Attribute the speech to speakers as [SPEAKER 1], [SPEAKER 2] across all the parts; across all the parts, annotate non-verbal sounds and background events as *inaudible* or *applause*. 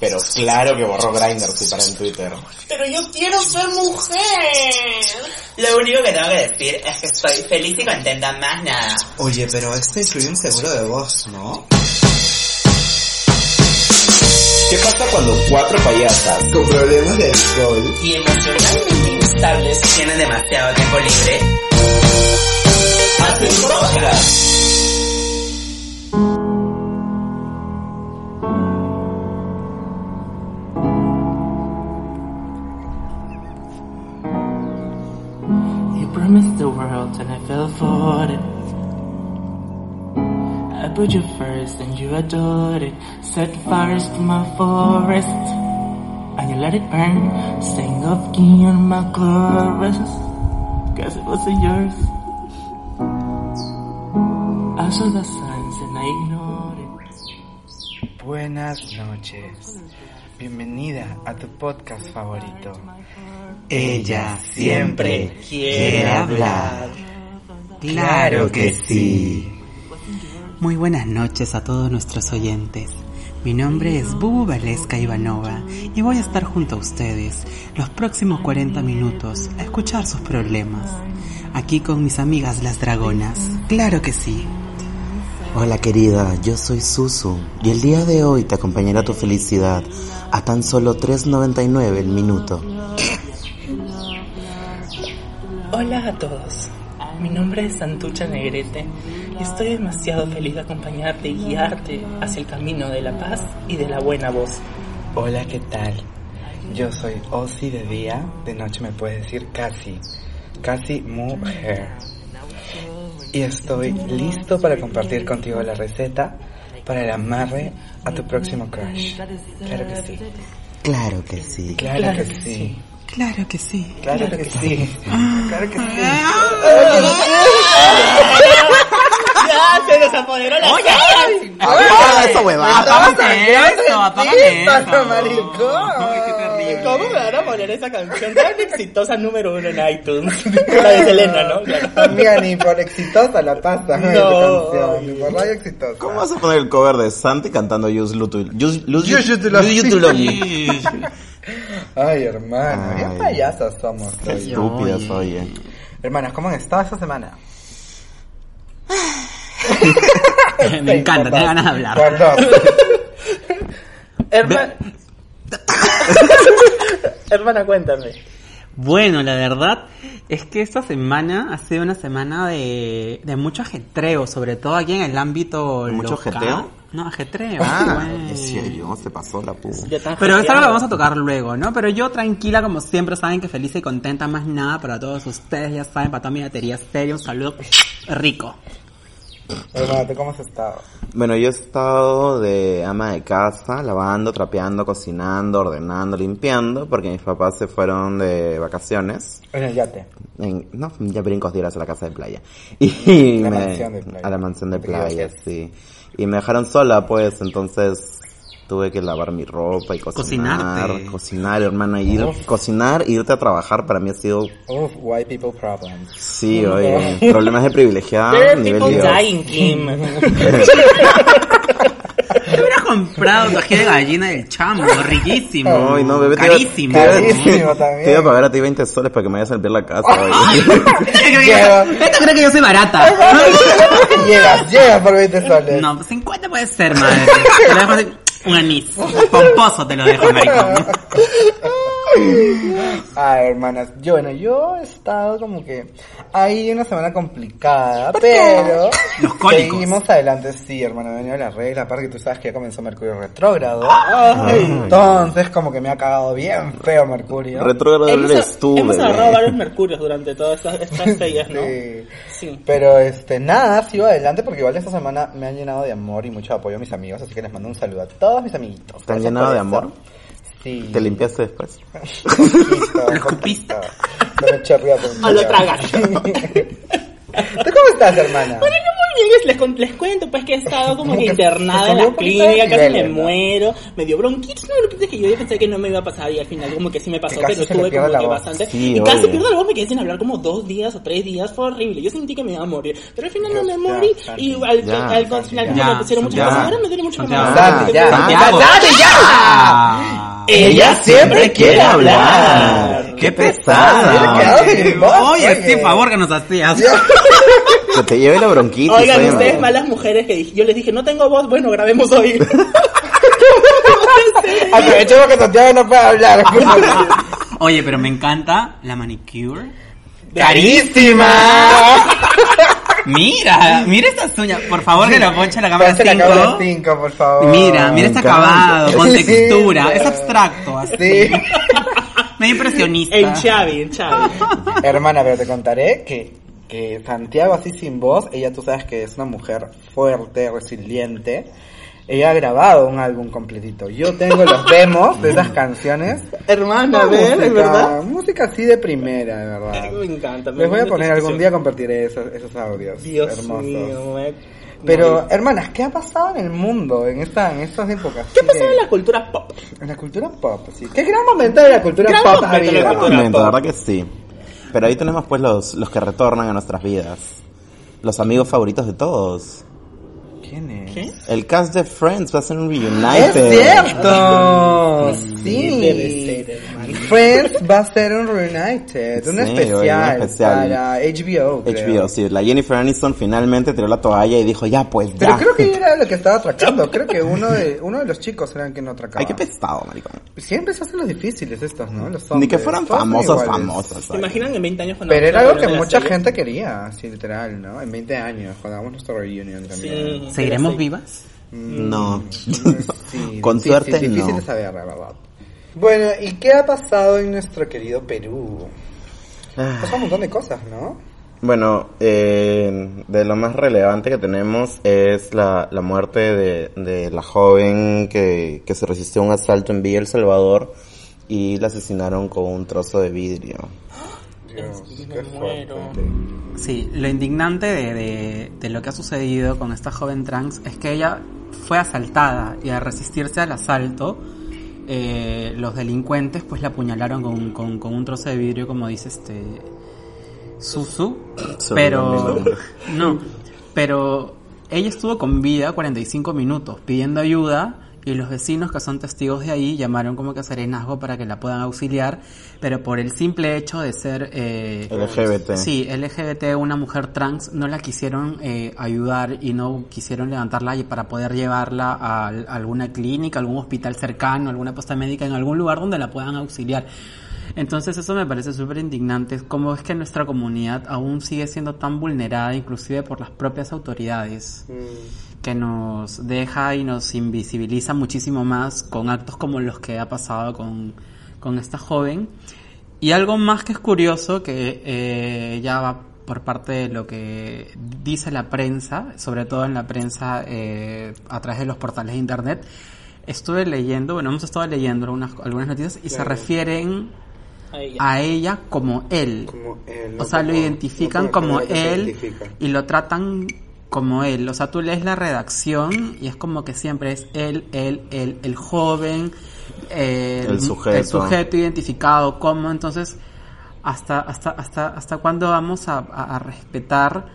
[SPEAKER 1] Pero claro que borró Grindr si para en Twitter.
[SPEAKER 2] Pero yo quiero ser mujer.
[SPEAKER 3] Lo único que tengo que decir es que estoy feliz y contenta, más nada.
[SPEAKER 4] Oye, pero este incluye un seguro de voz, ¿no?
[SPEAKER 1] ¿Qué pasa cuando cuatro payasas
[SPEAKER 4] Con problemas de alcohol.
[SPEAKER 3] Y emocionalmente instables tienen demasiado tiempo libre.
[SPEAKER 1] hacen podcast?
[SPEAKER 5] You promised the world and I fell for it. I put you first and you adored it. Set fires to my forest. And you let it burn. Staying up in my chorus. Cause it wasn't yours. I saw the signs and I ignored it.
[SPEAKER 6] Buenas noches. Bienvenida a tu podcast favorito.
[SPEAKER 4] Ella siempre
[SPEAKER 3] quiere
[SPEAKER 4] hablar. Claro que sí.
[SPEAKER 7] Muy buenas noches a todos nuestros oyentes. Mi nombre es Bubu Valesca Ivanova y voy a estar junto a ustedes los próximos 40 minutos a escuchar sus problemas. Aquí con mis amigas las dragonas. Claro que sí.
[SPEAKER 8] Hola querida, yo soy Susu y el día de hoy te acompañará tu felicidad a tan solo 3.99 el minuto.
[SPEAKER 5] Hola a todos. Mi nombre es Santucha Negrete y estoy demasiado feliz de acompañarte y guiarte hacia el camino de la paz y de la buena voz.
[SPEAKER 6] Hola, ¿qué tal? Yo soy Ozzy de día, de noche me puedes decir casi, casi mujer. Y estoy listo para compartir contigo la receta para el amarre a tu próximo crush. Claro que sí.
[SPEAKER 8] Claro que sí.
[SPEAKER 6] Claro, que, sí.
[SPEAKER 7] Claro que sí.
[SPEAKER 6] Claro, que, *laughs* sí. Claro que sí.
[SPEAKER 3] ¡Ah, se nos apoderó la
[SPEAKER 8] ¡Apaga esa huevada!
[SPEAKER 7] Apágame esto, apágame esto. Ay, qué
[SPEAKER 3] ¡Ay,
[SPEAKER 7] terrible.
[SPEAKER 3] ¿Cómo me van a poner esa canción tan exitosa número uno en iTunes? *laughs* La de Selena, ¿no? Claro.
[SPEAKER 6] Amiga, ni por exitosa la pasa
[SPEAKER 3] No.
[SPEAKER 6] tu canción, ni por radio exitosa.
[SPEAKER 1] ¿Cómo vas a poner el cover de Santi cantando Use Lutu? Use
[SPEAKER 6] Use You to Love Me.
[SPEAKER 1] Lutu.
[SPEAKER 6] Ay, hermana,
[SPEAKER 1] Ay.
[SPEAKER 6] bien payasas somos.
[SPEAKER 1] Qué
[SPEAKER 6] oye.
[SPEAKER 1] estúpidas, oye.
[SPEAKER 6] Hermanas, ¿cómo han estado esta semana?
[SPEAKER 7] *laughs* Me encanta, te ganas de hablar.
[SPEAKER 6] Por dos.
[SPEAKER 3] Hermana... *laughs* Hermana, cuéntame.
[SPEAKER 7] Bueno, la verdad es que esta semana ha sido una semana de, de mucho ajetreo, sobre todo aquí en el ámbito
[SPEAKER 1] ¿Mucho
[SPEAKER 7] local.
[SPEAKER 1] ajetreo?
[SPEAKER 7] No, ajetreo.
[SPEAKER 1] Ah,
[SPEAKER 7] güey.
[SPEAKER 1] en serio, se pasó la puta.
[SPEAKER 3] Ya tan
[SPEAKER 7] Pero eso lo
[SPEAKER 3] hackeado.
[SPEAKER 7] vamos a tocar luego, ¿no? Pero yo tranquila, como siempre, saben que feliz y contenta más nada para todos ustedes, ya saben, para toda mi batería estéreo, un saludo rico.
[SPEAKER 6] Hermana, ¿tú cómo has estado?
[SPEAKER 1] Bueno, yo he estado de ama de casa, lavando, trapeando, cocinando, ordenando, limpiando, porque mis papás se fueron de vacaciones.
[SPEAKER 6] En el yate.
[SPEAKER 1] En- no, ya brincos de ir a la casa de playa. Y
[SPEAKER 6] La
[SPEAKER 1] me-
[SPEAKER 6] mansión de playa.
[SPEAKER 1] A la mansión de
[SPEAKER 6] Te
[SPEAKER 1] playa,
[SPEAKER 6] equivocas.
[SPEAKER 1] sí. Y me dejaron sola, pues, entonces tuve que lavar mi ropa y cocinar.
[SPEAKER 7] Cocinarte.
[SPEAKER 1] Cocinar, hermana, ir,
[SPEAKER 6] Uf.
[SPEAKER 1] cocinar e irte a trabajar para mí ha sido,
[SPEAKER 6] Uf, white people
[SPEAKER 7] *laughs*
[SPEAKER 6] problems.
[SPEAKER 1] sí, oye, problemas de privilegiada,
[SPEAKER 3] There are
[SPEAKER 1] nivel
[SPEAKER 3] people
[SPEAKER 1] Dios.
[SPEAKER 3] dying, Kim.
[SPEAKER 7] Yo hubiera comprado un ají de gallina del chamo, riquísimo.
[SPEAKER 1] Ay, no, bebé, te iba- *laughs*
[SPEAKER 7] Carísimo.
[SPEAKER 1] Te iba,
[SPEAKER 7] *laughs*
[SPEAKER 6] Carísimo también.
[SPEAKER 1] te iba a pagar a ti 20 soles para que me vayas a limpiar la casa. *laughs* oye.
[SPEAKER 7] Esta cree que yo soy barata.
[SPEAKER 6] llegas, llegas por 20 soles.
[SPEAKER 7] No, 50 puede ser, madre. Te lo dejo así, un anís. Pomposo te lo dejo, maricón.
[SPEAKER 6] Ay, Ah, hermanas. Yo, bueno, yo he estado como que ahí una semana complicada, pero
[SPEAKER 7] Los cólicos.
[SPEAKER 6] seguimos adelante. Sí, hermano, me ha venido la regla, aparte que tú sabes que ya comenzó Mercurio retrógrado. Entonces, como que me ha cagado bien feo Mercurio.
[SPEAKER 1] Retrógrado eres
[SPEAKER 3] Hemos,
[SPEAKER 1] tú,
[SPEAKER 3] hemos
[SPEAKER 1] bebé.
[SPEAKER 3] agarrado varios mercurios durante todas estas, estas ferias, ¿no?
[SPEAKER 6] Sí.
[SPEAKER 3] Sí.
[SPEAKER 6] Pero este, nada, sigo adelante porque igual esta semana me han llenado de amor y mucho apoyo a mis amigos, así que les mando un saludo a todos mis amiguitos.
[SPEAKER 1] ¿Te han
[SPEAKER 6] Gracias
[SPEAKER 1] llenado
[SPEAKER 6] por
[SPEAKER 1] de
[SPEAKER 6] eso.
[SPEAKER 1] amor?
[SPEAKER 6] Sí.
[SPEAKER 1] ¿Te limpiaste después?
[SPEAKER 6] Poquito,
[SPEAKER 7] ¿Lo escupiste?
[SPEAKER 6] poquito. No me eché arriba por un
[SPEAKER 3] O lo
[SPEAKER 6] chorro.
[SPEAKER 3] tragaste.
[SPEAKER 6] *laughs* ¿Tú cómo estás, hermana?
[SPEAKER 3] Bueno, muy bien, les, con- les cuento pues que he estado como que
[SPEAKER 6] Como *laughs* que
[SPEAKER 3] internada
[SPEAKER 6] se
[SPEAKER 3] en
[SPEAKER 6] subió
[SPEAKER 3] la
[SPEAKER 6] un poquito de
[SPEAKER 3] clínica, casi me
[SPEAKER 6] nivel, ¿no?
[SPEAKER 3] muero, me dio bronquitis, no, lo que pasa es que yo ya pensé que no me iba a pasar y al final como que sí me pasó,
[SPEAKER 6] Que casi
[SPEAKER 3] pero
[SPEAKER 6] se le
[SPEAKER 3] estuve
[SPEAKER 6] pierde
[SPEAKER 3] como
[SPEAKER 6] la
[SPEAKER 3] que
[SPEAKER 6] voz.
[SPEAKER 3] bastante,
[SPEAKER 1] Sí,
[SPEAKER 3] y casi
[SPEAKER 1] oye.
[SPEAKER 3] pierdo la voz, me quedé sin hablar como dos días o tres días, fue horrible, yo sentí que me iba a morir, pero al final no me
[SPEAKER 6] Ya,
[SPEAKER 3] morí,
[SPEAKER 6] Santi,
[SPEAKER 3] y al,
[SPEAKER 1] ya,
[SPEAKER 3] al- al
[SPEAKER 6] Santi,
[SPEAKER 3] final
[SPEAKER 6] ya.
[SPEAKER 3] como me pusieron mucho
[SPEAKER 1] Ya,
[SPEAKER 6] Ah,
[SPEAKER 3] más, ahora me duele mucho
[SPEAKER 7] Ya,
[SPEAKER 3] más,
[SPEAKER 6] Santi, ya,
[SPEAKER 7] Santiago. Ah.
[SPEAKER 6] ya, Santi, ya.
[SPEAKER 1] Ella siempre quiere hablar.
[SPEAKER 3] hablar.
[SPEAKER 1] Qué pesada.
[SPEAKER 7] Oye, sí, favor que nos hacías.
[SPEAKER 1] Que te lleve la bronquita.
[SPEAKER 3] Oigan,
[SPEAKER 1] Sonia.
[SPEAKER 3] ustedes malas mujeres que dije- yo les dije, no tengo voz, bueno, grabemos hoy. *laughs*
[SPEAKER 6] Aprovechemos que Santiago no puede hablar.
[SPEAKER 7] Oye, pero me encanta la manicure.
[SPEAKER 6] ¡Carísima!
[SPEAKER 7] Mira, mira estas uñas. Por favor, que lo ponche la cámara
[SPEAKER 6] Ponte la cámara
[SPEAKER 7] 5.
[SPEAKER 6] 5, por favor.
[SPEAKER 7] Mira, mira
[SPEAKER 1] me
[SPEAKER 7] este
[SPEAKER 1] encanta.
[SPEAKER 7] acabado, con
[SPEAKER 6] Sí.
[SPEAKER 7] textura. Es abstracto, así.
[SPEAKER 6] Sí.
[SPEAKER 7] Medio impresionista.
[SPEAKER 6] Ah.
[SPEAKER 3] en Xavi, en
[SPEAKER 6] *laughs*
[SPEAKER 3] Xavi.
[SPEAKER 6] Hermana, pero te contaré que, que Santiago así sin voz, ella tú sabes que es una mujer fuerte, resiliente. Ella ha grabado un álbum completito. Yo tengo
[SPEAKER 7] *laughs*
[SPEAKER 6] los demos de esas canciones.
[SPEAKER 3] Hermana, a ver,
[SPEAKER 6] Música-
[SPEAKER 3] es verdad.
[SPEAKER 6] Música así de primera, de verdad.
[SPEAKER 3] Me encanta. me
[SPEAKER 6] Les voy a
[SPEAKER 3] encanta
[SPEAKER 6] poner
[SPEAKER 3] esta
[SPEAKER 6] algún
[SPEAKER 3] canción.
[SPEAKER 6] día compartiré esos, esos audios.
[SPEAKER 3] Dios
[SPEAKER 6] hermosos.
[SPEAKER 3] mío, me-
[SPEAKER 6] Pero, hermanas, ¿qué ha pasado en el mundo en, esta, en estas épocas?
[SPEAKER 3] ¿Qué
[SPEAKER 6] Sí,
[SPEAKER 3] pasa en
[SPEAKER 6] que-
[SPEAKER 3] la cultura pop?
[SPEAKER 6] en la cultura pop? Sí. ¿Qué gran momento de la cultura
[SPEAKER 3] Gran
[SPEAKER 6] pop ha
[SPEAKER 3] momento de la
[SPEAKER 6] habido?
[SPEAKER 1] Gran
[SPEAKER 3] cultura
[SPEAKER 1] momento,
[SPEAKER 3] pop.
[SPEAKER 1] la verdad que sí. Pero ahí tenemos pues los, los que retornan a nuestras vidas. Los amigos favoritos de todos.
[SPEAKER 6] ¿Quién es?
[SPEAKER 1] El cast de Friends va a ser un
[SPEAKER 6] ¡Es
[SPEAKER 1] reunited.
[SPEAKER 6] cierto! Sí.
[SPEAKER 3] Debe ser, hermano.
[SPEAKER 6] Friends va a ser un reunited, un
[SPEAKER 1] Sí,
[SPEAKER 6] especial,
[SPEAKER 1] un especial.
[SPEAKER 6] para HBO. creo.
[SPEAKER 1] HBO, sí, la Jennifer Aniston finalmente tiró la toalla y dijo, ya pues,
[SPEAKER 6] Pero
[SPEAKER 1] ya.
[SPEAKER 6] creo que era lo que estaba
[SPEAKER 1] *laughs*
[SPEAKER 6] atracando. Creo que uno de uno de los chicos era el que no atracaba.
[SPEAKER 1] Ay, qué pesado, maricón.
[SPEAKER 6] Siempre se hacen los difíciles estos, ¿no? Los
[SPEAKER 1] Ni
[SPEAKER 6] hombres.
[SPEAKER 1] que fueran
[SPEAKER 6] Todos son
[SPEAKER 1] famosos,
[SPEAKER 6] iguales.
[SPEAKER 1] famosos.
[SPEAKER 3] ¿Se imaginan en 20 años cuando...
[SPEAKER 6] Pero era algo que
[SPEAKER 3] la
[SPEAKER 6] mucha
[SPEAKER 3] serie?
[SPEAKER 6] gente quería, así literal, ¿no? En 20 años, cuando hagamos nuestra reunion también.
[SPEAKER 3] Sí,
[SPEAKER 7] ¿Seguiremos
[SPEAKER 3] sí.
[SPEAKER 7] vivas?
[SPEAKER 1] No.
[SPEAKER 3] *laughs*
[SPEAKER 6] Sí,
[SPEAKER 1] *laughs* Con
[SPEAKER 6] difícil,
[SPEAKER 1] suerte,
[SPEAKER 6] difícil
[SPEAKER 1] no.
[SPEAKER 6] de saber, la verdad. Bueno, ¿y qué ha pasado en nuestro querido Perú?
[SPEAKER 1] Ah.
[SPEAKER 6] Pasa un montón de cosas, ¿no?
[SPEAKER 1] Bueno, eh, de lo más relevante que tenemos es la, la muerte de, de la joven que, que se resistió a un asalto en Villa El Salvador y la asesinaron con un trozo de vidrio.
[SPEAKER 6] Dios,
[SPEAKER 3] me muero.
[SPEAKER 7] Sí, lo indignante de, de- de lo que ha sucedido con esta joven trans es que ella fue asaltada y al resistirse al asalto, eh, los delincuentes pues la apuñalaron con, con- con un trozo de vidrio, como dice este Susu,
[SPEAKER 1] Susu,
[SPEAKER 7] pero
[SPEAKER 1] amigo.
[SPEAKER 7] no, pero ella estuvo con vida 45 minutos pidiendo ayuda y los vecinos que son testigos de ahí llamaron como que a serenazgo para que la puedan auxiliar, pero por el simple hecho de ser eh,
[SPEAKER 1] LGBT.
[SPEAKER 7] Sí, LGBT, una mujer trans, no la quisieron eh, ayudar y no quisieron levantarla y- para poder llevarla a, al- alguna clínica, algún hospital cercano, alguna posta médica, en algún lugar donde la puedan auxiliar. Entonces eso me parece súper indignante, cómo es que nuestra comunidad aún sigue siendo tan vulnerada, inclusive por las propias autoridades, que nos deja y nos invisibiliza muchísimo más con actos como los que ha pasado con, con esta joven. Y algo más que es curioso, que eh, ya va por parte de lo que dice la prensa, sobre todo en la prensa eh, a través de los portales de internet, estuve leyendo, bueno, hemos estado leyendo algunas, algunas noticias y se refieren
[SPEAKER 3] Ay, ya.
[SPEAKER 7] a ella como él.
[SPEAKER 6] Como él,
[SPEAKER 7] o sea,
[SPEAKER 6] como-
[SPEAKER 7] lo identifican
[SPEAKER 6] no
[SPEAKER 7] como
[SPEAKER 6] lo que se
[SPEAKER 7] él
[SPEAKER 6] identifica.
[SPEAKER 7] y lo tratan como él. O sea, tú lees la redacción y es como que siempre es él, él, él, el joven, el,
[SPEAKER 1] El sujeto.
[SPEAKER 7] el sujeto identificado como. Entonces, ¿hasta, hasta, hasta, hasta cuándo vamos a, a- a respetar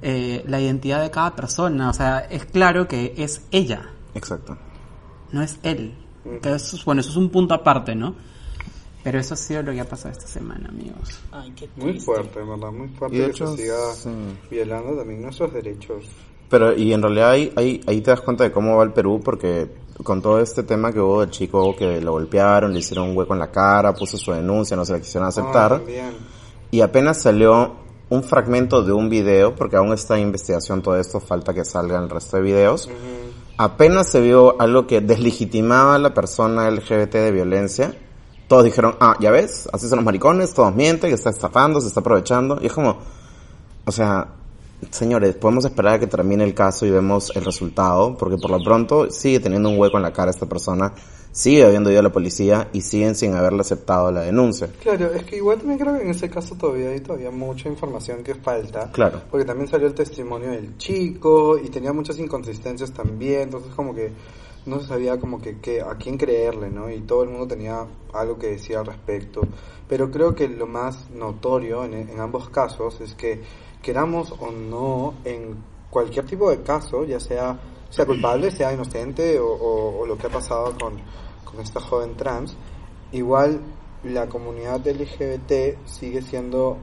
[SPEAKER 7] eh, la identidad de cada persona? O sea, es claro que es ella
[SPEAKER 1] Exacto.
[SPEAKER 7] no es él. Que eso es- bueno, eso es un punto aparte, ¿no? Pero eso ha sido lo que ha pasado esta semana, amigos.
[SPEAKER 3] Ay, qué
[SPEAKER 6] Muy
[SPEAKER 3] triste.
[SPEAKER 6] fuerte, en ¿verdad? Muy fuerte
[SPEAKER 1] Y de
[SPEAKER 6] que
[SPEAKER 1] hecho,
[SPEAKER 6] se siga
[SPEAKER 1] sí.
[SPEAKER 6] violando también nuestros derechos.
[SPEAKER 1] Pero, y en realidad ahí, ahí, ahí te das cuenta de cómo va el Perú, porque con todo este tema que hubo del chico que lo golpearon, le hicieron un hueco en la cara, puso su denuncia, no se la quisieron aceptar.
[SPEAKER 6] Ah, también.
[SPEAKER 1] Y apenas salió un fragmento de un video, porque aún está en investigación todo esto, falta que salgan el resto de videos. Apenas se vio algo que deslegitimaba a la persona LGBT de violencia. Todos dijeron, ah, ya ves, así son los maricones, todos mienten, que está estafando, se está aprovechando. Y es como, o sea, señores, podemos esperar a que termine el caso y vemos el resultado, porque por lo pronto sigue teniendo un hueco en la cara esta persona, sigue habiendo ido a la policía y siguen sin haberle aceptado la denuncia.
[SPEAKER 6] Claro, es que igual también creo que en ese caso todavía hay todavía mucha información que falta.
[SPEAKER 1] Claro.
[SPEAKER 6] Porque también salió el testimonio del chico y tenía muchas inconsistencias también, entonces como que no se sabía como que, que a quién creerle, ¿no? Y todo el mundo tenía algo que decir al respecto. Pero creo que lo más notorio en, en ambos casos es que queramos o no, en cualquier tipo de caso, ya sea sea culpable, sea inocente o, o- o lo que ha pasado con, con esta joven trans, igual la comunidad LGBT sigue siendo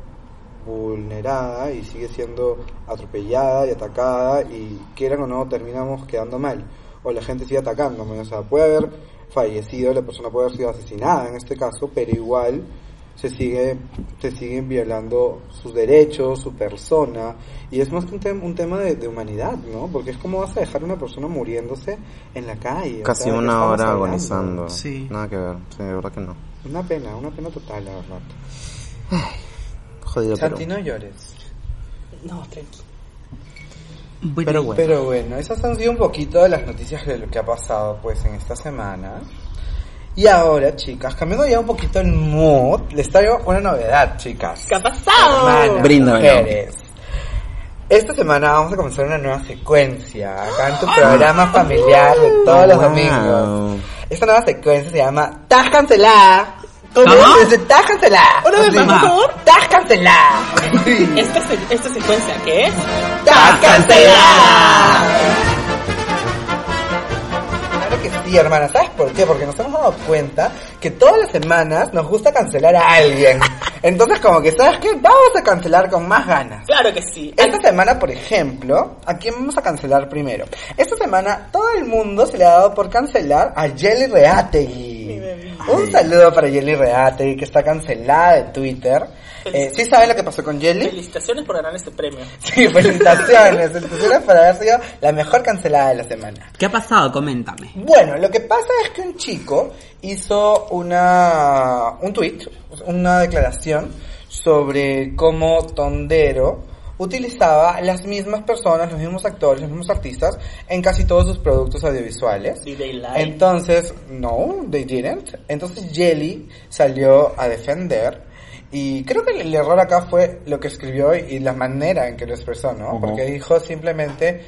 [SPEAKER 6] vulnerada y sigue siendo atropellada y atacada y quieran o no terminamos quedando mal o la gente sigue atacándome, o sea, puede haber fallecido, la persona puede haber sido asesinada en este caso, pero igual se sigue se siguen violando sus derechos, su persona, y es más que un, tem- un tema de, de humanidad, ¿no? Porque es como vas a dejar a una persona muriéndose en la calle. o
[SPEAKER 1] Casi
[SPEAKER 6] sea, ¿de qué
[SPEAKER 1] una
[SPEAKER 6] estamos
[SPEAKER 1] hora
[SPEAKER 6] hablando?
[SPEAKER 1] agonizando.
[SPEAKER 7] Sí.
[SPEAKER 1] Nada que ver. Sí, de verdad que no.
[SPEAKER 6] Pues Una pena, una pena total, la verdad.
[SPEAKER 1] Jodido Perú.
[SPEAKER 6] Santi, no llores.
[SPEAKER 9] No, tranquilo.
[SPEAKER 7] Bueno,
[SPEAKER 1] Pero bueno.
[SPEAKER 6] Pero bueno, esas han sido un poquito de las noticias de lo que ha pasado pues en esta semana. Y ahora, chicas, cambiando ya un poquito el mood, les traigo una novedad, chicas.
[SPEAKER 3] ¿Qué ha pasado?
[SPEAKER 6] Hermanas,
[SPEAKER 1] Bríndamelo.
[SPEAKER 6] mujeres. Esta semana vamos a comenzar una nueva secuencia acá en tu programa familiar de todos los
[SPEAKER 1] Ah. Wow.
[SPEAKER 6] domingos. Esta nueva secuencia se llama Tás cancelada.
[SPEAKER 7] ¿Cómo?
[SPEAKER 6] Dice, Tás cancelada.
[SPEAKER 3] Una vez más, por favor.
[SPEAKER 6] Tás
[SPEAKER 1] *laughs*
[SPEAKER 6] cancelada.
[SPEAKER 3] Esta, se- esta secuencia, ¿qué es?
[SPEAKER 6] ¡Estás cancelada! Claro que sí, hermana. ¿Sabes por qué? Porque nos hemos dado cuenta que todas las semanas nos gusta cancelar a alguien. Entonces, como que, ¿sabes qué? Vamos a cancelar con más ganas.
[SPEAKER 3] Claro que sí.
[SPEAKER 6] Esta semana, por ejemplo, ¿a quién vamos a cancelar primero? Esta semana todo el mundo se le ha dado por cancelar a Jelly Reategui. Un saludo para Jelly Reategui, que está cancelada de Twitter. Eh, ¿Sí saben lo que pasó con Jelly?
[SPEAKER 3] Felicitaciones por ganar este premio.
[SPEAKER 6] Sí, felicitaciones. Felicitaciones por haber sido la mejor cancelada de la semana.
[SPEAKER 7] ¿Qué ha pasado? Coméntame.
[SPEAKER 6] Bueno, lo que pasa es que un chico hizo una un tweet, una declaración sobre cómo Tondero utilizaba las mismas personas, los mismos actores, los mismos artistas en casi todos sus productos audiovisuales.
[SPEAKER 3] Did they lie?
[SPEAKER 6] Entonces, no, they didn't. Entonces Jelly salió a defender. Y creo que el error acá fue lo que escribió y la manera en que lo expresó, ¿no? Porque dijo simplemente,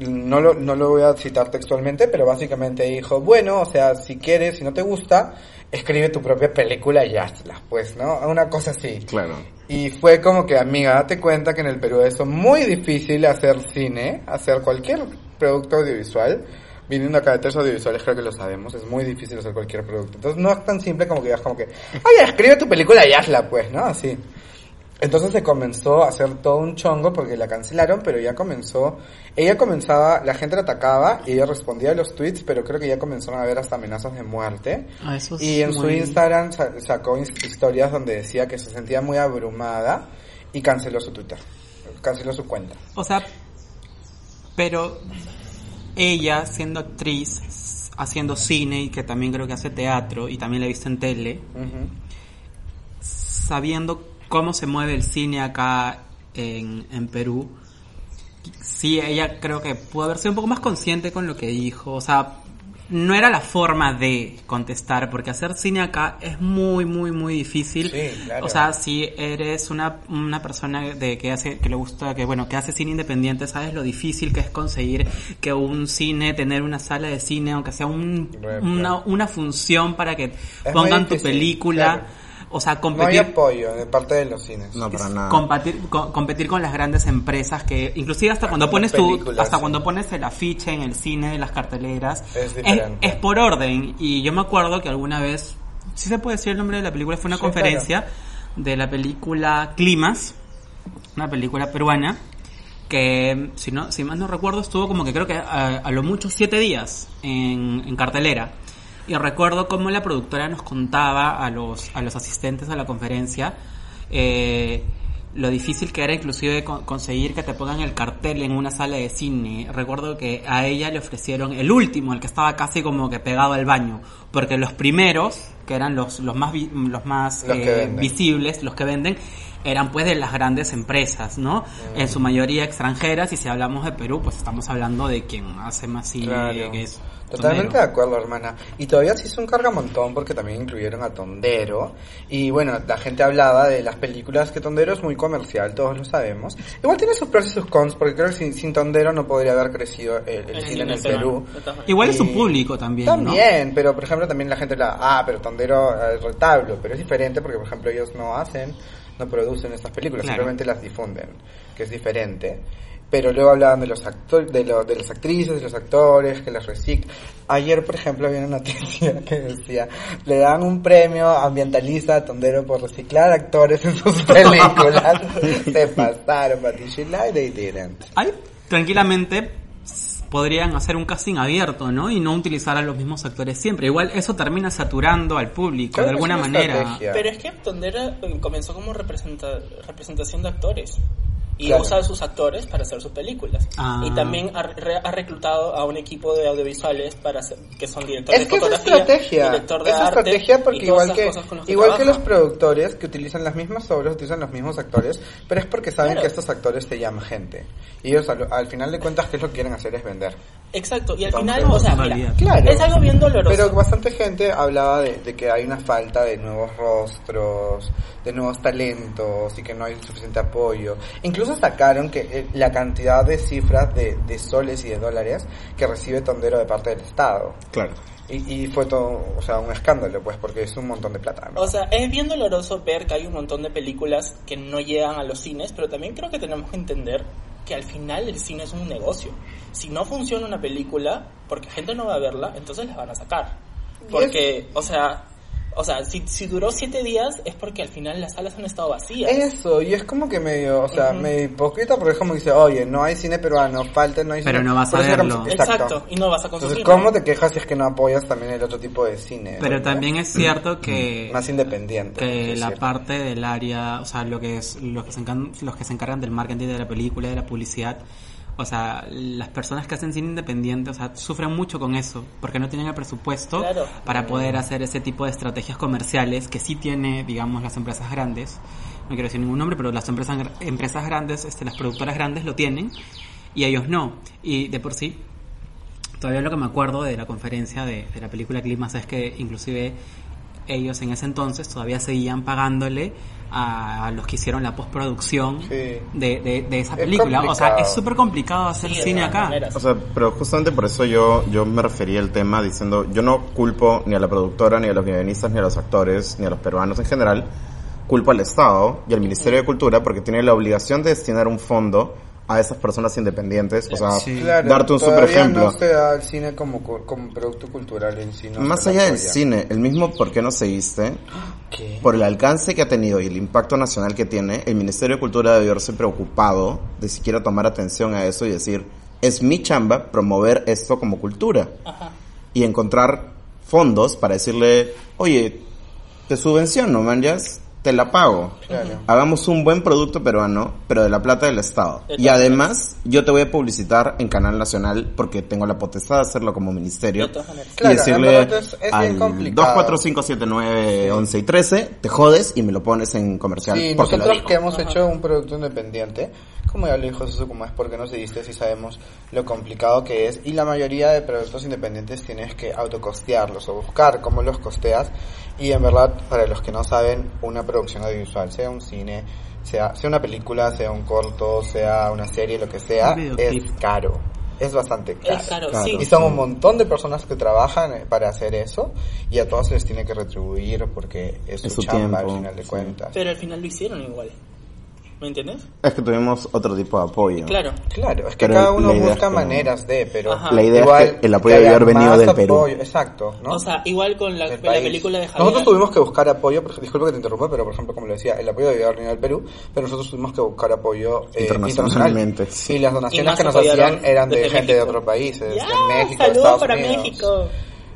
[SPEAKER 6] no lo, no lo voy a citar textualmente, pero básicamente dijo, bueno, o sea, si quieres, si no te gusta, escribe tu propia película y hazla, pues, ¿no? Una cosa así.
[SPEAKER 1] Claro.
[SPEAKER 6] Y fue como que, amiga, date cuenta que en el Perú es muy difícil hacer cine, hacer cualquier producto audiovisual. Viniendo acá de tres audiovisuales, creo que lo sabemos, es muy difícil hacer cualquier producto. Entonces no es tan simple como que digas como que, ay, escribe tu película y hazla, pues, ¿no? Así. Entonces se comenzó a hacer todo un chongo porque la cancelaron, pero ya comenzó, ella comenzaba, la gente la atacaba y ella respondía a los tweets, pero creo que ya comenzaron a haber hasta amenazas de muerte.
[SPEAKER 7] Ah, eso es
[SPEAKER 6] Y en su
[SPEAKER 7] muy-
[SPEAKER 6] Instagram sa- sacó his- historias donde decía que se sentía muy abrumada y canceló su Twitter, canceló su cuenta.
[SPEAKER 7] O sea, pero ella siendo actriz, s- haciendo cine y que también creo que hace teatro y también la he visto en tele,
[SPEAKER 6] Ujú.
[SPEAKER 7] sabiendo cómo se mueve el cine acá en, en Perú, sí, ella creo que pudo haber sido un poco más consciente con lo que dijo. O sea, no era la forma de contestar, porque hacer cine acá es muy, muy, muy difícil.
[SPEAKER 6] Sí, claro.
[SPEAKER 7] O sea, si eres una, una persona de que hace, que le gusta, que bueno, que hace cine independiente, sabes lo difícil que es conseguir que un cine, tener una sala de cine, aunque sea un-
[SPEAKER 6] Re,
[SPEAKER 7] una,
[SPEAKER 6] claro.
[SPEAKER 7] una función para que
[SPEAKER 6] muy
[SPEAKER 7] pongan tu
[SPEAKER 6] difícil,
[SPEAKER 7] película.
[SPEAKER 6] claro.
[SPEAKER 7] O sea,
[SPEAKER 6] No hay
[SPEAKER 7] competir
[SPEAKER 6] apoyo de parte de los cines.
[SPEAKER 1] No, para
[SPEAKER 7] es
[SPEAKER 1] nada.
[SPEAKER 7] Competir, co- competir con las grandes empresas que inclusive hasta cuando
[SPEAKER 6] Las
[SPEAKER 7] pones tu
[SPEAKER 6] películas,
[SPEAKER 7] hasta
[SPEAKER 6] sí.
[SPEAKER 7] cuando pones el afiche en el cine en las carteleras
[SPEAKER 6] Es diferente.
[SPEAKER 7] es por orden y yo me acuerdo que alguna vez si se puede decir el nombre de la película fue una
[SPEAKER 6] Sí,
[SPEAKER 7] conferencia de la película Climas una película peruana que si no si más no recuerdo estuvo como que creo que a, a lo mucho siete días en, en cartelera y recuerdo cómo la productora nos contaba a los a los asistentes a la conferencia eh, lo difícil que era inclusive con- conseguir que te pongan el cartel en una sala de cine. Recuerdo que a ella le ofrecieron el último, el que estaba casi como que pegado al baño, porque los primeros, que eran los, los más, vi- los más eh,
[SPEAKER 6] Los que venden.
[SPEAKER 7] visibles, los que venden, eran pues de las grandes empresas, ¿no?
[SPEAKER 6] Mm.
[SPEAKER 7] En su mayoría extranjeras, y si hablamos de Perú, pues estamos hablando de quien hace más cine,
[SPEAKER 6] Claro.
[SPEAKER 7] que es
[SPEAKER 6] Totalmente de
[SPEAKER 7] Tonero.
[SPEAKER 6] acuerdo, hermana. Y todavía se hizo un cargamontón porque también incluyeron a Tondero. Y bueno, la gente hablaba de las películas, que Tondero es muy comercial, todos lo sabemos. Igual tiene sus pros y sus cons, porque creo que sin, sin Tondero no podría haber crecido el, el cine en el Perú.
[SPEAKER 7] Igual es
[SPEAKER 6] Y-
[SPEAKER 7] un público también, ¿no?
[SPEAKER 6] Eh, También, pero por ejemplo también la gente la, ah, pero Tondero eh, retablo, pero es diferente porque por ejemplo ellos no hacen, no producen estas películas,
[SPEAKER 7] Claro.
[SPEAKER 6] simplemente las difunden, que es diferente. Pero luego hablaban de los actores, de, lo- de las actrices, de los actores, que las reciclan. Ayer, por ejemplo, había una *laughs* noticia que decía, le dan un premio ambientalista a Tondero por reciclar actores en
[SPEAKER 7] *laughs*
[SPEAKER 6] sus películas. Se pasaron, Patricia, y they didn't.
[SPEAKER 7] Ay, tranquilamente s- podrían hacer un casting abierto, ¿no? Y no utilizar a los mismos actores siempre. Igual eso termina saturando al público
[SPEAKER 6] Creo
[SPEAKER 7] de
[SPEAKER 6] que es
[SPEAKER 7] alguna
[SPEAKER 6] una
[SPEAKER 7] manera.
[SPEAKER 6] estrategia.
[SPEAKER 3] Pero es que Tondera eh, comenzó como representa- representación de actores. Y
[SPEAKER 6] Claro.
[SPEAKER 3] usa a sus actores para hacer sus películas.
[SPEAKER 7] Ah.
[SPEAKER 3] Y también ha, re- ha reclutado a un equipo de audiovisuales para hacer- que son directores
[SPEAKER 6] Es que
[SPEAKER 3] de
[SPEAKER 6] es
[SPEAKER 3] fotografía,
[SPEAKER 6] estrategia.
[SPEAKER 3] director de
[SPEAKER 6] es
[SPEAKER 3] arte
[SPEAKER 6] estrategia porque
[SPEAKER 3] y todas
[SPEAKER 6] igual
[SPEAKER 3] esas
[SPEAKER 6] que
[SPEAKER 3] cosas con las
[SPEAKER 6] igual que los
[SPEAKER 3] trabaja.
[SPEAKER 6] productores que utilizan las mismas obras, utilizan los mismos actores, pero es porque saben
[SPEAKER 3] Claro.
[SPEAKER 6] que estos actores se llaman gente. Y ellos al, al final de cuentas que es lo que quieren hacer es vender.
[SPEAKER 3] Exacto, y al
[SPEAKER 6] Entonces,
[SPEAKER 3] final, o sea,
[SPEAKER 7] en
[SPEAKER 3] mira,
[SPEAKER 7] realidad.
[SPEAKER 6] Claro.
[SPEAKER 3] es algo bien doloroso.
[SPEAKER 6] Pero bastante gente hablaba de, de que hay una falta de nuevos rostros, de nuevos talentos y que no hay suficiente apoyo. Incluso sacaron que eh, la cantidad de cifras de, de soles y de dólares que recibe Tondero de parte del Estado.
[SPEAKER 1] Claro.
[SPEAKER 6] Y, y fue todo, o sea, un escándalo, pues, porque es un montón de plata. ¿no?
[SPEAKER 3] O sea, es bien doloroso ver que hay un montón de películas que no llegan a los cines, pero también creo que tenemos que entender que al final el cine es un negocio. Si no funciona una película, porque gente no va a verla, entonces la van a sacar. Porque, o sea, o sea, si, si duró siete días es porque al final las salas han estado vacías.
[SPEAKER 6] Eso, y es como que medio, o sea, medio hipócrita, porque es como que dice, oye, no hay cine peruano, falta, no hay
[SPEAKER 7] Pero
[SPEAKER 6] cine.
[SPEAKER 7] no vas
[SPEAKER 6] Por
[SPEAKER 7] a
[SPEAKER 6] eso era-
[SPEAKER 7] verlo.
[SPEAKER 3] Exacto. y no vas a
[SPEAKER 6] Entonces,
[SPEAKER 3] consumir.
[SPEAKER 6] ¿cómo te quejas si es que no apoyas también el otro tipo de cine?
[SPEAKER 7] Pero
[SPEAKER 6] ¿no?
[SPEAKER 7] también es cierto que,
[SPEAKER 6] Más independiente.
[SPEAKER 7] que
[SPEAKER 6] es
[SPEAKER 7] la
[SPEAKER 6] cierto.
[SPEAKER 7] parte del área, o sea, lo que es, los, que se encargan, los que se encargan del marketing de la película, de la publicidad, o sea, las personas que hacen cine independiente, o sea, sufren mucho con eso, porque no tienen el presupuesto
[SPEAKER 3] Claro.
[SPEAKER 7] para poder hacer ese tipo de estrategias comerciales que sí tiene, digamos, las empresas grandes. No quiero decir ningún nombre, pero las empresas, empresas grandes, este, las productoras grandes lo tienen y ellos no. Y de por sí, todavía lo que me acuerdo de la conferencia de, de la película Climas es que inclusive ellos en ese entonces todavía seguían pagándole a, a los que hicieron la postproducción
[SPEAKER 6] Sí.
[SPEAKER 7] de, de- de esa
[SPEAKER 6] Es
[SPEAKER 7] película. O sea,
[SPEAKER 6] complicado.
[SPEAKER 7] es súper complicado hacer
[SPEAKER 3] Sí, de
[SPEAKER 7] cine
[SPEAKER 3] todas
[SPEAKER 7] acá.
[SPEAKER 3] maneras.
[SPEAKER 1] O sea, pero justamente por eso yo, yo me referí al tema diciendo, yo no culpo ni a la productora, ni a los guionistas, ni a los actores, ni a los peruanos en general, culpo al Estado y al Ministerio de Cultura porque tiene la obligación de destinar un fondo a esas personas independientes, o sea,
[SPEAKER 6] Claro,
[SPEAKER 1] darte un super
[SPEAKER 6] todavía
[SPEAKER 1] ejemplo.
[SPEAKER 6] No se da el cine como, cu- como producto cultural en sí. no
[SPEAKER 1] Más
[SPEAKER 6] se lo
[SPEAKER 1] allá del
[SPEAKER 6] apoya.
[SPEAKER 1] cine, el mismo por qué no seguiste,
[SPEAKER 6] ¿Qué?
[SPEAKER 1] por el alcance que ha tenido y el impacto nacional que tiene, el Ministerio de Cultura debe haberse preocupado de siquiera tomar atención a eso y decir, es mi chamba promover esto como cultura. Y encontrar fondos para decirle, oye, te subvenciono, manjas, te la pago.
[SPEAKER 6] Claro.
[SPEAKER 1] Hagamos un buen producto peruano, pero de la plata del Estado.
[SPEAKER 3] De
[SPEAKER 1] Y
[SPEAKER 3] todas
[SPEAKER 1] además, yo te voy a publicitar en Canal Nacional porque tengo la potestad de hacerlo como ministerio.
[SPEAKER 3] De todas maneras.
[SPEAKER 1] Y
[SPEAKER 6] Claro, en
[SPEAKER 1] decirle
[SPEAKER 6] verdad es- es bien
[SPEAKER 1] al
[SPEAKER 6] complicado.
[SPEAKER 1] 2457911 y 13, te jodes y me lo pones en comercial.
[SPEAKER 6] Sí,
[SPEAKER 1] porque lo
[SPEAKER 6] nosotros
[SPEAKER 1] digo.
[SPEAKER 6] que hemos hecho un producto independiente, como ya lo dijo Susu, como es porque nos seguiste si sabemos lo complicado que es. Y la mayoría de productos independientes tienes que autocostearlos o buscar cómo los costeas. Y en verdad, para los que no saben, una producción audiovisual, sea un cine, sea, sea una película, sea un corto, sea una serie, lo que sea,
[SPEAKER 7] Un videoclip.
[SPEAKER 6] es caro. Es bastante caro.
[SPEAKER 3] es caro,
[SPEAKER 1] claro.
[SPEAKER 3] sí.
[SPEAKER 6] Y son un montón de personas que trabajan eh, para hacer eso y a todos se les tiene que retribuir porque es su,
[SPEAKER 1] Es su
[SPEAKER 6] chamba
[SPEAKER 1] tiempo,
[SPEAKER 6] al final de
[SPEAKER 1] sí.
[SPEAKER 6] cuentas.
[SPEAKER 3] Pero al final lo hicieron igual. ¿Me entiendes?
[SPEAKER 1] Es que tuvimos otro tipo de apoyo.
[SPEAKER 3] Claro.
[SPEAKER 6] Claro, es que
[SPEAKER 1] Pero
[SPEAKER 6] cada
[SPEAKER 1] la
[SPEAKER 6] uno
[SPEAKER 1] idea es
[SPEAKER 6] busca
[SPEAKER 1] que-
[SPEAKER 6] maneras de, pero
[SPEAKER 3] Ajá.
[SPEAKER 1] La idea es que el apoyo
[SPEAKER 6] haya
[SPEAKER 1] debe haber venido
[SPEAKER 6] más
[SPEAKER 1] del Perú.
[SPEAKER 6] apoyo, Exacto, ¿no?
[SPEAKER 3] O sea, igual con la,
[SPEAKER 6] Del
[SPEAKER 3] la
[SPEAKER 6] país.
[SPEAKER 3] película de Javier.
[SPEAKER 6] Nosotros tuvimos que buscar apoyo, por- disculpa que te interrumpa, pero por ejemplo, como lo decía, el apoyo debió haber venido del Perú, pero nosotros tuvimos que buscar apoyo eh,
[SPEAKER 1] Internacionalmente,
[SPEAKER 6] internacional.
[SPEAKER 1] sí.
[SPEAKER 6] Y las
[SPEAKER 3] Y
[SPEAKER 6] donaciones
[SPEAKER 3] más
[SPEAKER 6] que nos
[SPEAKER 3] apoyaron
[SPEAKER 6] hacían eran de
[SPEAKER 3] desde
[SPEAKER 6] gente de
[SPEAKER 3] México.
[SPEAKER 6] otros países,
[SPEAKER 3] Ya,
[SPEAKER 6] de México, de
[SPEAKER 3] saludos
[SPEAKER 6] Estados
[SPEAKER 3] para
[SPEAKER 6] Unidos.
[SPEAKER 3] México.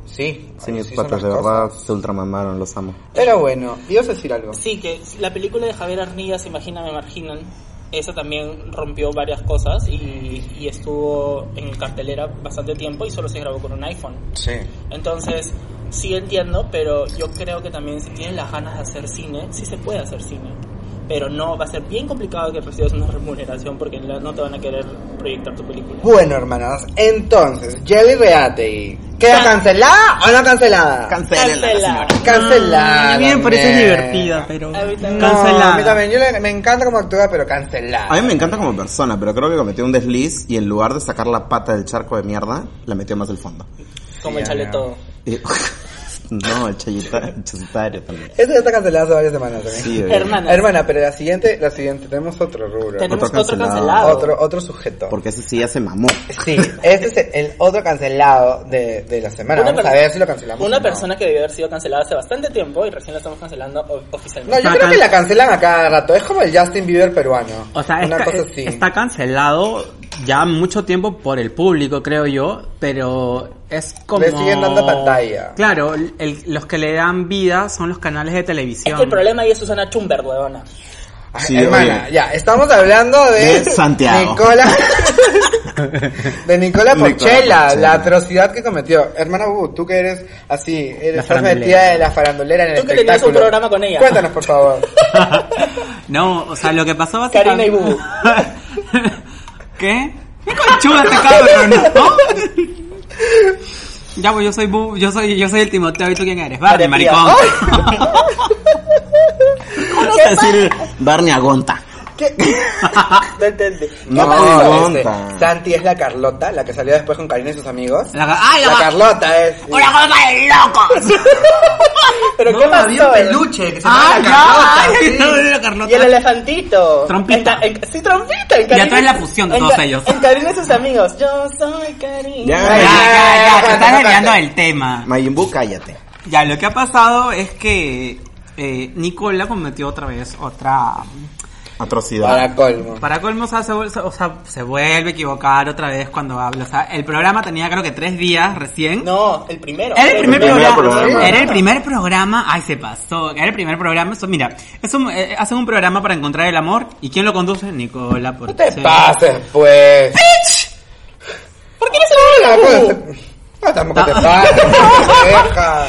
[SPEAKER 6] Sí,
[SPEAKER 1] Sí,
[SPEAKER 6] ahí
[SPEAKER 1] mis
[SPEAKER 6] sí son
[SPEAKER 1] patas de
[SPEAKER 6] las
[SPEAKER 1] verdad
[SPEAKER 6] cosas.
[SPEAKER 1] se ultramamaron, los amo.
[SPEAKER 6] Pero bueno, ibas a decir algo.
[SPEAKER 3] Sí, que la película de Javier Arnillas, Imagina, me marginan, esa también rompió varias cosas y, y estuvo en cartelera bastante tiempo y solo se grabó con un iPhone.
[SPEAKER 6] Sí.
[SPEAKER 3] Entonces, sí entiendo, pero yo creo que también si tienes las ganas de hacer cine, sí se puede hacer cine. Pero no, va a ser bien complicado que recibas una remuneración porque la- no te van a querer proyectar tu película.
[SPEAKER 6] Bueno, hermanos, entonces, Jelly Reate, ¿queda
[SPEAKER 3] Can-
[SPEAKER 6] cancelada o no cancelada?
[SPEAKER 3] Cancela.
[SPEAKER 6] Cancelada.
[SPEAKER 7] A mí me parece
[SPEAKER 6] men.
[SPEAKER 7] divertida, pero
[SPEAKER 3] A mí también.
[SPEAKER 6] No,
[SPEAKER 7] cancelada.
[SPEAKER 6] a mí también, yo le- me encanta como actúa, pero cancelada.
[SPEAKER 1] A mí me encanta como persona, pero creo que cometió un desliz y en lugar de sacar la pata del charco de mierda, la metió más al fondo.
[SPEAKER 3] Como el
[SPEAKER 6] ya,
[SPEAKER 3] chaleto.
[SPEAKER 1] Y- *laughs* No, el Chayitario también.
[SPEAKER 6] Eso ya está cancelado hace varias semanas también.
[SPEAKER 1] Sí, oye.
[SPEAKER 3] Hermana,
[SPEAKER 6] Hermana, pero la siguiente, la siguiente, tenemos otro rubro.
[SPEAKER 3] tenemos
[SPEAKER 1] Otro
[SPEAKER 3] otro
[SPEAKER 1] cancelado.
[SPEAKER 3] cancelado.
[SPEAKER 6] Otro, otro sujeto.
[SPEAKER 1] Porque ese sí ya se mamó.
[SPEAKER 6] Sí, este es el otro cancelado de, de la semana.
[SPEAKER 3] Una
[SPEAKER 6] Vamos a
[SPEAKER 3] per-
[SPEAKER 6] ver si lo cancelamos. o
[SPEAKER 3] Una
[SPEAKER 6] no.
[SPEAKER 3] persona que debió haber sido cancelada hace bastante tiempo y recién la estamos cancelando o- oficialmente.
[SPEAKER 6] No, yo creo que la cancelan a cada rato. Es como el Justin Bieber peruano.
[SPEAKER 7] O sea,
[SPEAKER 6] una
[SPEAKER 7] está,
[SPEAKER 6] cosa
[SPEAKER 7] es-
[SPEAKER 6] así.
[SPEAKER 7] está cancelado ya mucho tiempo por el público, creo yo, pero es como...
[SPEAKER 6] Le siguen dando pantalla.
[SPEAKER 7] Claro, el- los que le dan vida son los canales de televisión.
[SPEAKER 3] Es que el problema ahí es Susana Chumber, huevona.
[SPEAKER 6] Ah,
[SPEAKER 1] Sí,
[SPEAKER 6] hermana,
[SPEAKER 1] oye.
[SPEAKER 6] ya, estamos hablando de,
[SPEAKER 1] De Santiago.
[SPEAKER 6] Nicola,
[SPEAKER 1] *laughs*
[SPEAKER 6] de Nicola
[SPEAKER 1] Nicola
[SPEAKER 6] Porchela,
[SPEAKER 1] Porchela.
[SPEAKER 6] la atrocidad que cometió. Hermana Bubu, tú que eres así, eres
[SPEAKER 7] La
[SPEAKER 6] estás
[SPEAKER 7] farandulera.
[SPEAKER 6] metida de la farandulera en el
[SPEAKER 3] Tú que tenías un
[SPEAKER 6] espectáculo.
[SPEAKER 3] programa con ella.
[SPEAKER 6] Cuéntanos, por favor.
[SPEAKER 7] No, o sea, lo que pasó
[SPEAKER 3] Karina
[SPEAKER 7] básicamente...
[SPEAKER 3] y Bubu.
[SPEAKER 7] *laughs* ¿Qué? ¿Qué conchuda este cabrón, no? Ya, pues yo soy Bubu, yo soy, yo soy el Timoteo y tú quién eres, Barney,
[SPEAKER 3] María
[SPEAKER 7] maricón.
[SPEAKER 1] Vamos a decir Barney Agonta.
[SPEAKER 3] No entendí.
[SPEAKER 1] No,
[SPEAKER 6] ¿Qué pasó,
[SPEAKER 1] Agonta.
[SPEAKER 6] este? Santi es la Carlota, la que salió después con Karina y sus amigos.
[SPEAKER 7] La, ¡Ay,
[SPEAKER 6] La
[SPEAKER 7] la,
[SPEAKER 6] Carlota es.
[SPEAKER 7] ¡Una cosa de locos!
[SPEAKER 3] ¿Pero qué pasó?
[SPEAKER 6] peluche que se
[SPEAKER 7] ¡Ah, ya!
[SPEAKER 6] Carlota,
[SPEAKER 7] ¡Ay,
[SPEAKER 6] sí.
[SPEAKER 7] no, *laughs* la Carlota!
[SPEAKER 3] Y el elefantito.
[SPEAKER 7] Trompita.
[SPEAKER 3] En ca- en- sí, trompita. En
[SPEAKER 7] Ya
[SPEAKER 3] Karina-
[SPEAKER 7] tú eres la fusión de
[SPEAKER 3] en
[SPEAKER 7] todos
[SPEAKER 3] ca-
[SPEAKER 7] ellos.
[SPEAKER 3] En Karina y sus amigos. Yo soy Karina.
[SPEAKER 1] Ya.
[SPEAKER 7] Ya, ya, ya, te estás desviando del tema.
[SPEAKER 1] Mayimbu, cállate.
[SPEAKER 7] Ya, lo que ha pasado es que eh, Nicola cometió otra vez otra...
[SPEAKER 1] Atrocidad.
[SPEAKER 6] Para colmo.
[SPEAKER 7] Para colmo, o sea, se, vuel- o sea, se vuelve a equivocar otra vez cuando habla. O sea, el programa tenía creo que tres días recién.
[SPEAKER 3] No, el primero.
[SPEAKER 6] ¿Eh?
[SPEAKER 7] Era el primer programa.
[SPEAKER 1] programa.
[SPEAKER 7] Era el primer programa. Ay, se pasó. Era el primer programa. Eso, mira, es un- eh, hacen un programa para encontrar el amor. ¿Y quién lo conduce? Nicola. Por
[SPEAKER 6] No te pases, pues.
[SPEAKER 3] ¿Por qué no se
[SPEAKER 6] Ah,
[SPEAKER 3] lo
[SPEAKER 6] pues,
[SPEAKER 3] digo a Bubu?
[SPEAKER 6] te- No, tampoco te pases, deja.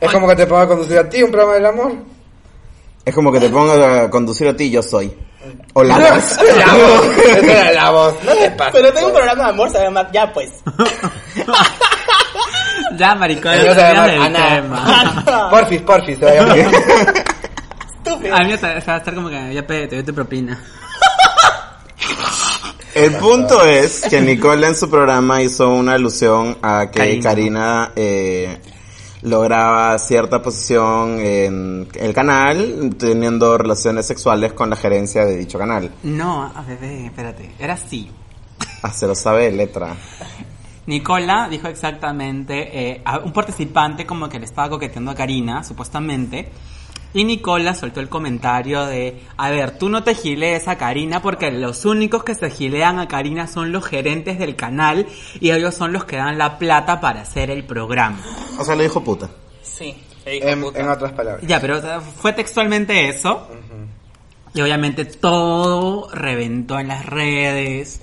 [SPEAKER 6] Es como que te puedo conducir a ti un programa del amor.
[SPEAKER 1] Es como que te ponga a conducir a ti, yo soy. O la voz.
[SPEAKER 6] La voz, esa era la voz. No te pases.
[SPEAKER 3] Pero tengo un programa de amor, se llama Ya pues.
[SPEAKER 7] Ya, maricón.
[SPEAKER 6] Pero no se
[SPEAKER 7] ya
[SPEAKER 6] llama
[SPEAKER 7] del
[SPEAKER 6] Ana.
[SPEAKER 7] tema.
[SPEAKER 6] Porfis, porfis, se vaya bien.
[SPEAKER 3] Estúpido.
[SPEAKER 6] Ah.
[SPEAKER 7] A mí me va a estar como que ya pe, te doy tu propina.
[SPEAKER 1] El punto es que Nicola en su programa hizo una alusión a que Karina,
[SPEAKER 7] Karina.
[SPEAKER 1] eh, lograba cierta posición en el canal teniendo relaciones sexuales con la gerencia de dicho canal.
[SPEAKER 7] No, a bebé, espérate. Era así.
[SPEAKER 1] Ah, se lo sabe de letra.
[SPEAKER 7] Nicola dijo exactamente, eh, a un participante como que le estaba coqueteando a Karina, supuestamente, y Nicola soltó el comentario de, a ver, tú no te gilees a Karina porque los únicos que se gilean a Karina son los gerentes del canal y ellos son los que dan la plata para hacer el programa.
[SPEAKER 1] O sea, le dijo puta.
[SPEAKER 3] Sí. le dijo
[SPEAKER 6] En,
[SPEAKER 3] puta.
[SPEAKER 6] en otras palabras.
[SPEAKER 7] Ya, pero o sea, fue textualmente eso. Y obviamente todo reventó en las redes.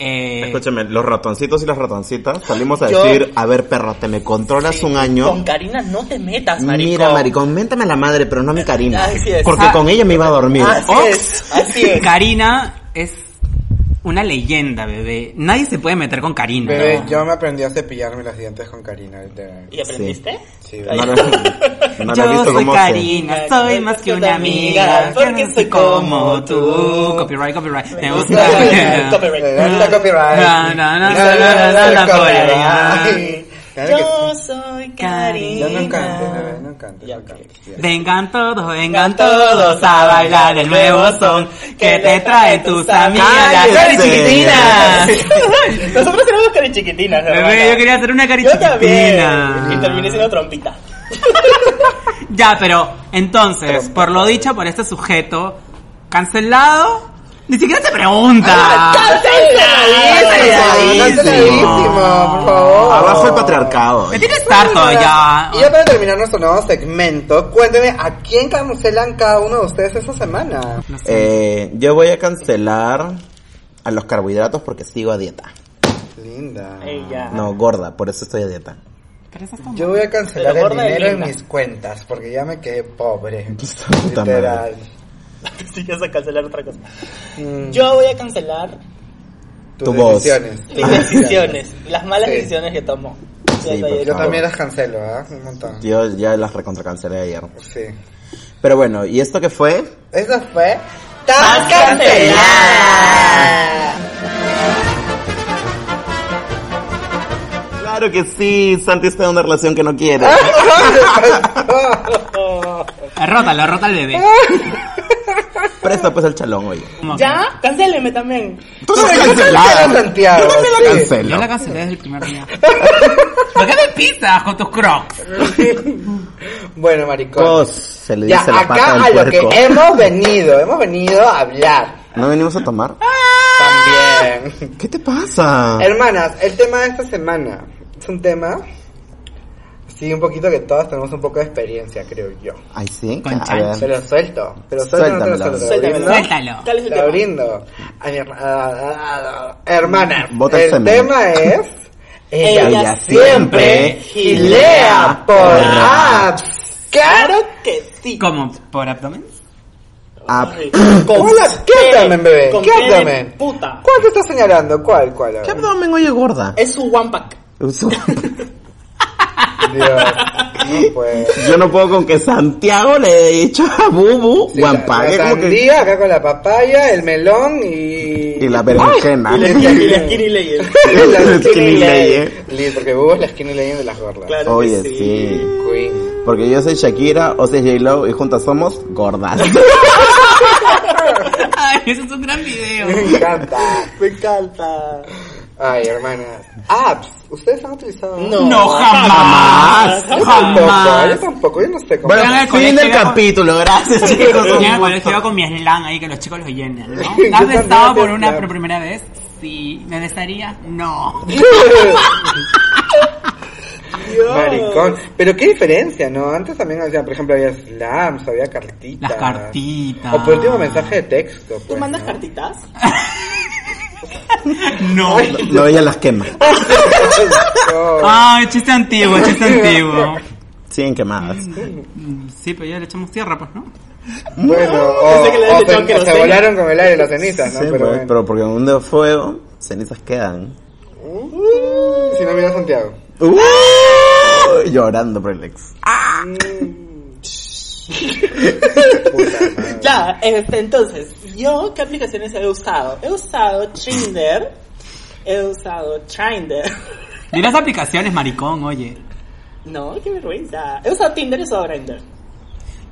[SPEAKER 7] eh,
[SPEAKER 1] Escúchame, los ratoncitos y las ratoncitas salimos a
[SPEAKER 3] Yo-
[SPEAKER 1] decir, a ver perra, te me controlas un
[SPEAKER 3] Con
[SPEAKER 1] año.
[SPEAKER 3] Karina no te metas, maricón.
[SPEAKER 1] Mira, maricón, méntame la madre, pero no a mi Karina.
[SPEAKER 3] Así es. Ah,
[SPEAKER 1] Porque
[SPEAKER 7] Ah.
[SPEAKER 1] con ella me iba a dormir.
[SPEAKER 3] Así
[SPEAKER 7] Ox.
[SPEAKER 3] es, así es.
[SPEAKER 7] Karina es una leyenda, bebé. Nadie se puede meter con Karina.
[SPEAKER 6] Bebé,
[SPEAKER 7] ¿no?
[SPEAKER 6] yo me aprendí a cepillarme los dientes con Karina. literal.
[SPEAKER 3] ¿Y aprendiste?
[SPEAKER 6] Sí,
[SPEAKER 1] No, no, no la
[SPEAKER 7] Yo
[SPEAKER 1] he visto
[SPEAKER 7] soy
[SPEAKER 1] cómo se-
[SPEAKER 7] Karina, soy más que una amiga, yo no soy como tú. Copyright, *laughs* copyright. Me gusta.
[SPEAKER 6] Le dan la copyright.
[SPEAKER 7] No, no, no,
[SPEAKER 6] Le
[SPEAKER 7] no, no, no,
[SPEAKER 6] dan la
[SPEAKER 7] no,
[SPEAKER 6] copyright. Claro que sí.
[SPEAKER 3] Yo soy Karina.
[SPEAKER 6] Ya no cantes, bebé, no cantes, no cantes. Ya.
[SPEAKER 7] Vengan todos, vengan todos a bailar el nuevo son que te traen tus amigas.
[SPEAKER 3] Ay,
[SPEAKER 7] las
[SPEAKER 1] chiquitinas.
[SPEAKER 3] *laughs* Nosotros éramos carichiquitinas,
[SPEAKER 7] Bebé, yo quería hacer una
[SPEAKER 3] Yo también.
[SPEAKER 7] caricatura.
[SPEAKER 3] Y terminé siendo trompita.
[SPEAKER 7] Ya, pero entonces, por
[SPEAKER 6] eh,
[SPEAKER 7] lo dicho por este sujeto, cancelado, ni siquiera te pregunta.
[SPEAKER 1] Canceladísimo.
[SPEAKER 6] Canceladísimo, por favor.
[SPEAKER 1] Abajo el patriarcado.
[SPEAKER 7] Me tienes harto ya.
[SPEAKER 6] Y ya para terminar nuestro nuevo segmento, cuénteme a quién cancelan cada uno de ustedes esta semana.
[SPEAKER 7] No sé.
[SPEAKER 1] Eh, yo voy a cancelar a los carbohidratos porque sigo a dieta.
[SPEAKER 6] Linda.
[SPEAKER 3] Ella.
[SPEAKER 1] No, gorda, por eso estoy a dieta.
[SPEAKER 7] Pero eso está mal.
[SPEAKER 6] Yo voy a cancelar
[SPEAKER 3] Pero
[SPEAKER 6] el
[SPEAKER 3] gorda y
[SPEAKER 6] dinero en
[SPEAKER 3] linda.
[SPEAKER 6] mis cuentas porque ya me quedé pobre.
[SPEAKER 1] *laughs* puta madre.
[SPEAKER 6] Literal.
[SPEAKER 3] *laughs* Sí, ya se cancelar otra cosa.
[SPEAKER 6] Mm,
[SPEAKER 3] Yo voy a cancelar
[SPEAKER 1] Tu
[SPEAKER 6] Tus
[SPEAKER 1] voz.
[SPEAKER 6] decisiones.
[SPEAKER 3] *laughs*
[SPEAKER 1] Ah,
[SPEAKER 3] mis decisiones, las malas
[SPEAKER 6] Sí.
[SPEAKER 3] decisiones que tomo.
[SPEAKER 1] Sí,
[SPEAKER 3] Ya está,
[SPEAKER 1] por
[SPEAKER 6] Yo
[SPEAKER 3] ya.
[SPEAKER 6] también las cancelo, ¿ah? Un montón.
[SPEAKER 1] Yo ya las recontracancelé ayer.
[SPEAKER 6] Sí.
[SPEAKER 1] Pero bueno, ¿y esto qué fue?
[SPEAKER 6] Eso fue.
[SPEAKER 3] ¡Estás cancelada!
[SPEAKER 1] La Claro que sí, Santi está en una relación que no quiere.
[SPEAKER 7] Eh, Rótalo, rota al bebé.
[SPEAKER 1] Presta pues el chalón, oye.
[SPEAKER 7] Como que-
[SPEAKER 3] Ya, cancéleme también.
[SPEAKER 1] Tú no me
[SPEAKER 6] Cancela, Santiago.
[SPEAKER 1] la
[SPEAKER 6] sí.
[SPEAKER 7] Yo la
[SPEAKER 1] cancelo.
[SPEAKER 7] cancelé desde el primer día. ¿Por qué me pisas con tus crocs?
[SPEAKER 6] Bueno, maricón.
[SPEAKER 1] Cos, se le
[SPEAKER 6] Ya,
[SPEAKER 1] dice la pata
[SPEAKER 6] acá a
[SPEAKER 1] al
[SPEAKER 6] lo que
[SPEAKER 1] puerco.
[SPEAKER 6] hemos venido, hemos venido a hablar
[SPEAKER 1] ¿No venimos a tomar?
[SPEAKER 3] Ah.
[SPEAKER 6] también.
[SPEAKER 1] ¿Qué te
[SPEAKER 6] Ah.
[SPEAKER 1] pasa?
[SPEAKER 6] Hermanas, el tema de esta semana es un tema, sí, un poquito que todas tenemos un poco de experiencia, creo yo.
[SPEAKER 1] Ay, sí.
[SPEAKER 7] Con
[SPEAKER 1] A ver.
[SPEAKER 6] Pero suelto, pero suelto, no te lo
[SPEAKER 1] Suéltamelo.
[SPEAKER 6] suelto,
[SPEAKER 3] Suéltamelo.
[SPEAKER 6] ¿no?
[SPEAKER 7] Suéltalo.
[SPEAKER 3] ¿Cuál es el
[SPEAKER 6] Lo
[SPEAKER 3] tema?
[SPEAKER 6] brindo a mi herma- a- a- a- hermana.
[SPEAKER 1] Bota el
[SPEAKER 6] el
[SPEAKER 1] semen.
[SPEAKER 6] tema es *laughs* ella,
[SPEAKER 3] Ella
[SPEAKER 6] siempre
[SPEAKER 1] siempre
[SPEAKER 6] gilea por
[SPEAKER 1] Ah.
[SPEAKER 6] apps. Claro.
[SPEAKER 3] Claro que sí.
[SPEAKER 7] ¿Cómo? ¿Por abdomen? *laughs*
[SPEAKER 1] Ah,
[SPEAKER 3] Ay,
[SPEAKER 6] Hola, ¿qué
[SPEAKER 3] P,
[SPEAKER 6] abdomen, bebé?
[SPEAKER 3] con
[SPEAKER 6] ¿Qué
[SPEAKER 3] P de
[SPEAKER 6] abdomen?
[SPEAKER 3] Puta.
[SPEAKER 6] ¿Cuál te estás señalando? ¿Cuál? ¿Cuál? A
[SPEAKER 1] ¿Qué
[SPEAKER 6] ver.
[SPEAKER 1] abdomen, oye, gorda?
[SPEAKER 3] Es su one pack.
[SPEAKER 1] Uso-
[SPEAKER 6] Dios. No puede.
[SPEAKER 1] Yo no puedo con que Santiago le he dicho a Bubu,
[SPEAKER 6] Sí,
[SPEAKER 1] Juan
[SPEAKER 6] la-
[SPEAKER 1] Pague,
[SPEAKER 6] La
[SPEAKER 1] como que...
[SPEAKER 6] sandía acá con la papaya, el melón y...
[SPEAKER 1] Y la berenjena.
[SPEAKER 3] Y la y la skinny legend.
[SPEAKER 1] *laughs* La skinny layer.
[SPEAKER 6] Listo, porque vos la skinny legend de las gordas.
[SPEAKER 3] Claro que
[SPEAKER 1] Oye,
[SPEAKER 3] sí.
[SPEAKER 1] sí.
[SPEAKER 6] Queen.
[SPEAKER 1] Porque yo soy Shakira, o soy J-Lo y juntas somos gordas.
[SPEAKER 7] Ay, eso es un gran video.
[SPEAKER 6] Me encanta.
[SPEAKER 3] *laughs* Me encanta.
[SPEAKER 6] Ay, hermanas. Apps. ¿Ustedes han utilizado?
[SPEAKER 3] No.
[SPEAKER 7] No, jamás.
[SPEAKER 6] Yo tampoco, yo
[SPEAKER 7] Jamás.
[SPEAKER 6] tampoco, yo no sé cómo.
[SPEAKER 7] Vean el
[SPEAKER 1] bueno, fin
[SPEAKER 7] colegio,
[SPEAKER 1] del
[SPEAKER 7] ya.
[SPEAKER 1] capítulo, gracias chicos.
[SPEAKER 7] Yo en el
[SPEAKER 1] Un
[SPEAKER 7] colegio
[SPEAKER 1] gusto.
[SPEAKER 7] iba con mi slang ahí que los chicos lo llenan,
[SPEAKER 6] Yo
[SPEAKER 7] ¿no? ¿Te has
[SPEAKER 6] también
[SPEAKER 7] besado
[SPEAKER 6] te
[SPEAKER 7] por una
[SPEAKER 6] slam.
[SPEAKER 7] por primera vez? Sí. ¿Me besaría? No.
[SPEAKER 6] Maricón. Pero qué diferencia, ¿no? Antes también, había, por ejemplo, había slams, había cartitas.
[SPEAKER 7] Las cartitas.
[SPEAKER 6] O por último, mensaje de texto.
[SPEAKER 3] ¿Tú
[SPEAKER 6] pues,
[SPEAKER 3] mandas
[SPEAKER 6] ¿no?
[SPEAKER 3] cartitas?
[SPEAKER 7] No.
[SPEAKER 1] No, ella las quema. *laughs*
[SPEAKER 6] No.
[SPEAKER 7] Ay, Ah, chiste antiguo, chiste antiguo.
[SPEAKER 1] Siguen quemadas.
[SPEAKER 7] Sí, pero ya le echamos tierra, pues, ¿no?
[SPEAKER 6] Bueno, o,
[SPEAKER 3] Pensé que le
[SPEAKER 6] o
[SPEAKER 3] habían
[SPEAKER 6] se,
[SPEAKER 3] echado
[SPEAKER 6] o se
[SPEAKER 3] queroseno.
[SPEAKER 6] volaron con el aire las cenizas, ¿no?
[SPEAKER 1] Sí,
[SPEAKER 6] pero
[SPEAKER 1] pues,
[SPEAKER 6] bueno.
[SPEAKER 1] pero porque en un dedo fuego, cenizas quedan.
[SPEAKER 6] Uh, Si no mira Santiago.
[SPEAKER 1] Uh, llorando por el ex. *laughs*
[SPEAKER 3] Ya, este, entonces, ¿yo qué aplicaciones he usado? He usado Tinder. He usado Tinder. *laughs*
[SPEAKER 7] Ni las aplicaciones, maricón, oye.
[SPEAKER 3] No, qué vergüenza. He usado Tinder y he usado Grindr.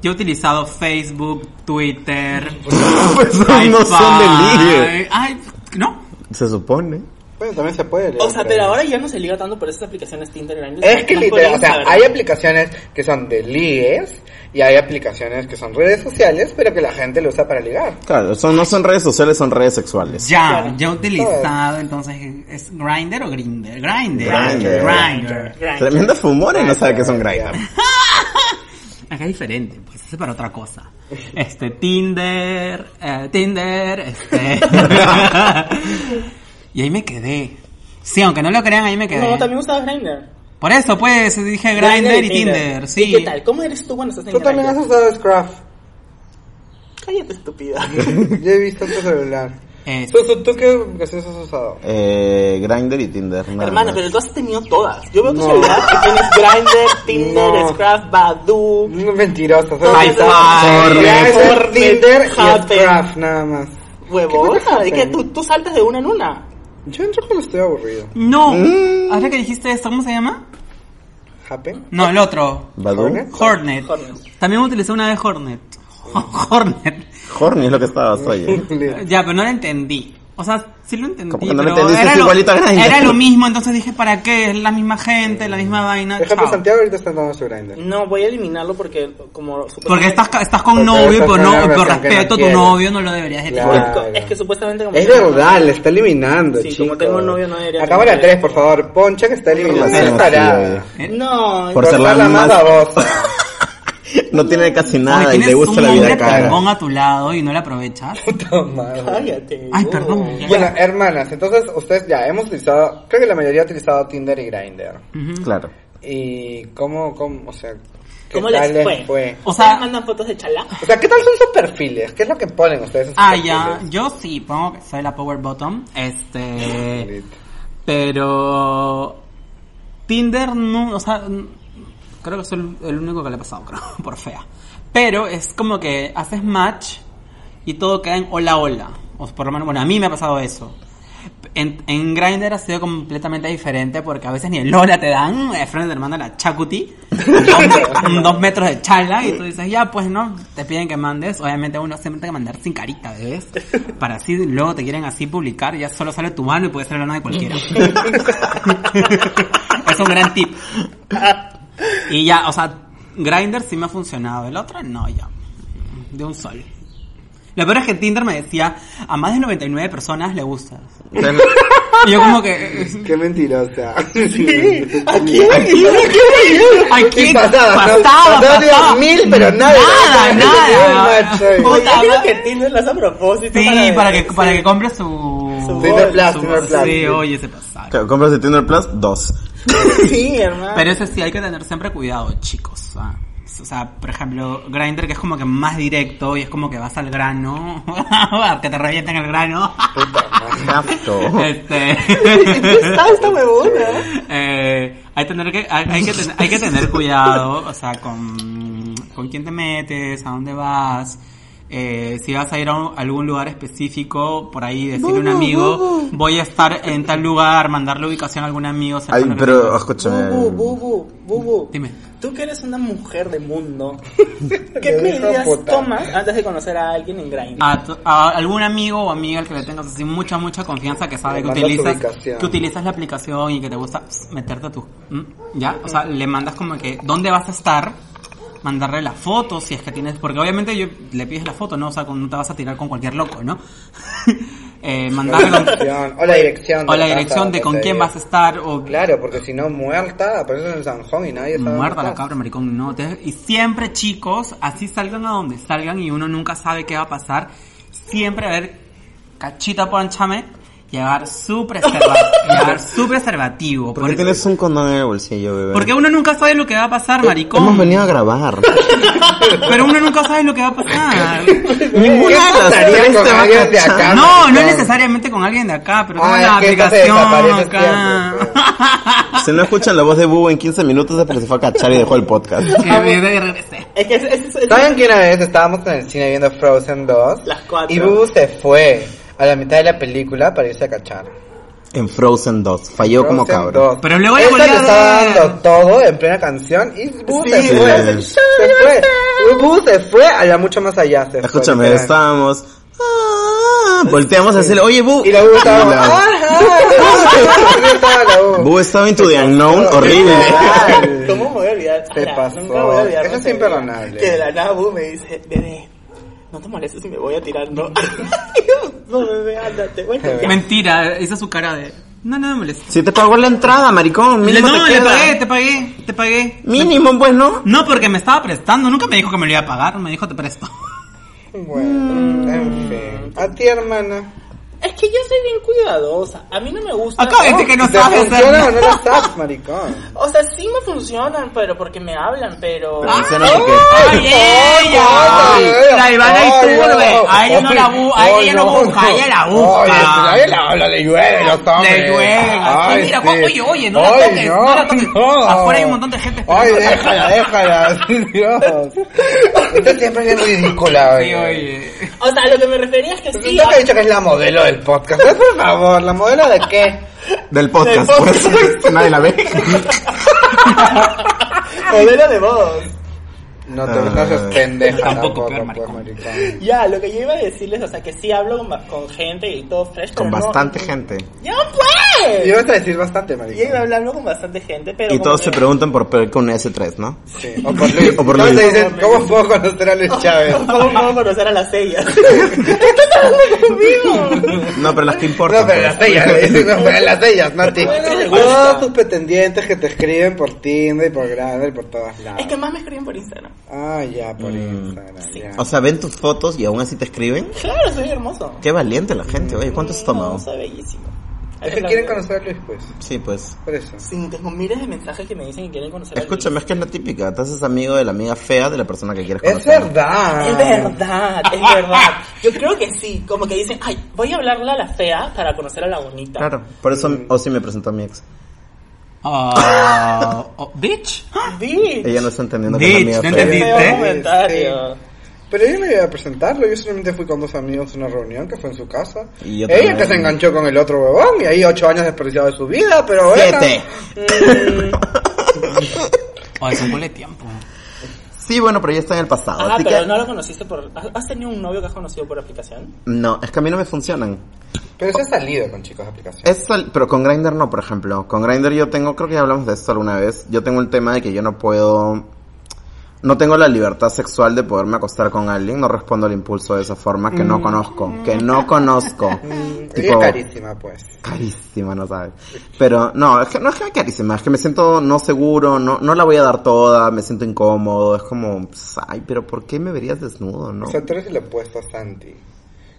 [SPEAKER 7] Yo he utilizado Facebook, Twitter.
[SPEAKER 1] Esos *laughs* Pues, no son de ligue.
[SPEAKER 7] Hi-Fi. Ay, ¿no?
[SPEAKER 1] Se supone.
[SPEAKER 6] Bueno, también se puede.
[SPEAKER 3] O sea,
[SPEAKER 6] leer,
[SPEAKER 3] pero ahora ya no se liga tanto por esas aplicaciones Tinder y Grindr.
[SPEAKER 6] Es que
[SPEAKER 3] Más por
[SPEAKER 6] literal, o sea,
[SPEAKER 3] Instagram.
[SPEAKER 6] hay aplicaciones que son de ligues y hay aplicaciones que son redes sociales, pero que la gente lo usa para ligar.
[SPEAKER 1] Claro, son, no son redes sociales, son redes sexuales.
[SPEAKER 7] Ya, ya he utilizado, entonces, ¿es Grinder o Grinder? Grinder.
[SPEAKER 1] Grindr.
[SPEAKER 7] Grinder.
[SPEAKER 3] Grindr.
[SPEAKER 1] Tremenda fumona y no sabe que son grinders.
[SPEAKER 7] Acá es diferente, pues eso es para otra cosa. Este, Tinder, eh, Tinder, este. *laughs* y ahí me quedé. Sí, aunque no lo crean, ahí me quedé.
[SPEAKER 3] No, también he usado Grindr.
[SPEAKER 7] Por eso, pues, dije Grinder y Tinder, sí.
[SPEAKER 3] ¿Y qué tal? ¿Cómo eres tú cuando estás en
[SPEAKER 6] Tú también has
[SPEAKER 3] Grindr?
[SPEAKER 6] usado Scruff. *coughs*
[SPEAKER 3] Cállate, estúpida.
[SPEAKER 6] *laughs* Yo he visto tu celular.
[SPEAKER 7] Eh,
[SPEAKER 6] Susu, ¿tú qué aplicaciones has usado?
[SPEAKER 1] Eh, Grinder y Tinder. nada
[SPEAKER 3] Hermana,
[SPEAKER 1] más.
[SPEAKER 3] pero tú has tenido todas. Yo veo tu
[SPEAKER 6] No.
[SPEAKER 3] celular y *laughs* tienes Grindr, Tinder,
[SPEAKER 6] No.
[SPEAKER 3] Scruff, Badoo.
[SPEAKER 6] No, mentirosa. Solo
[SPEAKER 3] Ay,
[SPEAKER 6] he
[SPEAKER 7] sorry.
[SPEAKER 6] usado
[SPEAKER 3] Sorry.
[SPEAKER 6] Tinder y
[SPEAKER 3] Happen.
[SPEAKER 6] Scruff, nada más.
[SPEAKER 3] Huevo,
[SPEAKER 6] ¿Qué cosa
[SPEAKER 3] es que tú, tú saltas de una en una.
[SPEAKER 6] Yo entro cuando estoy aburrido.
[SPEAKER 7] no,
[SPEAKER 1] Mm.
[SPEAKER 7] ahora que dijiste esto, ¿cómo se llama?
[SPEAKER 6] ¿Happen?
[SPEAKER 7] No, el otro.
[SPEAKER 1] ¿Badoo?
[SPEAKER 6] ¿Hornet?
[SPEAKER 7] Hornet.
[SPEAKER 3] Hornet.
[SPEAKER 7] También utilicé una de Hornet. *laughs* Hornet.
[SPEAKER 1] Horny es lo que estabas, oye.
[SPEAKER 7] Ya, pero no lo entendí. O sea, sí lo entendí.
[SPEAKER 1] ¿Cómo que no lo
[SPEAKER 7] pero
[SPEAKER 1] entendiste?
[SPEAKER 7] era
[SPEAKER 1] Es igualito a Grindr.
[SPEAKER 7] Era lo mismo, entonces dije, ¿para qué? Es la misma gente, la misma vaina.
[SPEAKER 6] Por ejemplo,
[SPEAKER 7] chao.
[SPEAKER 6] Santiago ahorita está dando su grinder.
[SPEAKER 3] No, voy a eliminarlo porque como...
[SPEAKER 7] Porque estás, ca- estás con
[SPEAKER 6] Porque
[SPEAKER 7] novio y
[SPEAKER 6] estás
[SPEAKER 7] por,
[SPEAKER 6] con
[SPEAKER 7] no,
[SPEAKER 6] una
[SPEAKER 7] y por
[SPEAKER 6] persona que no
[SPEAKER 7] respeto a tu
[SPEAKER 6] quieres.
[SPEAKER 7] novio no lo deberías de tener.
[SPEAKER 6] Claro.
[SPEAKER 3] Ah. Es que supuestamente como...
[SPEAKER 6] Es verdad, le está eliminando,
[SPEAKER 3] Sí, como
[SPEAKER 6] chicos.
[SPEAKER 3] tengo novio, no debería
[SPEAKER 6] Acaba la
[SPEAKER 3] tener.
[SPEAKER 6] 3, por favor. Poncha que está eliminando.
[SPEAKER 1] Relación
[SPEAKER 6] Está
[SPEAKER 1] así,
[SPEAKER 6] tarada.
[SPEAKER 1] oye.
[SPEAKER 3] No,
[SPEAKER 1] Por ser la
[SPEAKER 6] Cortarla
[SPEAKER 1] más-
[SPEAKER 6] babosa.
[SPEAKER 1] No tiene casi
[SPEAKER 7] Porque
[SPEAKER 1] nada y
[SPEAKER 7] tienes
[SPEAKER 1] le gusta
[SPEAKER 7] un
[SPEAKER 1] la vida
[SPEAKER 7] hombre
[SPEAKER 1] cara.
[SPEAKER 7] pingón a tu lado y no la aprovechas.
[SPEAKER 1] *laughs*
[SPEAKER 3] cállate.
[SPEAKER 7] Ay,
[SPEAKER 3] Oh.
[SPEAKER 7] perdón.
[SPEAKER 6] *laughs*
[SPEAKER 7] ya.
[SPEAKER 6] Bueno, hermanas, entonces ustedes ya hemos utilizado, creo que la mayoría ha utilizado Tinder y Grindr.
[SPEAKER 7] Ujú.
[SPEAKER 1] Claro.
[SPEAKER 6] ¿Y cómo, cómo, o sea, qué
[SPEAKER 3] ¿Cómo
[SPEAKER 6] tal
[SPEAKER 3] les fue?
[SPEAKER 7] O
[SPEAKER 3] O
[SPEAKER 7] sea-
[SPEAKER 3] sea, mandan fotos de chalá.
[SPEAKER 6] O sea, ¿qué tal son sus perfiles? ¿Qué es lo que ponen ustedes? en sus
[SPEAKER 7] Ah, ya.
[SPEAKER 6] perfiles?
[SPEAKER 7] Yo sí, pongo que soy la power bottom. Este...
[SPEAKER 6] Ahorita.
[SPEAKER 7] Pero... Tinder no... O sea... n- Creo que soy el- el único que le ha pasado, *laughs* creo. Por fea. Pero es como que haces match y todo queda en hola hola. O por lo menos, bueno, a mí me ha pasado eso. P- En, en Grindr ha sido completamente diferente porque a veces ni el Lola te dan, eh, Fran te manda la chacuti, dos, dos metros de charla y tú dices, ya, pues no, te piden que mandes. Obviamente uno siempre tiene que mandar sin carita, ¿ves? Para así luego te quieren así publicar, ya solo sale tu mano y puede ser la mano de cualquiera. es un gran tip. Y ya, o sea, Grindr sí me ha funcionado, el otro no, ya. De un sol. Lo peor es que Tinder me decía, a más de 99 personas le gustas.
[SPEAKER 1] Ten-
[SPEAKER 7] Y yo como que...
[SPEAKER 6] Qué *laughs* mentirosa.
[SPEAKER 7] Ay, qué
[SPEAKER 6] pasada,
[SPEAKER 7] pasaba,
[SPEAKER 6] ¿no? Pasaba de
[SPEAKER 7] pasaba.
[SPEAKER 6] mil, pero nada,
[SPEAKER 7] Nada,
[SPEAKER 6] nada.
[SPEAKER 7] nada.
[SPEAKER 6] Qué macho.
[SPEAKER 7] Puta,
[SPEAKER 3] Yo creo
[SPEAKER 7] va-
[SPEAKER 3] que Tinder las a propósito.
[SPEAKER 7] Sí, para que, para que compre su...
[SPEAKER 3] Su
[SPEAKER 6] Tinder Plus,
[SPEAKER 7] su-
[SPEAKER 6] Tinder Plus, sí.
[SPEAKER 7] Sí, oye, se pasaron.
[SPEAKER 1] Claro, Compras de Tinder Plus, dos.
[SPEAKER 3] *laughs* Sí, hermano.
[SPEAKER 7] Pero eso sí, hay que tener siempre cuidado, chicos. ah. O sea, por ejemplo, Grindr que es como que más directo y es como que vas al grano, *laughs* que te revienten el grano. *laughs*
[SPEAKER 1] Exacto.
[SPEAKER 7] Este,
[SPEAKER 3] Está esta huevona.
[SPEAKER 7] *laughs* eh, hay, tener que, hay, hay que ten- hay que tener cuidado, o sea, con, con quién te metes, a dónde vas. Eh, si vas a ir a, un- algún lugar específico, por ahí decirle a un amigo, voy a estar en tal lugar, mandar la ubicación a algún amigo.
[SPEAKER 1] Ay,
[SPEAKER 7] cercano que
[SPEAKER 1] pero
[SPEAKER 7] tengas.
[SPEAKER 1] escúchame.
[SPEAKER 3] Bubu, bubu, bubu.
[SPEAKER 7] Dime.
[SPEAKER 3] Tú que eres una mujer de
[SPEAKER 6] *laughs*
[SPEAKER 3] mundo, ¿qué medidas tomas antes de conocer a alguien en Grindr?
[SPEAKER 7] a, tu- a algún amigo o amiga al que le tengas así mucha mucha confianza que
[SPEAKER 6] Le
[SPEAKER 7] sabe que
[SPEAKER 6] mandas
[SPEAKER 7] utilizas
[SPEAKER 6] tu ubicación.
[SPEAKER 7] que utilizas la aplicación y que te gusta pss, meterte tú ¿Mm? ya o sea le mandas como que dónde vas a estar mandarle la foto si es que tienes porque obviamente yo le pides la foto no o sea con- no te vas a tirar con cualquier loco no *laughs* eh, mandarle
[SPEAKER 6] *laughs*
[SPEAKER 7] con-
[SPEAKER 6] O la dirección.
[SPEAKER 7] o la dirección de con quién vas a estar o
[SPEAKER 6] Claro, porque si no, muerta, apareces en San Juan y nadie sabe.
[SPEAKER 7] Muerta la
[SPEAKER 6] dónde
[SPEAKER 7] cabra, maricón, no. te- Y siempre, chicos, así salgan a donde salgan y uno nunca sabe qué va a pasar. Siempre a ver, cachita ponchame, llevar su, preserva llevar su preservativo.
[SPEAKER 1] ¿Por qué
[SPEAKER 7] Porque,
[SPEAKER 1] tienes un condón en el bolsillo, bebé?
[SPEAKER 7] porque uno nunca sabe lo que va a pasar,
[SPEAKER 1] Hemos
[SPEAKER 7] maricón.
[SPEAKER 1] venido a grabar.
[SPEAKER 7] Pero uno nunca sabe lo que va a pasar.
[SPEAKER 1] Ninguna de las
[SPEAKER 6] pasaría
[SPEAKER 1] tres
[SPEAKER 6] con
[SPEAKER 1] te va a
[SPEAKER 6] alguien de
[SPEAKER 1] cachar.
[SPEAKER 6] acá?
[SPEAKER 7] No, no
[SPEAKER 6] maricón.
[SPEAKER 7] necesariamente con alguien de acá, pero
[SPEAKER 6] Ah,
[SPEAKER 7] con
[SPEAKER 6] es
[SPEAKER 7] la
[SPEAKER 6] que esto se
[SPEAKER 7] aplicación
[SPEAKER 6] desaparece
[SPEAKER 7] acá.
[SPEAKER 1] Si no escuchan la voz de Bubo en 15 minutos es porque se fue a cachar y dejó el podcast.
[SPEAKER 7] *laughs* Que me de- regresé.
[SPEAKER 3] Es que es, es- es-
[SPEAKER 6] ¿Saben que una vez estábamos en el cine viendo Frozen 2?
[SPEAKER 3] Las cuatro.
[SPEAKER 6] Y Bubu se fue a la mitad de la película para irse a cachar.
[SPEAKER 1] En Frozen 2. Falló como
[SPEAKER 6] Frozen
[SPEAKER 1] cabrón.
[SPEAKER 6] 2.
[SPEAKER 7] Pero luego
[SPEAKER 6] Esta
[SPEAKER 7] le volví a
[SPEAKER 6] le estaba
[SPEAKER 7] ver.
[SPEAKER 6] dando todo en plena canción y Bubu
[SPEAKER 1] Sí,
[SPEAKER 6] se fue.
[SPEAKER 1] sí.
[SPEAKER 6] Se fue. Bubu se fue a la mucho más allá. se fue,
[SPEAKER 1] Escúchame,
[SPEAKER 6] literal.
[SPEAKER 1] estábamos... ah, Volteamos a decirle, oye, Bu.
[SPEAKER 6] Y la Bubu estaba.
[SPEAKER 1] Y
[SPEAKER 6] *laughs*
[SPEAKER 1] la-
[SPEAKER 6] ¡Ajá! Y estaba la Bubu.
[SPEAKER 1] Bu estaba into the unknown, horrible.
[SPEAKER 6] Literal.
[SPEAKER 3] ¿Cómo me voy a olvidar?
[SPEAKER 6] Se
[SPEAKER 3] Ala,
[SPEAKER 6] pasó.
[SPEAKER 3] Nunca voy a olvidar.
[SPEAKER 6] Eso es
[SPEAKER 3] no sé,
[SPEAKER 6] imperdonable.
[SPEAKER 3] Que de la nada Bubu me dice, bebé, no te molestes si me voy a tirar, no. *laughs* no, bebé, ándate. Bueno, ya.
[SPEAKER 7] Mentira, hizo su cara de. No, no me molesta.
[SPEAKER 1] *laughs* Si te pagó la entrada, maricón, mínimo
[SPEAKER 7] no,
[SPEAKER 1] te
[SPEAKER 7] le
[SPEAKER 1] queda.
[SPEAKER 7] pagué, te pagué, te pagué.
[SPEAKER 1] Mínimo, pues, ¿no?
[SPEAKER 7] No, porque me estaba prestando, nunca me dijo que me lo iba a pagar, me dijo
[SPEAKER 6] *laughs*
[SPEAKER 7] te presto.
[SPEAKER 6] Bueno,
[SPEAKER 7] Mm.
[SPEAKER 6] en fin. A ti, hermana.
[SPEAKER 3] Es que yo soy bien cuidadosa. A mí no me gusta.
[SPEAKER 7] Acá dice que no
[SPEAKER 6] ¿Te
[SPEAKER 7] sabes hacer
[SPEAKER 6] funciona o no
[SPEAKER 7] nada.
[SPEAKER 6] lo sabes, maricón?
[SPEAKER 3] O sea, sí me funcionan, pero porque me hablan, pero.
[SPEAKER 1] Pero
[SPEAKER 7] Ah.
[SPEAKER 1] menciónate que-
[SPEAKER 7] *laughs* ¡Ay, ella!
[SPEAKER 6] Ay, ay,
[SPEAKER 7] La Ivana
[SPEAKER 6] ay,
[SPEAKER 7] Iturbe,
[SPEAKER 6] no.
[SPEAKER 7] a ella no la bu- a
[SPEAKER 6] Ay,
[SPEAKER 7] ella no busca, a ella la busca.
[SPEAKER 6] Oye, pero a ella la habla, le llueve los hombres.
[SPEAKER 7] Le llueve, así,
[SPEAKER 6] Ay,
[SPEAKER 7] mira,
[SPEAKER 6] sí.
[SPEAKER 7] oye, oye, no la
[SPEAKER 6] Ay,
[SPEAKER 7] toques, no la toques. Afuera hay un montón de gente
[SPEAKER 6] Ay,
[SPEAKER 7] esperando.
[SPEAKER 6] déjala, déjala, *laughs* Dios. Esta siempre es bien ridícula,
[SPEAKER 7] Sí, oye.
[SPEAKER 3] O sea, lo que me refería es que sí.
[SPEAKER 6] Nunca he dicho que es la modelo del podcast. Ay, Por favor, ¿la modelo de qué?
[SPEAKER 1] Del podcast, pues. Nadie la ve.
[SPEAKER 3] Modelo de voz.
[SPEAKER 6] No te
[SPEAKER 1] Ay.
[SPEAKER 6] no seas pendeja.
[SPEAKER 7] Tampoco, peor,
[SPEAKER 6] pues,
[SPEAKER 7] maricón.
[SPEAKER 6] maricón.
[SPEAKER 3] Ya, lo que yo iba a decirles, o sea, que sí hablo con, ba- con gente y todo fresh.
[SPEAKER 1] Con
[SPEAKER 3] pero no-
[SPEAKER 1] bastante gente.
[SPEAKER 3] ¡Ya pues!
[SPEAKER 6] Yo voy a decir bastante,
[SPEAKER 3] Yo iba
[SPEAKER 6] maricón.
[SPEAKER 3] hablando con bastante gente, pero.
[SPEAKER 1] Y
[SPEAKER 3] como
[SPEAKER 1] todos
[SPEAKER 3] que-
[SPEAKER 1] se preguntan por qué con S3, ¿no?
[SPEAKER 6] Sí, o por Luis.
[SPEAKER 1] *laughs* O por
[SPEAKER 6] Todos
[SPEAKER 1] Luis.
[SPEAKER 6] te dicen, ¿cómo puedo conocer a Luis
[SPEAKER 3] *laughs*
[SPEAKER 6] Chávez?
[SPEAKER 3] ¿Cómo puedo conocer a las
[SPEAKER 1] *laughs*
[SPEAKER 3] sellas? ¡Estás hablando conmigo!
[SPEAKER 1] No, pero las que importan.
[SPEAKER 6] No, pero
[SPEAKER 1] pues.
[SPEAKER 6] las ellas, le dicen, no, pero las ellas, no a ti.
[SPEAKER 3] Bueno, me gusta.
[SPEAKER 6] Todos tus pretendientes que te escriben por Tinder y por Grindr y por todas lados.
[SPEAKER 3] Es que más me escriben por Instagram.
[SPEAKER 6] Ah, ya, por Instagram, ya.
[SPEAKER 1] Mm. O sea, ven tus fotos y aún así te escriben.
[SPEAKER 3] Claro, soy hermoso.
[SPEAKER 1] Qué valiente la gente, oye, ¿cuánto has
[SPEAKER 3] No,
[SPEAKER 1] tomado?
[SPEAKER 3] soy bellísimo.
[SPEAKER 6] Es que quieren conocer a Luis, pues.
[SPEAKER 1] Sí, pues.
[SPEAKER 6] Por eso.
[SPEAKER 3] Sí, tengo miles de mensajes que me dicen que quieren conocer a
[SPEAKER 1] Escúchame, es que es la típica. Te haces amigo de la amiga fea de la persona que quieres
[SPEAKER 6] Es
[SPEAKER 1] conocer.
[SPEAKER 6] verdad.
[SPEAKER 3] Es verdad, es verdad. Yo creo que sí, como que dicen, ay, voy a hablarle a la fea para conocer a la bonita.
[SPEAKER 1] Claro, por eso Ozzy me presentó a mi ex.
[SPEAKER 7] Ah, oh, bitch.
[SPEAKER 3] Sí. Ah,
[SPEAKER 1] Ella no está entendiendo que
[SPEAKER 7] Oh, Bitch,
[SPEAKER 1] es la
[SPEAKER 7] ¿no
[SPEAKER 1] amiga fea.
[SPEAKER 7] entendiste?
[SPEAKER 3] Feo comentario.
[SPEAKER 6] Pero yo no iba a presentarlo, yo solamente fui con dos amigos a una reunión que fue en su casa.
[SPEAKER 1] Y yo
[SPEAKER 6] Ella
[SPEAKER 1] también.
[SPEAKER 6] que se enganchó con el otro huevón y ahí ocho años desperdiciado de su vida, pero bueno.
[SPEAKER 1] Siete.
[SPEAKER 7] O Oh, es un culo de tiempo.
[SPEAKER 1] *laughs* Sí, bueno, pero ya está en el pasado.
[SPEAKER 3] Ah,
[SPEAKER 1] así
[SPEAKER 3] pero
[SPEAKER 1] que...
[SPEAKER 3] no lo conociste por... ¿has- ¿Has tenido un novio que has conocido por aplicación?
[SPEAKER 1] No, es que a mí no me funcionan.
[SPEAKER 6] Pero se ha salido con chicos de aplicación.
[SPEAKER 1] Es sal- pero con Grindr no, por ejemplo. Con Grindr yo tengo, creo que ya hablamos de esto alguna vez. Yo tengo el tema de que yo no puedo. No tengo la libertad sexual de poderme acostar con alguien. No respondo al impulso de esa forma que no conozco. Que no conozco.
[SPEAKER 6] Y es carísima, pues.
[SPEAKER 1] carísima, no sabes. Pero no, es que no es que carísima, es que me siento no seguro, no, no la voy a dar toda, me siento incómodo, es como, "Ps, ay, pero ¿por qué me verías desnudo, no?
[SPEAKER 6] O sea, tú eres el opuesto a Santi.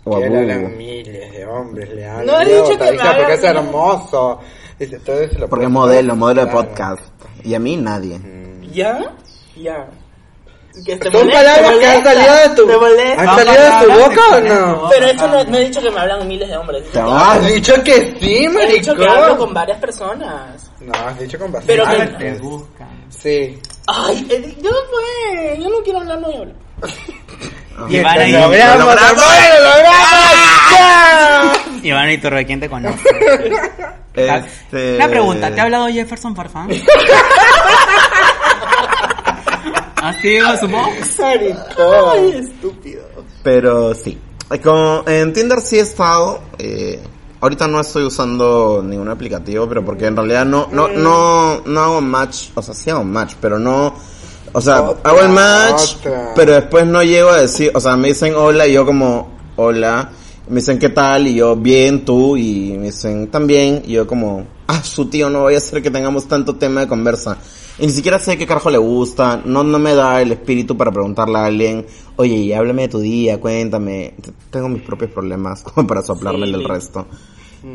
[SPEAKER 1] Oh. O a
[SPEAKER 6] que
[SPEAKER 1] Bubu.
[SPEAKER 6] le hablan miles de hombres, le hablan.
[SPEAKER 3] No he
[SPEAKER 6] luego
[SPEAKER 3] dicho
[SPEAKER 6] te
[SPEAKER 3] que
[SPEAKER 6] dice, "Ah,
[SPEAKER 3] me hagan-
[SPEAKER 6] Porque es hermoso. Dice, tú eres el
[SPEAKER 1] Porque
[SPEAKER 6] opuesto.
[SPEAKER 1] modelo, modelo de
[SPEAKER 6] Claro.
[SPEAKER 1] podcast. Y a mí nadie.
[SPEAKER 3] ¿Ya? Ya.
[SPEAKER 10] Que te
[SPEAKER 6] Mm. Son
[SPEAKER 10] molesta,
[SPEAKER 6] palabras que han
[SPEAKER 10] molesta,
[SPEAKER 6] salido de tu...
[SPEAKER 10] Te molesta.
[SPEAKER 6] ¿Han salido de tu boca o no?
[SPEAKER 3] Pero eso no, no he dicho que me hablan miles de hombres.
[SPEAKER 1] Te
[SPEAKER 6] Has
[SPEAKER 1] vas.
[SPEAKER 6] dicho que sí,
[SPEAKER 3] He dicho
[SPEAKER 6] maricón.
[SPEAKER 3] que hablo con varias personas.
[SPEAKER 6] No, has dicho con bastante.
[SPEAKER 3] Pero que-
[SPEAKER 7] Te buscan.
[SPEAKER 6] Sí.
[SPEAKER 3] Ay, he Eh, di- yo pues, yo no quiero hablar, no voy a hablar.
[SPEAKER 7] Y van a ir-
[SPEAKER 6] logramos,
[SPEAKER 1] lo logramos.
[SPEAKER 6] amor, lo logramos.
[SPEAKER 7] Iván y Torre, ¿quién te *laughs* conoce?
[SPEAKER 1] Este...
[SPEAKER 7] Una pregunta, ¿te ha hablado Jefferson *laughs* Farfán? Así va su box.
[SPEAKER 6] Maricón.
[SPEAKER 1] Pero sí. Como en Tinder sí he estado. eh, ahorita no estoy usando ningún aplicativo, pero porque en realidad no, no,
[SPEAKER 6] Mm.
[SPEAKER 1] no, no hago match. O sea, sí hago match, pero no. O sea,
[SPEAKER 6] Otra,
[SPEAKER 1] hago el match,
[SPEAKER 6] otra.
[SPEAKER 1] pero después no llego a decir. O sea, me dicen hola y yo como hola. Me dicen qué tal y yo bien, tú. Y me dicen también. Y yo como, ah, su tío, no voy a hacer que tengamos tanto tema de conversa. Y ni siquiera sé qué carajo le gusta, no, no me da el espíritu para preguntarle a alguien, oye, y háblame de tu día, cuéntame. T- Tengo mis propios problemas *laughs* como para soplarme el resto.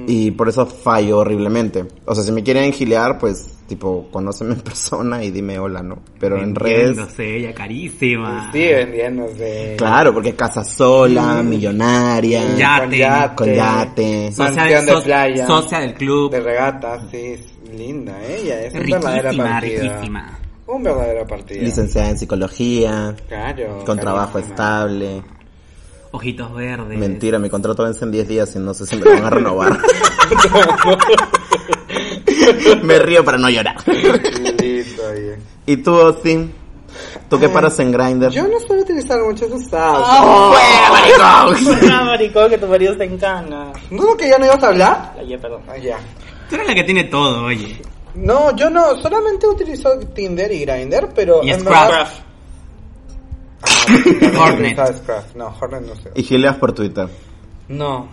[SPEAKER 1] Y por eso fallo horriblemente. O sea, si me quieren gilear, pues, tipo, conóceme en persona y dime hola, ¿no? Pero en redes...
[SPEAKER 7] Vendiéndose, ella carísima.
[SPEAKER 6] Sí, vendiéndose.
[SPEAKER 1] Claro, porque casa sola,
[SPEAKER 6] Mm.
[SPEAKER 1] millonaria,
[SPEAKER 7] Ya.
[SPEAKER 6] Con
[SPEAKER 7] Yate.
[SPEAKER 6] yate.
[SPEAKER 1] con yate.
[SPEAKER 7] Socia,
[SPEAKER 6] Mansión de
[SPEAKER 7] so-
[SPEAKER 6] playa.
[SPEAKER 7] socia del club.
[SPEAKER 6] De regata, sí. es linda ella. Es un verdadera
[SPEAKER 7] riquísima,
[SPEAKER 6] partida.
[SPEAKER 7] riquísima.
[SPEAKER 6] Un verdadero partido.
[SPEAKER 1] licenciada en psicología,
[SPEAKER 6] Claro.
[SPEAKER 1] con trabajo
[SPEAKER 6] carísima.
[SPEAKER 1] estable.
[SPEAKER 7] Ojitos verdes.
[SPEAKER 1] Mentira, mi contrato vence en 10 días y no sé si me lo van a renovar. *laughs* me río para no llorar.
[SPEAKER 6] Listo, oye.
[SPEAKER 1] ¿Y tú, Austin? ¿Tú qué
[SPEAKER 6] Ay,
[SPEAKER 1] paras en Grindr?
[SPEAKER 6] Yo no suelo utilizar mucho sus apps.
[SPEAKER 1] ¡Fuera,
[SPEAKER 3] *laughs*
[SPEAKER 1] maricón!
[SPEAKER 3] Ah, Pues, maricón, que tu marido está en cana.
[SPEAKER 6] ¿No es lo que ya no ibas a hablar?
[SPEAKER 3] Ay, ya, perdón.
[SPEAKER 6] Ah, ya.
[SPEAKER 7] Tú eres la que tiene todo, oye.
[SPEAKER 6] No, yo no, solamente utilizo Tinder y Grindr, pero
[SPEAKER 7] Y
[SPEAKER 6] en
[SPEAKER 7] Scruff.
[SPEAKER 6] verdad- Ah, no,
[SPEAKER 7] Hornet.
[SPEAKER 6] no, Scruff, No, Hornet no sé.
[SPEAKER 1] Y gileas por Twitter.
[SPEAKER 6] No.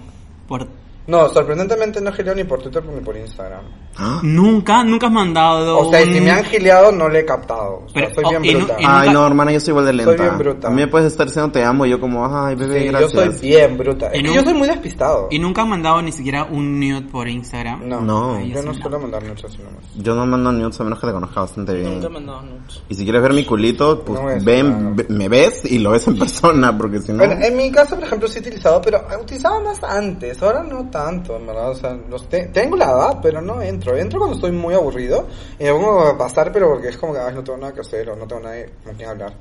[SPEAKER 7] Por...
[SPEAKER 6] No, sorprendentemente no gileo ni por Twitter ni por Instagram.
[SPEAKER 1] ¿Ah?
[SPEAKER 7] Nunca, nunca has mandado.
[SPEAKER 6] O sea, y
[SPEAKER 7] un-
[SPEAKER 6] si me han gileado no le he captado. O sea,
[SPEAKER 7] Pero-
[SPEAKER 6] soy
[SPEAKER 7] oh,
[SPEAKER 6] bien
[SPEAKER 7] y no-
[SPEAKER 6] bruta.
[SPEAKER 7] y
[SPEAKER 1] Ay,
[SPEAKER 7] nunca-
[SPEAKER 1] no, hermana, yo soy igual de lenta.
[SPEAKER 6] Soy bien bruta.
[SPEAKER 1] A mí me puedes estar diciendo te amo y yo como, ay, bebé,
[SPEAKER 6] Sí, yo
[SPEAKER 1] gracias.
[SPEAKER 6] soy bien bruta.
[SPEAKER 7] Y
[SPEAKER 6] Es que
[SPEAKER 7] no-
[SPEAKER 6] yo soy muy despistado.
[SPEAKER 7] Y nunca han mandado ni siquiera un nude por Instagram.
[SPEAKER 6] No,
[SPEAKER 1] No.
[SPEAKER 6] yo no
[SPEAKER 7] Sí,
[SPEAKER 6] suelo mandar mucho así nomás.
[SPEAKER 1] Yo no mando nudes a menos que te conozca bastante bien.
[SPEAKER 3] Nunca me han dado nudes.
[SPEAKER 1] Y si quieres ver mi culito, pues
[SPEAKER 6] No es, claro.
[SPEAKER 1] ven, ve- me ves y lo ves en *laughs* persona, porque si no...
[SPEAKER 6] Bueno, eh, en mi caso, por ejemplo, sí he utilizado, pero utilizaba más antes, ahora no tanto, en verdad, o sea, los te- tengo la edad, pero no entro, entro cuando estoy muy aburrido, y me pongo a pasar, pero porque es como que, ay, no tengo nada que hacer, o no tengo nadie con quien hablar.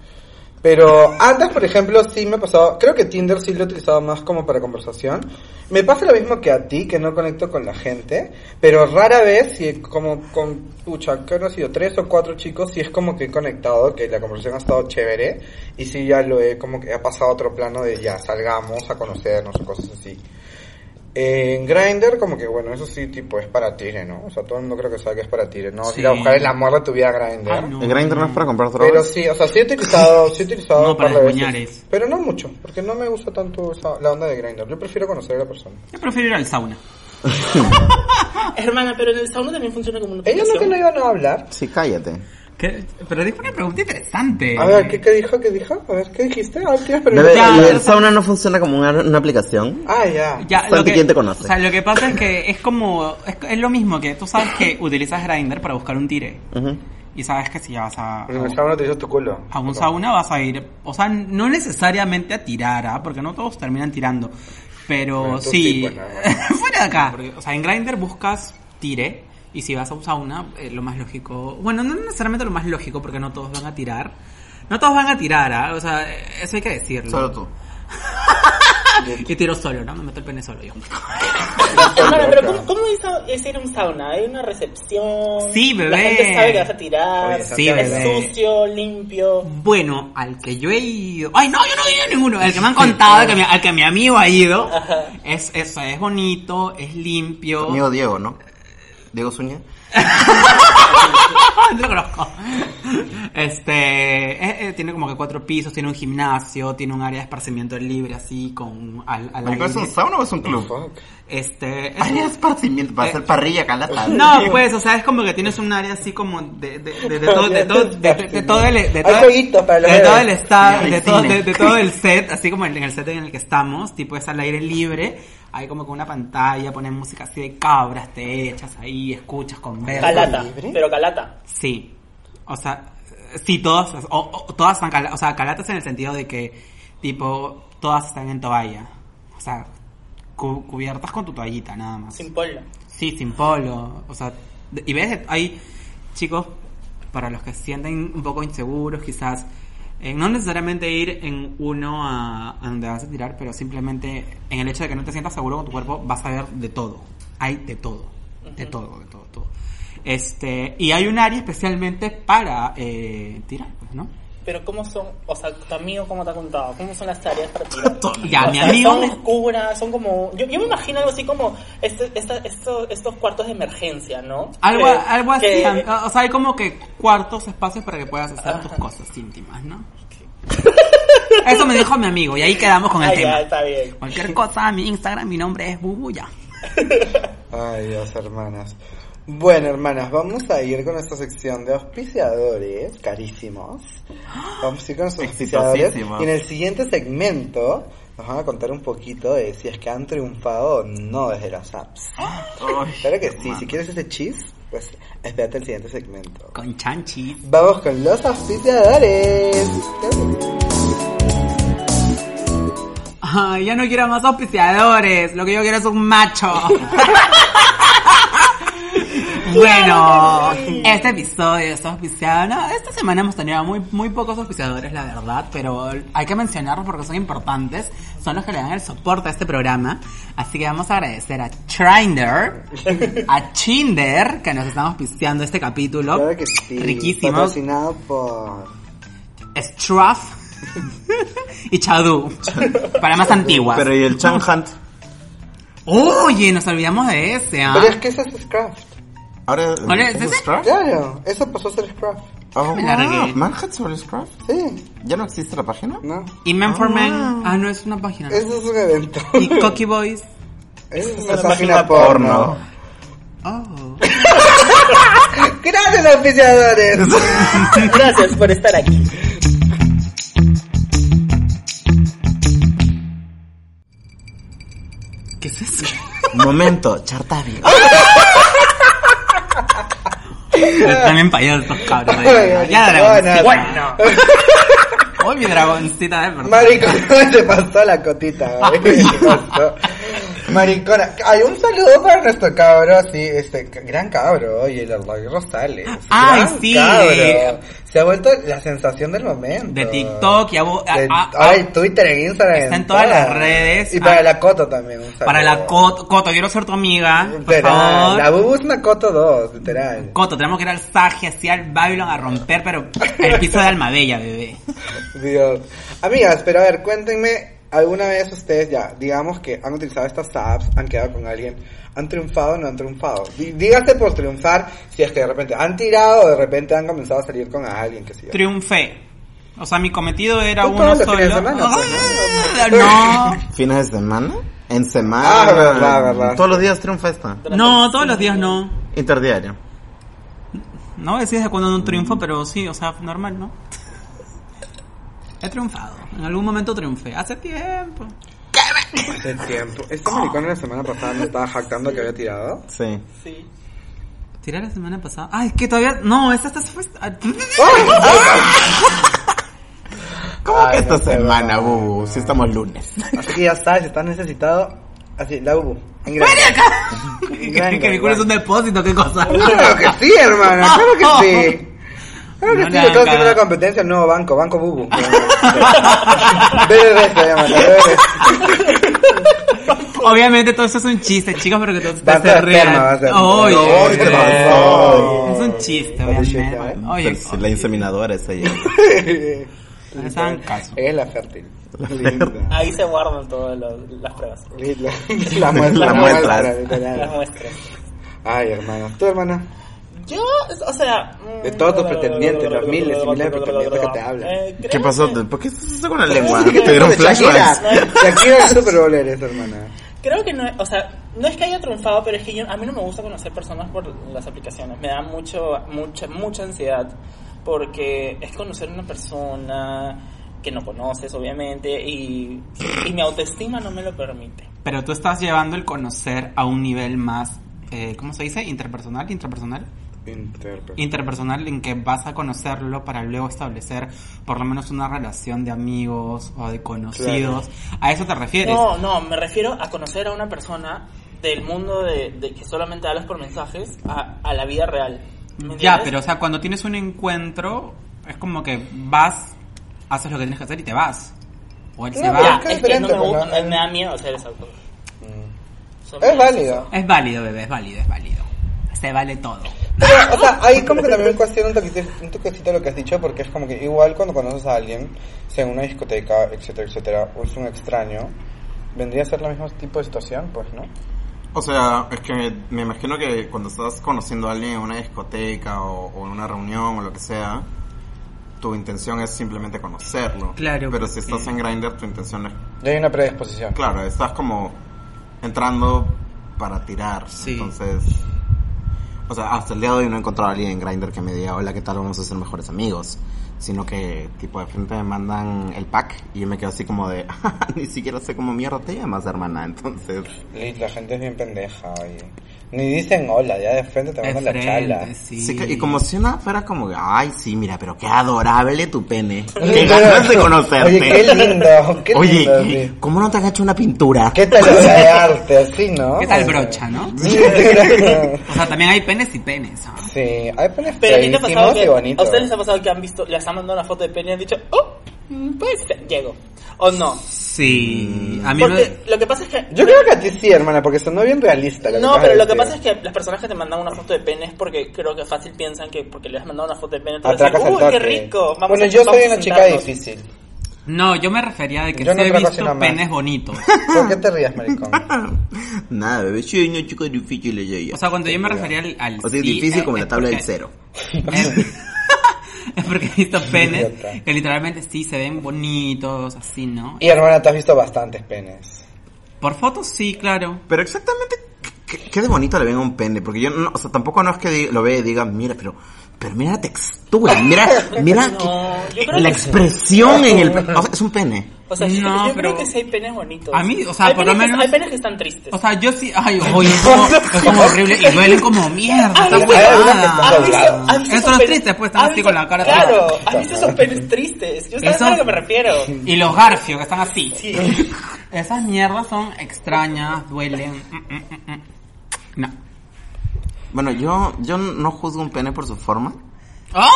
[SPEAKER 6] Pero antes, por ejemplo, sí me ha pasado, creo que Tinder sí lo he utilizado más como para conversación. Me pasa lo mismo que a ti, que no conecto con la gente, pero rara vez, si como con, pucha, que han sido tres o cuatro chicos, si es como que he conectado, que la conversación ha estado chévere, y si ya lo he, como que ha pasado a otro plano de ya, salgamos a conocernos o cosas así. En Grindr, como que bueno, eso sí, tipo, es para tire, ¿no? O sea, todo el mundo creo que sabe que es para tire, ¿no?
[SPEAKER 7] Sí.
[SPEAKER 6] Ir a buscar el amor de tu vida a Grindr.
[SPEAKER 7] Ay, Ah, no.
[SPEAKER 1] El Grindr no es para comprar drogas.
[SPEAKER 6] Pero sí, o sea, sí he utilizado, sí he utilizado
[SPEAKER 7] No,
[SPEAKER 6] un par
[SPEAKER 7] para
[SPEAKER 6] de
[SPEAKER 7] desmoñar
[SPEAKER 6] veces.
[SPEAKER 7] es.
[SPEAKER 6] Pero no mucho, porque no me gusta tanto esa- la onda de Grindr. Yo prefiero conocer a la persona.
[SPEAKER 7] Yo prefiero ir al sauna.
[SPEAKER 3] Hermana, pero en el sauna también funciona como una
[SPEAKER 6] Ellos no que
[SPEAKER 3] aplicación.
[SPEAKER 6] no iban a hablar.
[SPEAKER 1] Sí, cállate.
[SPEAKER 7] ¿Qué? Pero dijo una pregunta interesante.
[SPEAKER 6] A ver, ¿qué, qué dijo? ¿Qué dijo? A ver, ¿qué dijiste? Ah, A ver, ¿qué me
[SPEAKER 1] Bebé,
[SPEAKER 6] preguntaste?
[SPEAKER 7] Ya,
[SPEAKER 1] ¿y
[SPEAKER 7] ya
[SPEAKER 1] el
[SPEAKER 7] está.
[SPEAKER 1] sauna no funciona como una, una aplicación?
[SPEAKER 6] Ah, ya.
[SPEAKER 7] Ya,
[SPEAKER 1] Santi, ¿quién te conoce?
[SPEAKER 7] O sea, lo que pasa es que es como. Es, es lo mismo que tú sabes que utilizas Grindr para buscar un tire.
[SPEAKER 1] Ujú.
[SPEAKER 7] Y sabes que si ya vas a.
[SPEAKER 6] Porque en el sauna te hizo tu culo.
[SPEAKER 7] a un sauna vas a ir, o sea, no necesariamente a tirar, ¿ah? porque no todos terminan tirando, pero
[SPEAKER 6] Bueno, tú sí,
[SPEAKER 7] sí,
[SPEAKER 6] pues, nada
[SPEAKER 7] *laughs* fuera de acá, porque, o sea, en Grindr buscas tire y si vas a un sauna, eh, lo más lógico, bueno, no necesariamente lo más lógico porque no todos van a tirar, No todos van a tirar, ¿ah? O sea, eso hay que decirlo.
[SPEAKER 1] Solo tú.
[SPEAKER 7] Y tiro solo, ¿no? Me meto el pene solo yo.
[SPEAKER 3] Hermano, pero ¿cómo, cómo es, es ir a un sauna? Hay una recepción.
[SPEAKER 7] Sí, bebé.
[SPEAKER 3] La gente sabe que vas a tirar.
[SPEAKER 6] Oye,
[SPEAKER 7] Sí,
[SPEAKER 3] es
[SPEAKER 7] bebé.
[SPEAKER 3] sucio, limpio.
[SPEAKER 7] Bueno, al que yo he ido. Ay, no, yo no he ido a ninguno. Al que me han contado, al que mi, al que mi amigo ha ido. Es, es, es bonito, es limpio.
[SPEAKER 1] Amigo Diego, ¿no? Diego Zúñiga.
[SPEAKER 7] *laughs* No lo conozco. Este, eh, eh, tiene como que cuatro pisos, tiene un gimnasio, tiene un área de esparcimiento libre así con al, al
[SPEAKER 1] ¿Marico es
[SPEAKER 7] aire.
[SPEAKER 1] un sauna o es un club?
[SPEAKER 7] Este, es
[SPEAKER 1] Área de esparcimiento, va a ser parrilla calata.
[SPEAKER 7] No, pues, o sea, es como que tienes un área así como de, de, de, *laughs* de todo, de todo, de, de- de todo el, de todo,
[SPEAKER 10] jueguitos para los
[SPEAKER 7] de todo el
[SPEAKER 10] bebés.
[SPEAKER 7] staff,
[SPEAKER 1] Ya,
[SPEAKER 7] de
[SPEAKER 1] el
[SPEAKER 7] todo,
[SPEAKER 1] cine.
[SPEAKER 7] de, de todo el set, así como en el set en el que estamos, tipo es al aire libre, hay como que una pantalla, ponen música así de cabras, te echas ahí, escuchas, conversas.
[SPEAKER 3] Calata. Pero calata.
[SPEAKER 7] Sí. O sea, sí, todas, o, o- todas son calatas, o sea, calatas en el sentido de que, tipo, todas están en toalla. O sea, cu- cubiertas con tu toallita, nada más.
[SPEAKER 3] Sin polvo.
[SPEAKER 7] Sí, sin polo. O sea, de- y ves, hay chicos, para los que se sienten un poco inseguros, quizás, eh, no necesariamente ir en uno a, a donde vas a tirar, pero simplemente en el hecho de que no te sientas seguro con tu cuerpo, vas a ver de todo. Hay de todo. De todo, de todo, de todo. Este, y hay un área especialmente para eh, tirar, pues, ¿no?
[SPEAKER 3] Pero ¿cómo son? O sea, tu amigo, ¿cómo te ha contado? ¿Cómo son las áreas para tirar?
[SPEAKER 7] Ya,
[SPEAKER 3] O
[SPEAKER 7] mi
[SPEAKER 3] sea,
[SPEAKER 7] amigo.
[SPEAKER 3] Son
[SPEAKER 7] me-
[SPEAKER 3] oscuras, son como... Yo, yo me imagino algo así como este- esta- esto- estos cuartos de emergencia, ¿no?
[SPEAKER 7] Algo,
[SPEAKER 3] Que-
[SPEAKER 7] algo así,
[SPEAKER 3] Eh,
[SPEAKER 7] ah,
[SPEAKER 3] que-
[SPEAKER 7] am- o sea, hay como que cuartos, espacios para que puedas hacer tus cosas íntimas, ¿no? Eso me dijo mi amigo y ahí quedamos con el
[SPEAKER 3] Ah,
[SPEAKER 7] tema.
[SPEAKER 3] ya, está bien.
[SPEAKER 7] Cualquier cosa, mi Instagram, mi nombre es Bubuya.
[SPEAKER 6] Ay, Dios, hermanas. Bueno, hermanas, vamos a ir con nuestra sección de auspiciadores carísimos. Vamos a ir con nuestros auspiciadores.
[SPEAKER 1] Exitosísimos.
[SPEAKER 6] Y en el siguiente segmento nos van a contar un poquito de si es que han triunfado o no desde las apps. Claro que sí, si quieres ese cheese, pues espérate el siguiente segmento.
[SPEAKER 7] Con Chanchi.
[SPEAKER 6] Vamos con los auspiciadores.
[SPEAKER 7] Ay, ya no quiero más auspiciadores. Lo que yo quiero es un macho. bueno, este episodio es auspiciado. No, esta semana hemos tenido muy, muy pocos auspiciadores, la verdad, pero hay que mencionarlos porque son importantes. Son los que le dan el soporte a este programa. Así que vamos a agradecer a Trinder, a Chinder, que nos están auspiciando este capítulo.
[SPEAKER 6] Claro que sí.
[SPEAKER 7] Riquísimo.
[SPEAKER 6] Patrocinado por...
[SPEAKER 7] Struff y Chadu. Para más antiguas.
[SPEAKER 1] Pero y el *laughs* Chan Hunt.
[SPEAKER 7] Oye, nos olvidamos de ese, ¿ah?
[SPEAKER 6] Pero es que ese es Scraft.
[SPEAKER 1] Ahora,
[SPEAKER 7] Ahora,
[SPEAKER 1] ¿es
[SPEAKER 7] ¿es ese?
[SPEAKER 1] Scraft?
[SPEAKER 6] Claro, eso pasó a ser Scraft.
[SPEAKER 1] Oh,
[SPEAKER 7] me largué.
[SPEAKER 1] wow. ¿Manhattan sobre Scraft?
[SPEAKER 6] Sí,
[SPEAKER 1] ¿Ya no existe la página?
[SPEAKER 6] no.
[SPEAKER 7] Y Men for Men. Ah, no, es una página.
[SPEAKER 6] Eso es *laughs* un evento.
[SPEAKER 7] Y Cocky Boys.
[SPEAKER 6] Eso es
[SPEAKER 3] una
[SPEAKER 6] una
[SPEAKER 3] página
[SPEAKER 6] página porno.
[SPEAKER 7] Oh.
[SPEAKER 6] Gracias,
[SPEAKER 7] *laughs*
[SPEAKER 6] auspiciadores.
[SPEAKER 3] Gracias por estar aquí.
[SPEAKER 7] ¿Qué es eso?
[SPEAKER 1] Momento, Chartavio.
[SPEAKER 7] Están empañados estos cabros.
[SPEAKER 6] Ay,
[SPEAKER 7] Ya, ya,
[SPEAKER 6] Arizona.
[SPEAKER 7] dragoncita. Bueno. Hoy mi dragoncita de verdad.
[SPEAKER 6] Maricona, se pasó la cotita. güey. Se pasó. Maricona, hay un saludo para nuestro cabro, así, este, c- gran cabro, oye, el Arlay Rosales.
[SPEAKER 7] Ay,
[SPEAKER 6] Gran
[SPEAKER 7] sí.
[SPEAKER 6] cabro. Se ha vuelto la sensación del momento.
[SPEAKER 7] De TikTok y a vos- a-
[SPEAKER 6] De-
[SPEAKER 7] a-
[SPEAKER 6] ay, Twitter, en Instagram.
[SPEAKER 7] Está en todas las redes.
[SPEAKER 6] Y para
[SPEAKER 7] Ah.
[SPEAKER 6] la Coto también, un saludo.
[SPEAKER 7] Para la Coto, Coto, quiero ser tu amiga. Por
[SPEAKER 6] Literal,
[SPEAKER 7] favor.
[SPEAKER 6] la Bubu es una Coto 2, literal.
[SPEAKER 7] Coto, tenemos que ir al Sage, así al Babylon a romper, pero el piso de Almabella, bebé.
[SPEAKER 6] Dios. Amigas, pero a ver, cuéntenme, ¿alguna vez ustedes ya, digamos que han utilizado estas apps, han quedado con alguien, han triunfado o no han triunfado? Dí- Dígase por triunfar si es que de repente han tirado o de repente han comenzado a salir con alguien, que sé yo.
[SPEAKER 7] Triunfé. O sea, mi cometido era
[SPEAKER 6] Tú
[SPEAKER 7] uno
[SPEAKER 6] todos los fines
[SPEAKER 7] solo. Ah,
[SPEAKER 6] de semana, pues,
[SPEAKER 7] no.
[SPEAKER 6] ¿no?
[SPEAKER 1] ¿Fines de semana? En semana.
[SPEAKER 6] Ah, verdad, verdad.
[SPEAKER 1] Todos los días triunfa esta.
[SPEAKER 7] No, todos los días no.
[SPEAKER 1] Interdiario.
[SPEAKER 7] No voy a decir desde cuándo no triunfo, pero sí, o sea, normal, ¿no? He triunfado. En algún momento triunfé. Hace tiempo.
[SPEAKER 6] Hace tiempo. Este maricón la semana pasada me estaba jactando que había tirado.
[SPEAKER 1] Sí.
[SPEAKER 3] Sí.
[SPEAKER 7] Tiré la semana pasada. Ay, es que todavía. No, esta esta fue. ah, *laughs*
[SPEAKER 1] ¿Cómo
[SPEAKER 6] Ay,
[SPEAKER 1] que esta
[SPEAKER 6] no sé,
[SPEAKER 1] semana,
[SPEAKER 6] no.
[SPEAKER 1] Bubu? Si estamos lunes.
[SPEAKER 6] Así que ya sabes, si estás necesitado, así, la Bubu. ¡Fuera
[SPEAKER 7] que, que mi culo es un depósito, qué cosa.
[SPEAKER 6] Claro que sí, hermana, claro que sí. Claro que sí,
[SPEAKER 7] No,
[SPEAKER 6] le
[SPEAKER 7] nada,
[SPEAKER 6] estamos haciendo
[SPEAKER 7] nada.
[SPEAKER 6] una competencia al nuevo banco, Banco Bubu. BBB se llama, la BBB.
[SPEAKER 7] Obviamente todo eso es un chiste, chicos, porque todos ustedes
[SPEAKER 6] Banco de
[SPEAKER 7] se rían.
[SPEAKER 6] esperma, va a ser.
[SPEAKER 7] Oye,
[SPEAKER 1] Oye, ¿qué pasó?
[SPEAKER 7] es un chiste,
[SPEAKER 6] Oye,
[SPEAKER 7] obviamente.
[SPEAKER 6] chica, ¿eh?
[SPEAKER 7] Oye,
[SPEAKER 1] Pero si la inseminadora es ella.
[SPEAKER 7] no les hagan caso.
[SPEAKER 6] Es la fértil. Linda.
[SPEAKER 3] Ahí se guardan todas las- las pruebas,
[SPEAKER 6] *laughs* Linda. La muestra.
[SPEAKER 1] La muestra.
[SPEAKER 3] las
[SPEAKER 6] literal.
[SPEAKER 3] muestras.
[SPEAKER 6] Ay, hermana. ¿Tu hermana?
[SPEAKER 3] Yo, o sea... mm,
[SPEAKER 6] De todos
[SPEAKER 3] *laughs*
[SPEAKER 6] tus pretendientes, los miles y miles de pretendientes que te hablan.
[SPEAKER 3] Eh, creo
[SPEAKER 1] ¿Qué pasó?
[SPEAKER 3] que-
[SPEAKER 1] ¿Por qué estás así con la lengua?
[SPEAKER 6] Te
[SPEAKER 1] *laughs* Te dieron flashbacks.
[SPEAKER 6] Shakira del Super Bowl eres, hermana.
[SPEAKER 3] Creo que no, o sea, no es que haya triunfado, pero es que yo, a mí no me gusta conocer personas por las aplicaciones. Me da mucho, mucha, mucha ansiedad porque es conocer una persona que no conoces, obviamente, y, y mi autoestima no me lo permite.
[SPEAKER 7] Pero tú estás llevando el conocer a un nivel más, eh, ¿cómo se dice? Interpersonal, intrapersonal.
[SPEAKER 6] Intérprete.
[SPEAKER 7] Interpersonal en que vas a conocerlo para luego establecer por lo menos una relación de amigos o de conocidos. ¿A eso te refieres?
[SPEAKER 3] No, no, me refiero a conocer a una persona del mundo de, de que solamente hablas por mensajes a, a la vida real. ¿me
[SPEAKER 7] Ya,
[SPEAKER 3] entiendes?
[SPEAKER 7] pero o sea, cuando tienes un encuentro, es como que vas, haces lo que tienes que hacer y te vas. O él se
[SPEAKER 6] No,
[SPEAKER 7] va.
[SPEAKER 3] Ya,
[SPEAKER 6] Qué
[SPEAKER 3] es que no me,
[SPEAKER 6] diferente,
[SPEAKER 3] gusta,
[SPEAKER 6] pero-
[SPEAKER 3] me, me da miedo hacer esa cosa. Son
[SPEAKER 6] Es
[SPEAKER 3] miedos.
[SPEAKER 6] válido.
[SPEAKER 7] Es válido, bebé, es válido, es válido. Se vale todo.
[SPEAKER 6] Pero, o sea, ahí como que también cuestiona un toquecito, un toquecito lo que has dicho, porque es como que igual cuando conoces a alguien, sea en una discoteca, etcétera, etcétera, o es un extraño, vendría a ser la misma tipo de situación, pues, ¿no?
[SPEAKER 1] O sea, es que me imagino que cuando estás conociendo a alguien en una discoteca o, o en una reunión o lo que sea, tu intención es simplemente conocerlo.
[SPEAKER 7] Claro,
[SPEAKER 1] Pero si estás
[SPEAKER 7] porque-
[SPEAKER 1] en Grindr, tu intención es...
[SPEAKER 6] Ya hay una predisposición.
[SPEAKER 1] Claro, estás como entrando para tirar.
[SPEAKER 7] Sí.
[SPEAKER 1] Entonces... O sea, hasta el día de hoy no he encontrado a alguien en Grindr que me diga, hola, ¿qué tal? Vamos a ser mejores amigos. Sino que, tipo, de frente me mandan el pack y yo me quedo así como de, *laughs* "Ah, ni siquiera sé cómo mierda te llamas, hermana. Entonces...
[SPEAKER 6] Y la gente es bien pendeja, oye. Ni dicen hola, ya de frente te
[SPEAKER 7] De
[SPEAKER 6] mandan la chala.
[SPEAKER 7] frente, sí.
[SPEAKER 1] Sí, que- y como si una fuera como, que, ay, sí, mira, pero qué adorable
[SPEAKER 6] *laughs*
[SPEAKER 1] tu pene. Qué
[SPEAKER 6] Oye,
[SPEAKER 1] ganas de
[SPEAKER 6] pero-
[SPEAKER 1] conocerte.
[SPEAKER 6] Oye, qué lindo, qué
[SPEAKER 1] Oye,
[SPEAKER 6] lindo. sí.
[SPEAKER 1] ¿cómo no te han hecho una pintura? *laughs*
[SPEAKER 6] ¿Qué tal obra de arte? Así, ¿no?
[SPEAKER 7] ¿Qué tal brocha, no?
[SPEAKER 6] Sí,
[SPEAKER 7] O sea, también hay penes y penes. ¿ah?
[SPEAKER 6] hay penes
[SPEAKER 3] Pero a ti te ha pasado
[SPEAKER 6] feísimos y
[SPEAKER 3] que, a
[SPEAKER 6] bonitos.
[SPEAKER 3] ustedes les ha pasado que han visto, les han mandado una foto de pene y han dicho, oh, mm, puede ser, llego. O no.
[SPEAKER 7] Sí. A mí
[SPEAKER 3] Porque
[SPEAKER 7] me...
[SPEAKER 3] lo que pasa es que...
[SPEAKER 6] Yo creo que a ti sí, hermana, porque sonó bien realista. lo
[SPEAKER 3] No,
[SPEAKER 6] acabas
[SPEAKER 3] pero
[SPEAKER 6] de
[SPEAKER 3] lo que
[SPEAKER 6] decir.
[SPEAKER 3] pasa es que las personas que te mandan una foto de pene es porque creo que fácil piensan que porque les has mandado una foto de pene, te vas a
[SPEAKER 6] Atracas
[SPEAKER 3] decir,
[SPEAKER 6] al
[SPEAKER 3] uy, qué
[SPEAKER 6] toque.
[SPEAKER 3] rico. Vamos
[SPEAKER 6] bueno,
[SPEAKER 3] a-
[SPEAKER 6] yo
[SPEAKER 3] vamos
[SPEAKER 6] soy
[SPEAKER 3] a
[SPEAKER 6] una chica
[SPEAKER 3] sentarnos".
[SPEAKER 6] difícil.
[SPEAKER 7] No, yo me refería de que
[SPEAKER 6] Yo
[SPEAKER 7] sí
[SPEAKER 6] no
[SPEAKER 7] he
[SPEAKER 6] trago
[SPEAKER 7] visto
[SPEAKER 6] sino más.
[SPEAKER 7] penes bonitos.
[SPEAKER 6] ¿Por qué te rías, maricón?
[SPEAKER 1] Nada, bebé, soy una chica difícil ella, ella.
[SPEAKER 7] O sea, cuando yo me refería al... al
[SPEAKER 1] O sea,
[SPEAKER 7] sí,
[SPEAKER 1] difícil
[SPEAKER 7] eh,
[SPEAKER 1] como la
[SPEAKER 7] es
[SPEAKER 1] tabla del
[SPEAKER 7] porque-
[SPEAKER 1] cero.
[SPEAKER 7] *laughs* Es, es porque he visto penes
[SPEAKER 6] Idiota.
[SPEAKER 7] que literalmente sí se ven bonitos, así, ¿no? Eh,
[SPEAKER 6] Y hermana, te has visto bastantes penes.
[SPEAKER 7] Por fotos sí, claro.
[SPEAKER 1] Pero exactamente, ¿qué, qué de bonito le ven a un pene? Porque yo, no, o sea, tampoco no es que di- lo vea y diga, mira, pero... Pero mira la textura,
[SPEAKER 3] *laughs*
[SPEAKER 1] mira, mira
[SPEAKER 3] No,
[SPEAKER 1] que-
[SPEAKER 3] yo creo
[SPEAKER 1] la
[SPEAKER 3] que-
[SPEAKER 1] expresión
[SPEAKER 3] *laughs*
[SPEAKER 1] en el... pe- O sea, es un pene.
[SPEAKER 3] O sea,
[SPEAKER 7] No,
[SPEAKER 3] yo, yo
[SPEAKER 7] pero-
[SPEAKER 3] creo que sí hay penes bonitos.
[SPEAKER 7] A mí, o sea,
[SPEAKER 3] Hay
[SPEAKER 7] por
[SPEAKER 3] penes
[SPEAKER 7] lo
[SPEAKER 3] que-
[SPEAKER 7] menos-
[SPEAKER 3] Hay penes que están tristes.
[SPEAKER 7] O sea, yo sí, ay, oye, es como, es como horrible y duelen como mierda,
[SPEAKER 3] Ay,
[SPEAKER 7] están
[SPEAKER 3] güey, Ah,
[SPEAKER 6] ¿has
[SPEAKER 7] huevadas.
[SPEAKER 6] visto-
[SPEAKER 3] ¿Has visto
[SPEAKER 7] Eso
[SPEAKER 3] esos
[SPEAKER 7] no es
[SPEAKER 3] penes-
[SPEAKER 7] triste, pues, están
[SPEAKER 3] ¿has
[SPEAKER 7] así
[SPEAKER 3] visto-
[SPEAKER 7] con la cara
[SPEAKER 3] Claro,
[SPEAKER 7] atrás.
[SPEAKER 3] ¿has visto esos penes tristes? Yo sabes
[SPEAKER 7] Eso-
[SPEAKER 3] a lo que me refiero.
[SPEAKER 7] Y los garfios que están así. *laughs* Esas mierdas son extrañas, duelen. Mm, mm, mm, mm. No.
[SPEAKER 1] Bueno, yo, yo no juzgo un pene por su forma.
[SPEAKER 7] ¡Ah!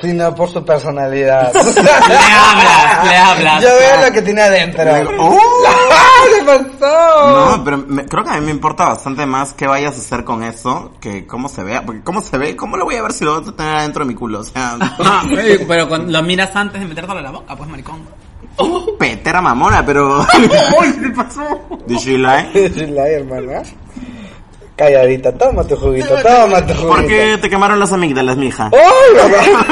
[SPEAKER 6] Sino por su *laughs* personalidad.
[SPEAKER 7] Le hablas, le hablas.
[SPEAKER 6] Yo veo lo que tiene adentro.
[SPEAKER 1] *laughs*
[SPEAKER 3] ¡Oh!
[SPEAKER 6] ¡Ah, le pasó!
[SPEAKER 1] Oh. No, pero me- creo que a mí me importa bastante más qué vayas a hacer con eso que cómo se vea. Porque cómo se ve, cómo lo voy a ver si lo voy a tener adentro de mi culo.
[SPEAKER 3] *laughs*
[SPEAKER 1] O sea,
[SPEAKER 7] Ah, ey, Pero cuando lo miras antes de metértelo a la boca, pues maricón.
[SPEAKER 1] petera
[SPEAKER 3] *laughs*
[SPEAKER 1] mamona, pero... ¡Uy, qué pasó! De Sheila, ¿eh?
[SPEAKER 6] *laughs* La hermana. Calladita, toma tu juguito, toma tu juguito.
[SPEAKER 1] ¿Por qué te quemaron las amígdalas, mija?
[SPEAKER 6] ¡Ay, *laughs* mamá!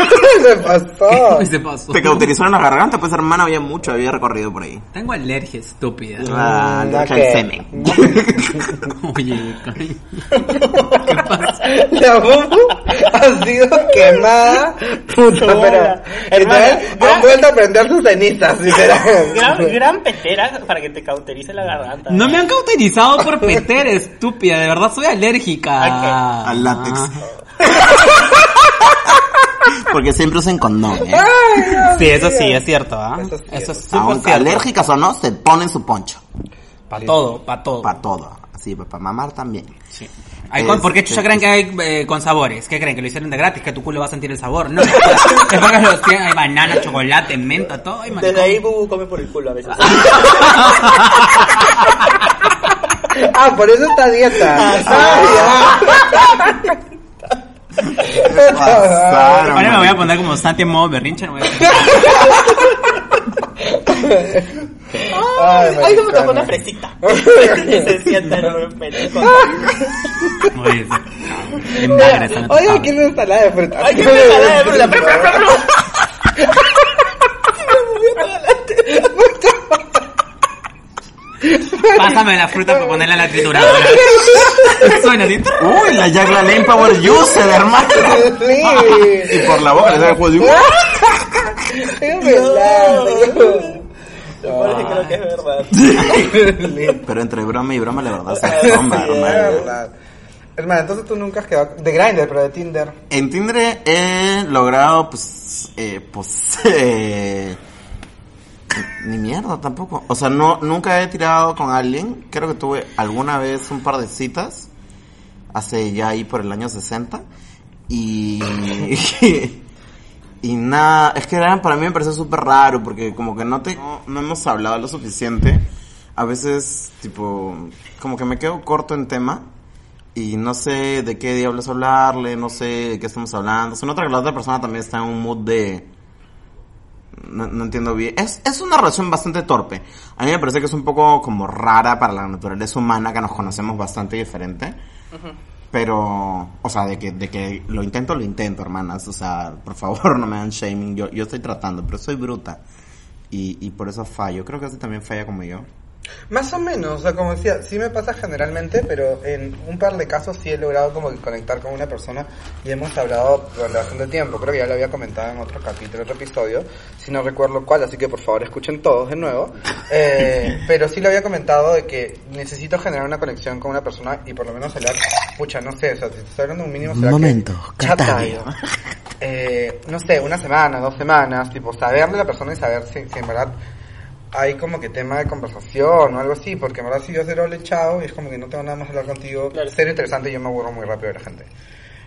[SPEAKER 6] ¡Le pasó!
[SPEAKER 7] ¿Qué se
[SPEAKER 1] *laughs*
[SPEAKER 7] pasó?
[SPEAKER 1] Te cautelizaron la garganta, pues hermana, había mucho, había recorrido por ahí.
[SPEAKER 7] Tengo alergia estúpida.
[SPEAKER 1] Ah, le echa el
[SPEAKER 6] ok.
[SPEAKER 1] semen.
[SPEAKER 7] Oye, cariño.
[SPEAKER 6] La bubu ha sido quemada. Puta,
[SPEAKER 3] Sola.
[SPEAKER 6] pero.
[SPEAKER 3] Hermana,
[SPEAKER 6] Entonces, han vuelto a prender sus cenizas, *laughs* literal.
[SPEAKER 3] Gran, gran petera para que te cauterice la garganta.
[SPEAKER 7] No me han cauterizado por petera, estúpida. De verdad soy alérgica.
[SPEAKER 1] Al látex.
[SPEAKER 7] Ah.
[SPEAKER 1] *laughs* Porque siempre usan condón, ¿eh?
[SPEAKER 7] Sí, eso sí, es cierto, ¿ah?
[SPEAKER 6] Eso sí
[SPEAKER 7] Eso es súper
[SPEAKER 1] Aunque
[SPEAKER 7] cierto.
[SPEAKER 1] alérgicas o no, se ponen su poncho.
[SPEAKER 7] Para todo, para todo.
[SPEAKER 1] Para todo. Así, para mamar pues, también.
[SPEAKER 7] Hay con- ¿Por qué chucha creen que hay eh, con sabores? ¿Qué creen? ¿Que lo hicieron de gratis? ¿Que tu culo va a sentir el sabor? No. *laughs* Te pagas los 100, hay banana, chocolate, menta, todo. Hay
[SPEAKER 10] Desde ahí Bubu come por el culo a veces.
[SPEAKER 6] *laughs* Ah, por eso está a dieta.
[SPEAKER 10] Ah,
[SPEAKER 1] Pasaron,
[SPEAKER 7] Ahora me voy
[SPEAKER 1] marico.
[SPEAKER 7] a poner como Santi en modo berrinche. No voy a
[SPEAKER 10] Ay,
[SPEAKER 6] Ay,
[SPEAKER 10] como tocó una
[SPEAKER 3] *laughs*
[SPEAKER 6] maricona.
[SPEAKER 7] *laughs*
[SPEAKER 10] fresita. que se sienta en un pendejo.
[SPEAKER 7] *laughs* Oye, sí. Embarra esa nota.
[SPEAKER 6] Oiga, quiero una ensalada de fruta.
[SPEAKER 10] Ay, qué ensalada de fruta. Bla, bla, bla, bla.
[SPEAKER 7] Pásame la fruta para ponerla en la trituradora. *laughs* Suena así.
[SPEAKER 1] Uy, la Jack la Lane Power User, hermano.
[SPEAKER 6] *laughs* *laughs* Sí.
[SPEAKER 1] Y por la boca le sale el juego de...
[SPEAKER 6] Es verdad.
[SPEAKER 10] Lo peor es que creo que es verdad.
[SPEAKER 1] Pero entre broma y broma, la verdad se asoma,
[SPEAKER 6] Es
[SPEAKER 1] hermano.
[SPEAKER 6] verdad. Hermana, entonces tú nunca has quedado de Grindr, pero de Tinder.
[SPEAKER 1] En Tinder he logrado, pues, eh, pues, *laughs* eh, ni mierda tampoco. O sea, no, nunca he tirado con alguien. Creo que tuve alguna vez un par de citas. Hace ya ahí por el año 60. Y... *laughs* Y nada, es que era- para mí me pareció súper raro porque como que no te no, no hemos hablado lo suficiente. A veces, tipo, como que me quedo corto en tema y no sé de qué diablos hablarle, no sé de qué estamos hablando. Se nota que la otra persona también está en un mood de... No, no entiendo bien. Es, es una relación bastante torpe. A mí me parece que es un poco como rara para la naturaleza humana, que nos conocemos bastante diferente. Pero, o sea, de que, de que lo intento, lo intento, hermanas. O sea, por favor, *laughs* no me hagan shaming. Yo, yo estoy tratando, pero soy bruta. Y, y por eso fallo. Creo que así también falla como yo.
[SPEAKER 6] Más o menos, o sea, como decía, sí me pasa generalmente, pero en un par de casos sí he logrado como que conectar con una persona y hemos hablado durante bastante tiempo. Creo que ya lo había comentado en otro capítulo, otro episodio, si no recuerdo cuál, así que por favor escuchen todos de nuevo. Eh, pero sí lo había comentado de que necesito generar una conexión con una persona y por lo menos hablar, pucha, no sé, o sea, si te estoy hablando de un mínimo será que-
[SPEAKER 8] Momento,
[SPEAKER 6] Chata,
[SPEAKER 8] Catavio.
[SPEAKER 6] digo. Eh, no sé, una semana, dos semanas, tipo, saber de la persona y saber si, si en verdad hay como que tema de conversación o algo así, porque en verdad si yo cero le he echado y es como que no tengo nada más que hablar contigo,
[SPEAKER 3] Claro.
[SPEAKER 6] cero interesante y yo me aburro muy rápido de la gente.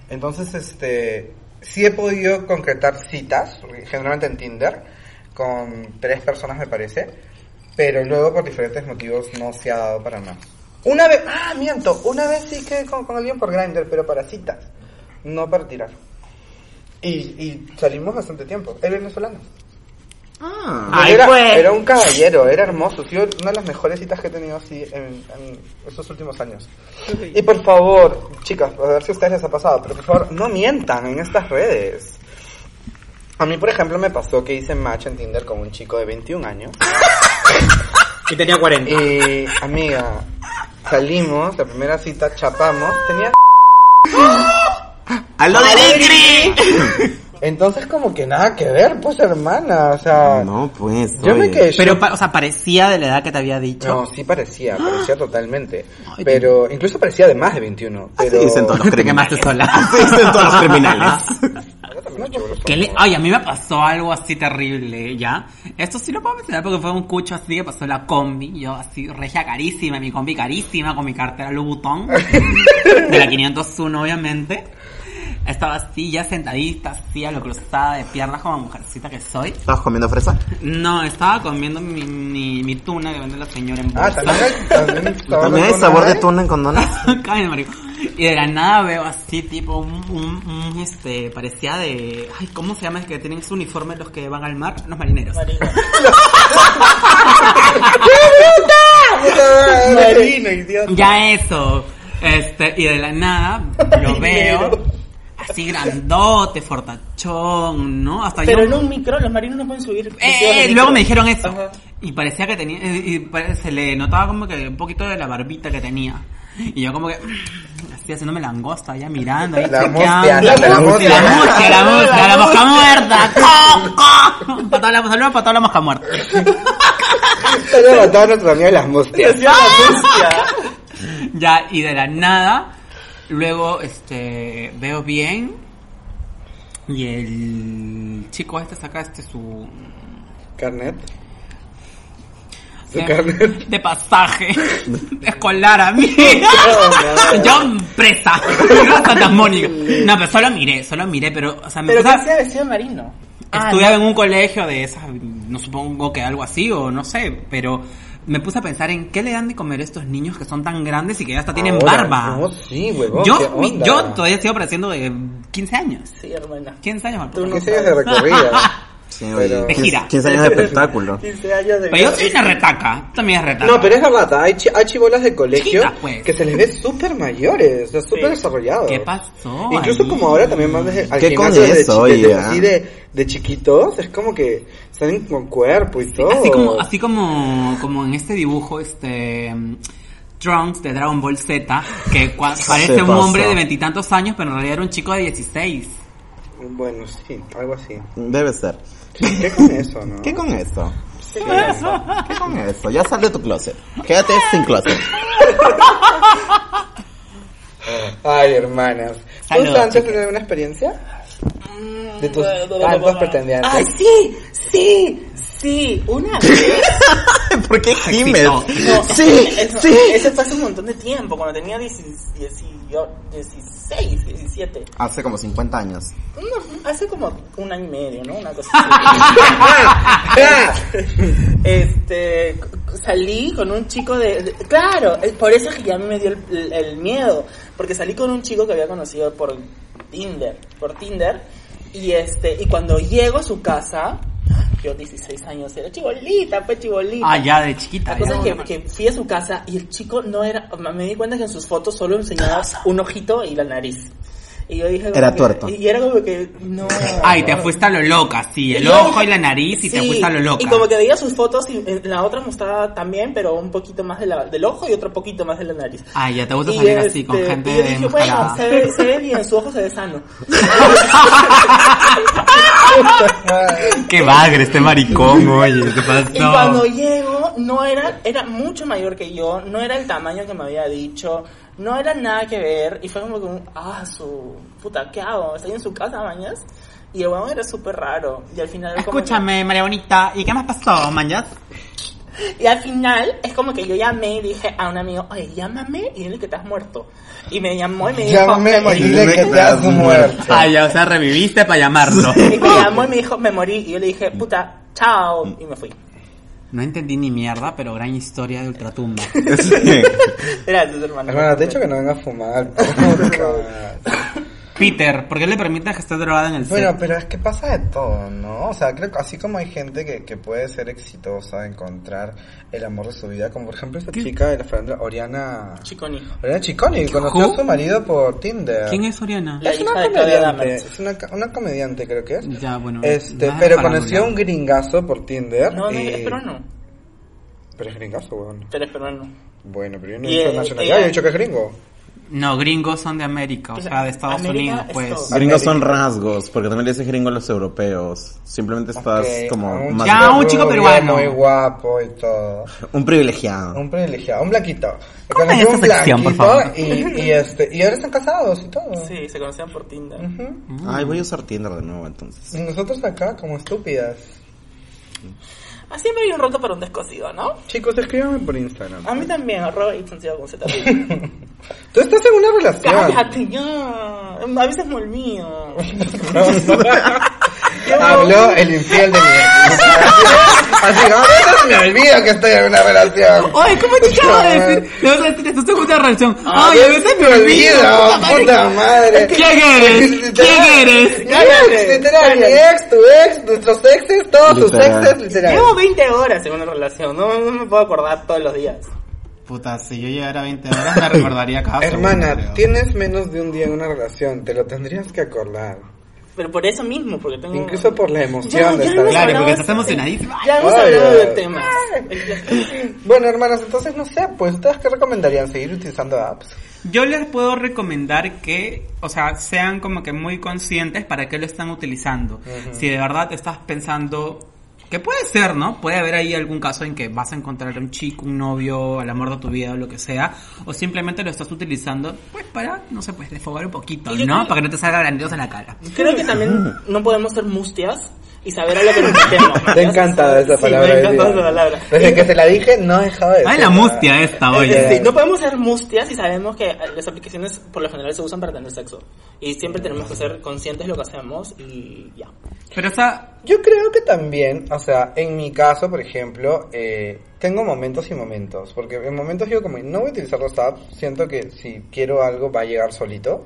[SPEAKER 6] Entonces, este, sí he podido concretar citas, generalmente en Tinder, con tres personas me parece, pero luego por diferentes motivos no se ha dado para nada. Una vez, ah, miento, una vez sí que con, con alguien por Grindr, pero para citas, no para tirar. Y, y salimos bastante tiempo, es venezolano.
[SPEAKER 1] Ah.
[SPEAKER 7] Ay,
[SPEAKER 6] era,
[SPEAKER 7] pues.
[SPEAKER 6] era un caballero, era hermoso. Ha sido una de las mejores citas que he tenido así en, en estos últimos años. Y por favor, chicas, a ver si a ustedes les ha pasado, pero por favor, no mientan en estas redes. A mí, por ejemplo, me pasó que hice match en Tinder con un chico de 21 años.
[SPEAKER 7] Y tenía 40.
[SPEAKER 6] Y, Eh, amiga, salimos, la primera cita chapamos, tenía...
[SPEAKER 1] ¡A lo de
[SPEAKER 6] Entonces como que nada que ver, pues hermana, o sea...
[SPEAKER 1] No, pues.
[SPEAKER 6] yo me
[SPEAKER 1] oye. *laughs*
[SPEAKER 6] quedé
[SPEAKER 7] Pero, pa- o sea, parecía de la edad que te había dicho.
[SPEAKER 6] No, sí parecía, parecía totalmente. Pero incluso parecía de más de 21. Pero...
[SPEAKER 1] Así dicen todos los
[SPEAKER 7] Te quemaste
[SPEAKER 1] criminales.
[SPEAKER 7] sola. *laughs*
[SPEAKER 1] Así dicen todos los criminales.
[SPEAKER 7] ¿Qué le- Ay, a mí me pasó algo así terrible, ¿ya? Esto sí lo puedo mencionar porque fue un cucho así que pasó en la combi. Yo así, regia carísima, mi combi carísima, con mi cartera Louboutin. de la 501, obviamente. Estaba así, ya sentadita, así, a lo cruzada de piernas como mujercita que soy.
[SPEAKER 1] ¿Estabas comiendo fresa?
[SPEAKER 7] No, estaba comiendo mi, mi, mi tuna que vende la señora en
[SPEAKER 6] Ah,
[SPEAKER 7] bolsa.
[SPEAKER 6] también hay,
[SPEAKER 1] *laughs*
[SPEAKER 6] también sabor,
[SPEAKER 1] ¿También hay
[SPEAKER 6] de
[SPEAKER 1] sabor de
[SPEAKER 6] tuna,
[SPEAKER 1] tuna en
[SPEAKER 7] *laughs*
[SPEAKER 1] condones?
[SPEAKER 7] Cállate, marico. Y de la nada veo así, tipo, un, un- un, este, parecía de, ay, ¿cómo se llama? Es que tienen su uniforme los que van al mar, los marineros.
[SPEAKER 3] Marina.
[SPEAKER 6] ¿eh?
[SPEAKER 10] Marino, idiota.
[SPEAKER 7] Ya eso. Este, y de la nada lo veo así grandote, fortachón, ¿no? Hasta
[SPEAKER 3] Pero
[SPEAKER 7] yo
[SPEAKER 3] en un micro, los marinos no pueden subir.
[SPEAKER 7] Eh,
[SPEAKER 3] vestidos de
[SPEAKER 7] luego me
[SPEAKER 3] micro.
[SPEAKER 7] dijeron eso.
[SPEAKER 3] Ajá.
[SPEAKER 7] Y parecía que tenía. eh, Y pare- se le notaba como que un poquito de la barbita que tenía. Y yo, como que. *clears throat* mm, Así haciéndome langosta, ya mirando. ahí
[SPEAKER 6] La
[SPEAKER 7] chequeando.
[SPEAKER 6] mustia, la
[SPEAKER 7] la
[SPEAKER 6] mustia.
[SPEAKER 7] mustia, la mustia, la mustia, la
[SPEAKER 6] *laughs*
[SPEAKER 7] mosca muerta. ¡Co, co! Para toda la, saludos para toda la mosca muerta.
[SPEAKER 6] Pero a todos nuestros amigos las mustias.
[SPEAKER 7] Ah, Ya, y de la nada, luego este veo bien y el chico este saca este su
[SPEAKER 6] Carnet. De carnes.
[SPEAKER 7] de
[SPEAKER 6] *laughs*
[SPEAKER 7] pasaje escolar a mí.
[SPEAKER 6] Oh,
[SPEAKER 7] Yo presa. Santa Mónica. No, pero solo miré, solo miré, pero, o sea, Ah, me
[SPEAKER 3] Pero
[SPEAKER 7] puse a-
[SPEAKER 3] que sea vestido de marino.
[SPEAKER 6] Ah,
[SPEAKER 7] estudiaba en un colegio de esas, no supongo que algo así o no sé, pero me puse a pensar en qué le dan de comer a estos niños que son tan grandes y que ya hasta tienen
[SPEAKER 6] Ahora,
[SPEAKER 7] barba.
[SPEAKER 6] No, sí, huevón. ¿qué
[SPEAKER 7] yo, mi-
[SPEAKER 6] onda?
[SPEAKER 7] yo todavía sigo pareciendo de 15 años.
[SPEAKER 3] Sí, hermana.
[SPEAKER 7] 15 años.
[SPEAKER 3] Tú no
[SPEAKER 6] ¿Qué sigues de
[SPEAKER 7] *laughs*
[SPEAKER 6] recorrida?
[SPEAKER 1] Sí, oye,
[SPEAKER 6] Pero-
[SPEAKER 1] 15,
[SPEAKER 7] Gira.
[SPEAKER 1] 15 años de espectáculo.
[SPEAKER 10] 15 años de
[SPEAKER 7] Pero yo soy una retaca, tú también es retaca.
[SPEAKER 6] No, pero es verdad, hay, chi- hay chibolas de colegio
[SPEAKER 7] Chiquitas, pues.
[SPEAKER 6] que se les ve súper mayores, o sea, súper desarrollados.
[SPEAKER 7] ¿Qué pasó?
[SPEAKER 6] Incluso
[SPEAKER 7] ahí?
[SPEAKER 6] como ahora también van desde al
[SPEAKER 1] ¿Qué
[SPEAKER 6] gimnasio
[SPEAKER 1] con
[SPEAKER 6] desde
[SPEAKER 1] eso,
[SPEAKER 6] chi-
[SPEAKER 1] oye,
[SPEAKER 6] desde
[SPEAKER 1] ah?
[SPEAKER 6] así de, de chiquitos, es como que salen con cuerpo y todo.
[SPEAKER 7] Así como, así como, como en este dibujo, este mm, Trunks de Dragon Ball Z, que cua- parece un
[SPEAKER 1] pasó.
[SPEAKER 7] hombre de veintitantos años, pero en realidad era un chico de 16.
[SPEAKER 6] Bueno, sí, algo así.
[SPEAKER 1] Debe ser.
[SPEAKER 6] ¿Qué con eso, no?
[SPEAKER 1] ¿Qué con eso? ¿Qué con eso? ¿Qué con eso? Ya sal de tu closet. Quédate sin closet.
[SPEAKER 6] Ay, hermanas. ¿Tú
[SPEAKER 7] Saludos,
[SPEAKER 6] antes tener una
[SPEAKER 7] *laughs*
[SPEAKER 6] experiencia? De tus
[SPEAKER 3] Mm,
[SPEAKER 6] tantos pretendientes.
[SPEAKER 10] Ah, sí, sí, sí.
[SPEAKER 7] *laughs*
[SPEAKER 10] Una vez.
[SPEAKER 1] ¿Por qué gimes?
[SPEAKER 7] no.
[SPEAKER 1] *laughs* Sí,
[SPEAKER 3] Eso,
[SPEAKER 1] sí.
[SPEAKER 3] eso fue hace un montón de tiempo, cuando tenía 16, 17.
[SPEAKER 1] Hace como 50 años.
[SPEAKER 3] No, hace como un año y medio, ¿no? Una cosa así.
[SPEAKER 1] *laughs*
[SPEAKER 3] este, c- c- salí con un chico de, de- Claro, es por eso es que ya me dio el, el miedo. Porque salí con un chico que había conocido por Tinder. Por Tinder. Y este, y cuando llego a su casa, yo 16 años, era chibolita, pues chibolita.
[SPEAKER 7] Ah, ya, de chiquita.
[SPEAKER 3] La cosa
[SPEAKER 7] ya.
[SPEAKER 3] es que, que fui a su casa y el chico no era. Me di cuenta que en sus fotos solo enseñaba un ojito y la nariz. Y yo dije. como
[SPEAKER 1] Era
[SPEAKER 3] que-
[SPEAKER 1] tuerto.
[SPEAKER 3] Y era como que. No.
[SPEAKER 7] Ay, te fuiste a lo loca, sí, el
[SPEAKER 3] Y yo
[SPEAKER 7] ojo y
[SPEAKER 3] dije-
[SPEAKER 7] la nariz y te
[SPEAKER 3] Sí,
[SPEAKER 7] fuiste a lo loca.
[SPEAKER 3] Y como que veía sus fotos y eh, la otra mostraba también, pero un poquito más de la- del ojo y otro poquito más de la nariz.
[SPEAKER 7] Ay, ya te gusta
[SPEAKER 3] Y,
[SPEAKER 7] salir así con
[SPEAKER 3] este,
[SPEAKER 7] gente
[SPEAKER 3] y yo dije, bueno,
[SPEAKER 7] enmascarada.
[SPEAKER 3] se ve, se ve bien, su ojo se ve sano.
[SPEAKER 7] Qué bagre
[SPEAKER 3] *laughs*
[SPEAKER 7] este maricón, oye,
[SPEAKER 3] Y
[SPEAKER 7] ¿qué pasó?
[SPEAKER 3] cuando llego, no era, era mucho mayor que yo, no era el tamaño que me había dicho, no era nada que ver, y fue como que un, ah, su puta, ¿qué hago? Estoy en su casa, mañas. Y el huevón era súper raro. Y al final. como que-
[SPEAKER 7] Escúchame, María Bonita, ¿y qué más pasó, Mañas?
[SPEAKER 3] y al final, es como que yo llamé y dije a un amigo, oye, llámame y dile que estás muerto. Y me llamó y me dijo.
[SPEAKER 6] Llámame
[SPEAKER 3] "Me
[SPEAKER 6] y
[SPEAKER 3] morí".
[SPEAKER 6] dile que te has muerto.
[SPEAKER 7] Ay, ya, o sea, reviviste para llamarlo.
[SPEAKER 3] Y me llamó y me dijo, me morí. Y yo le dije, puta, chao. Y me fui.
[SPEAKER 7] No entendí ni mierda, pero gran historia de
[SPEAKER 3] *laughs*
[SPEAKER 7] Ultratumba.
[SPEAKER 1] *laughs* Sí.
[SPEAKER 3] Gracias, hermano.
[SPEAKER 6] Hermana, te he dicho que no venga a fumar.
[SPEAKER 7] *laughs*
[SPEAKER 6] podcast.
[SPEAKER 7] Peter, ¿por qué le permites que esté drogada en el set?
[SPEAKER 6] bueno, pero es que pasa de todo, ¿no? O sea, creo que así como hay gente que, que puede ser exitosa, encontrar el amor de su vida, como por ejemplo esta chica de la Fernanda, Oriana...
[SPEAKER 3] Chico ni.
[SPEAKER 6] Oriana Chiconi, conoció a
[SPEAKER 7] ¿Who?
[SPEAKER 6] su marido por Tinder.
[SPEAKER 7] ¿Quién es Oriana?
[SPEAKER 3] La
[SPEAKER 6] Es una
[SPEAKER 3] hija de Claudia
[SPEAKER 6] comediante,
[SPEAKER 3] Dammert.
[SPEAKER 6] es una, ca- una comediante creo que es.
[SPEAKER 7] Ya, bueno.
[SPEAKER 6] Este,
[SPEAKER 7] vas a
[SPEAKER 6] pero
[SPEAKER 7] parar,
[SPEAKER 6] conoció a
[SPEAKER 7] Oriana.
[SPEAKER 6] un gringazo por Tinder.
[SPEAKER 3] No, no,
[SPEAKER 6] y-
[SPEAKER 3] es peruano.
[SPEAKER 6] Pero es gringazo, weón.
[SPEAKER 3] Pero es peruano.
[SPEAKER 6] Bueno, pero yo no he
[SPEAKER 3] Y,
[SPEAKER 6] dicho
[SPEAKER 3] eh,
[SPEAKER 6] nacionalidad,
[SPEAKER 3] ella-
[SPEAKER 6] yo he dicho que es gringo.
[SPEAKER 7] No, gringos son de América, o
[SPEAKER 3] O sea,
[SPEAKER 7] sea, de Estados
[SPEAKER 3] América
[SPEAKER 7] Unidos, pues.
[SPEAKER 3] es
[SPEAKER 7] todo.
[SPEAKER 3] todo.
[SPEAKER 1] Gringos son rasgos, porque también le dicen gringos a los europeos. Simplemente
[SPEAKER 6] Ok,
[SPEAKER 1] estás
[SPEAKER 6] Ah, a
[SPEAKER 1] como
[SPEAKER 6] un
[SPEAKER 1] más...
[SPEAKER 7] Ya,
[SPEAKER 6] chico
[SPEAKER 7] un chico
[SPEAKER 6] rubio,
[SPEAKER 7] peruano.
[SPEAKER 6] Muy guapo y todo.
[SPEAKER 1] Un privilegiado.
[SPEAKER 6] Un privilegiado, un blanquito.
[SPEAKER 7] ¿Cómo
[SPEAKER 6] Conocí
[SPEAKER 7] es esta sección, por favor?
[SPEAKER 6] Y, y, este, y ahora están casados y todo.
[SPEAKER 3] Sí, se conocían por Tinder.
[SPEAKER 6] Ujú.
[SPEAKER 1] Ay, voy a usar Tinder de nuevo entonces.
[SPEAKER 6] Y nosotros acá, como estúpidas.
[SPEAKER 3] Ah, siempre hay un roto para un descosido, ¿no?
[SPEAKER 6] Chicos, escríbanme por Instagram.
[SPEAKER 3] A mí también, arroba y funcionaba con
[SPEAKER 6] *laughs*
[SPEAKER 3] Z.
[SPEAKER 6] Tú estás en una relación.
[SPEAKER 3] Cállate ya. A veces me
[SPEAKER 6] *laughs*
[SPEAKER 3] olvido.
[SPEAKER 6] Habló el infiel de mi *laughs* ex. Así, no, no me olvido que estoy en una relación.
[SPEAKER 7] Ay, ¿cómo chica va a
[SPEAKER 6] *laughs*
[SPEAKER 7] decir? Le vas a decir esto, estoy una relación.
[SPEAKER 3] Ah.
[SPEAKER 7] Ah, Ay, a veces me olvido.
[SPEAKER 6] Olvido, puta madre.
[SPEAKER 7] ¿Quién
[SPEAKER 6] *laughs*
[SPEAKER 7] eres? ¿Quién eres?
[SPEAKER 6] Mi ex, literal, mi ex, tu ex, nuestros exes, todos tus
[SPEAKER 1] Literal.
[SPEAKER 6] exes, literal.
[SPEAKER 3] Llevo 20 horas en una relación. No, no me puedo acordar todos los días.
[SPEAKER 7] Puta, si yo llegara a 20 horas me recordaría cada segundo,
[SPEAKER 6] Hermana,
[SPEAKER 7] creo.
[SPEAKER 6] tienes menos de un día en una relación, te lo tendrías que acordar.
[SPEAKER 3] Pero por eso mismo, porque tengo...
[SPEAKER 6] Incluso por la
[SPEAKER 3] Ya,
[SPEAKER 6] emoción
[SPEAKER 3] ya
[SPEAKER 6] de
[SPEAKER 3] hemos
[SPEAKER 6] estar.
[SPEAKER 7] Claro,
[SPEAKER 3] hablado
[SPEAKER 7] porque
[SPEAKER 3] de-
[SPEAKER 7] estás emocionadísima.
[SPEAKER 3] Ya hemos
[SPEAKER 6] Ay,
[SPEAKER 3] hablado de
[SPEAKER 6] ay. *laughs*
[SPEAKER 3] temas.
[SPEAKER 6] Bueno, hermanas, entonces no sé, pues ustedes qué recomendarían seguir utilizando apps.
[SPEAKER 7] Yo les puedo recomendar que, o sea, sean como que muy conscientes para qué lo están utilizando. Si de verdad estás pensando, que puede ser, ¿no? Puede haber ahí algún caso en que vas a encontrar a un chico, un novio, al amor de tu vida o lo que sea, o simplemente lo estás utilizando, pues para, no sé, pues desfogar un poquito,
[SPEAKER 3] Y yo
[SPEAKER 7] ¿no?
[SPEAKER 3] creo-
[SPEAKER 7] Para que no te salga grandioso en la cara.
[SPEAKER 3] Creo que también no podemos ser mustias y saber a lo que nos metemos. ¿no?
[SPEAKER 6] *laughs* Te encanta esa
[SPEAKER 3] Sí,
[SPEAKER 6] palabra.
[SPEAKER 3] me
[SPEAKER 6] hoy
[SPEAKER 3] encanta
[SPEAKER 6] día.
[SPEAKER 3] esa palabra.
[SPEAKER 6] Desde que te la dije, no he dejado de
[SPEAKER 7] Ay, la
[SPEAKER 6] decirla.
[SPEAKER 7] mustia esta,
[SPEAKER 1] Ah,
[SPEAKER 3] Es
[SPEAKER 7] oye.
[SPEAKER 3] decir, Eh, no podemos ser mustias si sabemos que eh, las aplicaciones por lo general se usan para tener sexo. Y siempre tenemos que ser conscientes de lo que hacemos y ya.
[SPEAKER 7] Pero esa,
[SPEAKER 6] Yo creo que también, o sea, en mi caso, por ejemplo, eh, tengo momentos y momentos, porque en momentos yo como no voy a utilizar los apps, siento que si quiero algo va a llegar solito,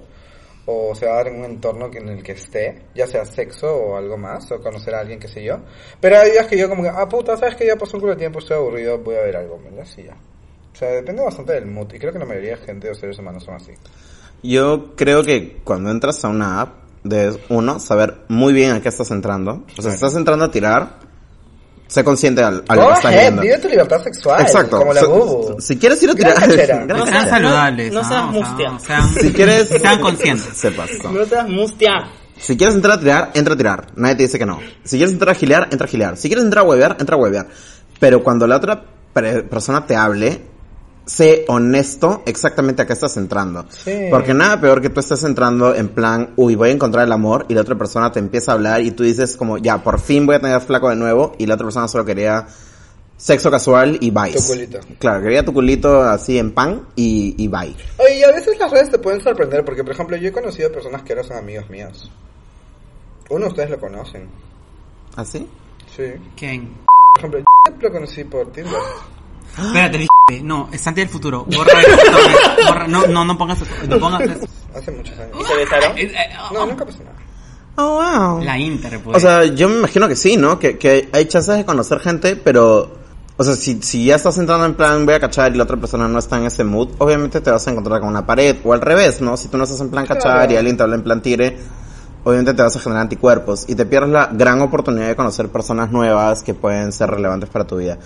[SPEAKER 6] o se va a dar en un entorno que- en el que esté, ya sea sexo o algo más, o conocer a alguien, qué sé yo. Pero hay días que yo como que, ah, puta, ¿sabes que Ya pasó un culo de tiempo, estoy aburrido, voy a ver algo, ¿verdad? Sí, ya. O sea, depende bastante del mood, y creo que la mayoría de gente o seres humanos son así.
[SPEAKER 1] Yo creo que cuando entras a una app, debes, uno, saber muy bien a qué estás entrando. O sea, si estás entrando a tirar, sé consciente al, a lo
[SPEAKER 6] Go
[SPEAKER 1] que estás
[SPEAKER 6] ahead,
[SPEAKER 1] viendo.
[SPEAKER 6] vive tu libertad sexual,
[SPEAKER 1] Exacto.
[SPEAKER 6] como la
[SPEAKER 1] So-
[SPEAKER 6] Bubu.
[SPEAKER 1] si quieres ir a
[SPEAKER 6] Gran
[SPEAKER 1] tirar, *laughs*
[SPEAKER 6] cachera.
[SPEAKER 1] gran
[SPEAKER 7] no
[SPEAKER 1] cachera.
[SPEAKER 7] sean saludables.
[SPEAKER 3] no sean
[SPEAKER 7] O sea,
[SPEAKER 3] mustia.
[SPEAKER 7] no sean-
[SPEAKER 1] si quieres,
[SPEAKER 7] Sean conscientes.
[SPEAKER 1] Se pasó.
[SPEAKER 3] No seas mustia.
[SPEAKER 1] Si quieres entrar a tirar, entra a tirar. Nadie te dice que no. Si quieres entrar a gilear, entra a gilear. Si quieres entrar a huevear, entra a huevear. Pero cuando la otra pre- persona te hable, sé honesto exactamente a qué estás entrando.
[SPEAKER 6] Sí.
[SPEAKER 1] Porque nada peor que tú estés entrando en plan, uy, voy a encontrar el amor y la otra persona te empieza a hablar y tú dices como, ya, por fin voy a tener flaco de nuevo y la otra persona solo quería sexo casual y bye.
[SPEAKER 6] Tu culito.
[SPEAKER 1] Claro, quería tu culito así en pan y, y bye.
[SPEAKER 6] Oye, y a veces las redes te pueden sorprender, porque por ejemplo yo he conocido personas que ahora son amigos míos. Uno de ustedes lo conocen.
[SPEAKER 1] ¿Así?
[SPEAKER 6] Sí.
[SPEAKER 7] ¿Quién?
[SPEAKER 6] Por ejemplo, lo conocí por Tinder.
[SPEAKER 7] Espérate, dije- no, es Santi del futuro. Borra esto. borra- no, no, no pongas eso. No pongas eso.
[SPEAKER 6] Hace muchos años.
[SPEAKER 3] ¿Y se besaron?
[SPEAKER 7] Eh, eh, oh,
[SPEAKER 6] No, nunca pasó nada.
[SPEAKER 1] Oh, wow.
[SPEAKER 7] La Inter, pues.
[SPEAKER 1] O sea, yo me imagino que sí, ¿no? Que, que hay chances de conocer gente, pero... O sea, si, si ya estás entrando en plan voy a cachar y la otra persona no está en ese mood, obviamente te vas a encontrar con una pared. O al revés, ¿no? Si tú no estás en plan cachar
[SPEAKER 6] Claro.
[SPEAKER 1] y alguien te habla en plan tire, obviamente te vas a generar anticuerpos. Y te pierdes la gran oportunidad de conocer personas nuevas que pueden ser relevantes para tu vida.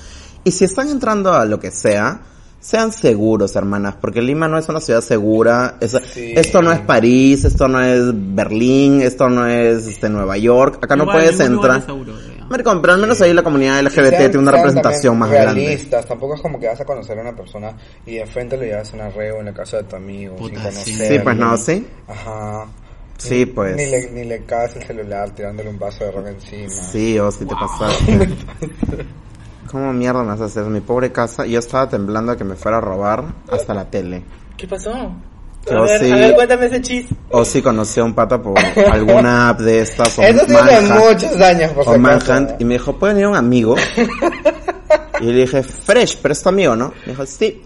[SPEAKER 1] Y si están entrando a lo que sea, sean seguros, hermanas, porque Lima no es una ciudad segura. es-
[SPEAKER 6] Sí.
[SPEAKER 1] Esto no es París, esto no es Berlín, esto no es este, Nueva York. Acá no
[SPEAKER 7] Igual,
[SPEAKER 1] puedes
[SPEAKER 7] ningún lugar
[SPEAKER 1] entrar.
[SPEAKER 7] es seguro, creo.
[SPEAKER 1] Maricón, pero al menos ahí la comunidad LGBT
[SPEAKER 6] Sean-
[SPEAKER 1] tiene una
[SPEAKER 6] sean
[SPEAKER 1] representación
[SPEAKER 6] también
[SPEAKER 1] más grande.
[SPEAKER 6] realistas. Tampoco es como que vas a conocer a una persona y de frente le llevas una reo en la casa de tu amigo.
[SPEAKER 7] Puta,
[SPEAKER 6] sin conocer.
[SPEAKER 1] Sí,
[SPEAKER 7] sí.
[SPEAKER 1] pues no, sí.
[SPEAKER 6] Ajá.
[SPEAKER 1] Sí,
[SPEAKER 6] Ni
[SPEAKER 1] pues.
[SPEAKER 6] le, ni le cagas el celular tirándole un vaso de ron encima.
[SPEAKER 1] Sí, o si te
[SPEAKER 6] *laughs*
[SPEAKER 1] *laughs* pasaste. ¿Cómo mierda me vas a hacer? Mi pobre casa, yo estaba temblando a que me fuera a robar hasta la tele.
[SPEAKER 3] ¿Qué pasó?
[SPEAKER 1] Yo
[SPEAKER 3] a, ver,
[SPEAKER 1] sí.
[SPEAKER 3] a ver, cuéntame ese chis.
[SPEAKER 1] O si conocí a un
[SPEAKER 6] *laughs*
[SPEAKER 1] pata por alguna app de estas. O
[SPEAKER 6] Eso tiene
[SPEAKER 1] Manhunt.
[SPEAKER 6] muchos años, por
[SPEAKER 1] o
[SPEAKER 6] si acaso.
[SPEAKER 1] Manhunt y me dijo, ¿puede venir
[SPEAKER 6] *laughs*
[SPEAKER 1] un amigo? Y le dije, Fresh, pero es tu amigo, ¿no? Me dijo, sí.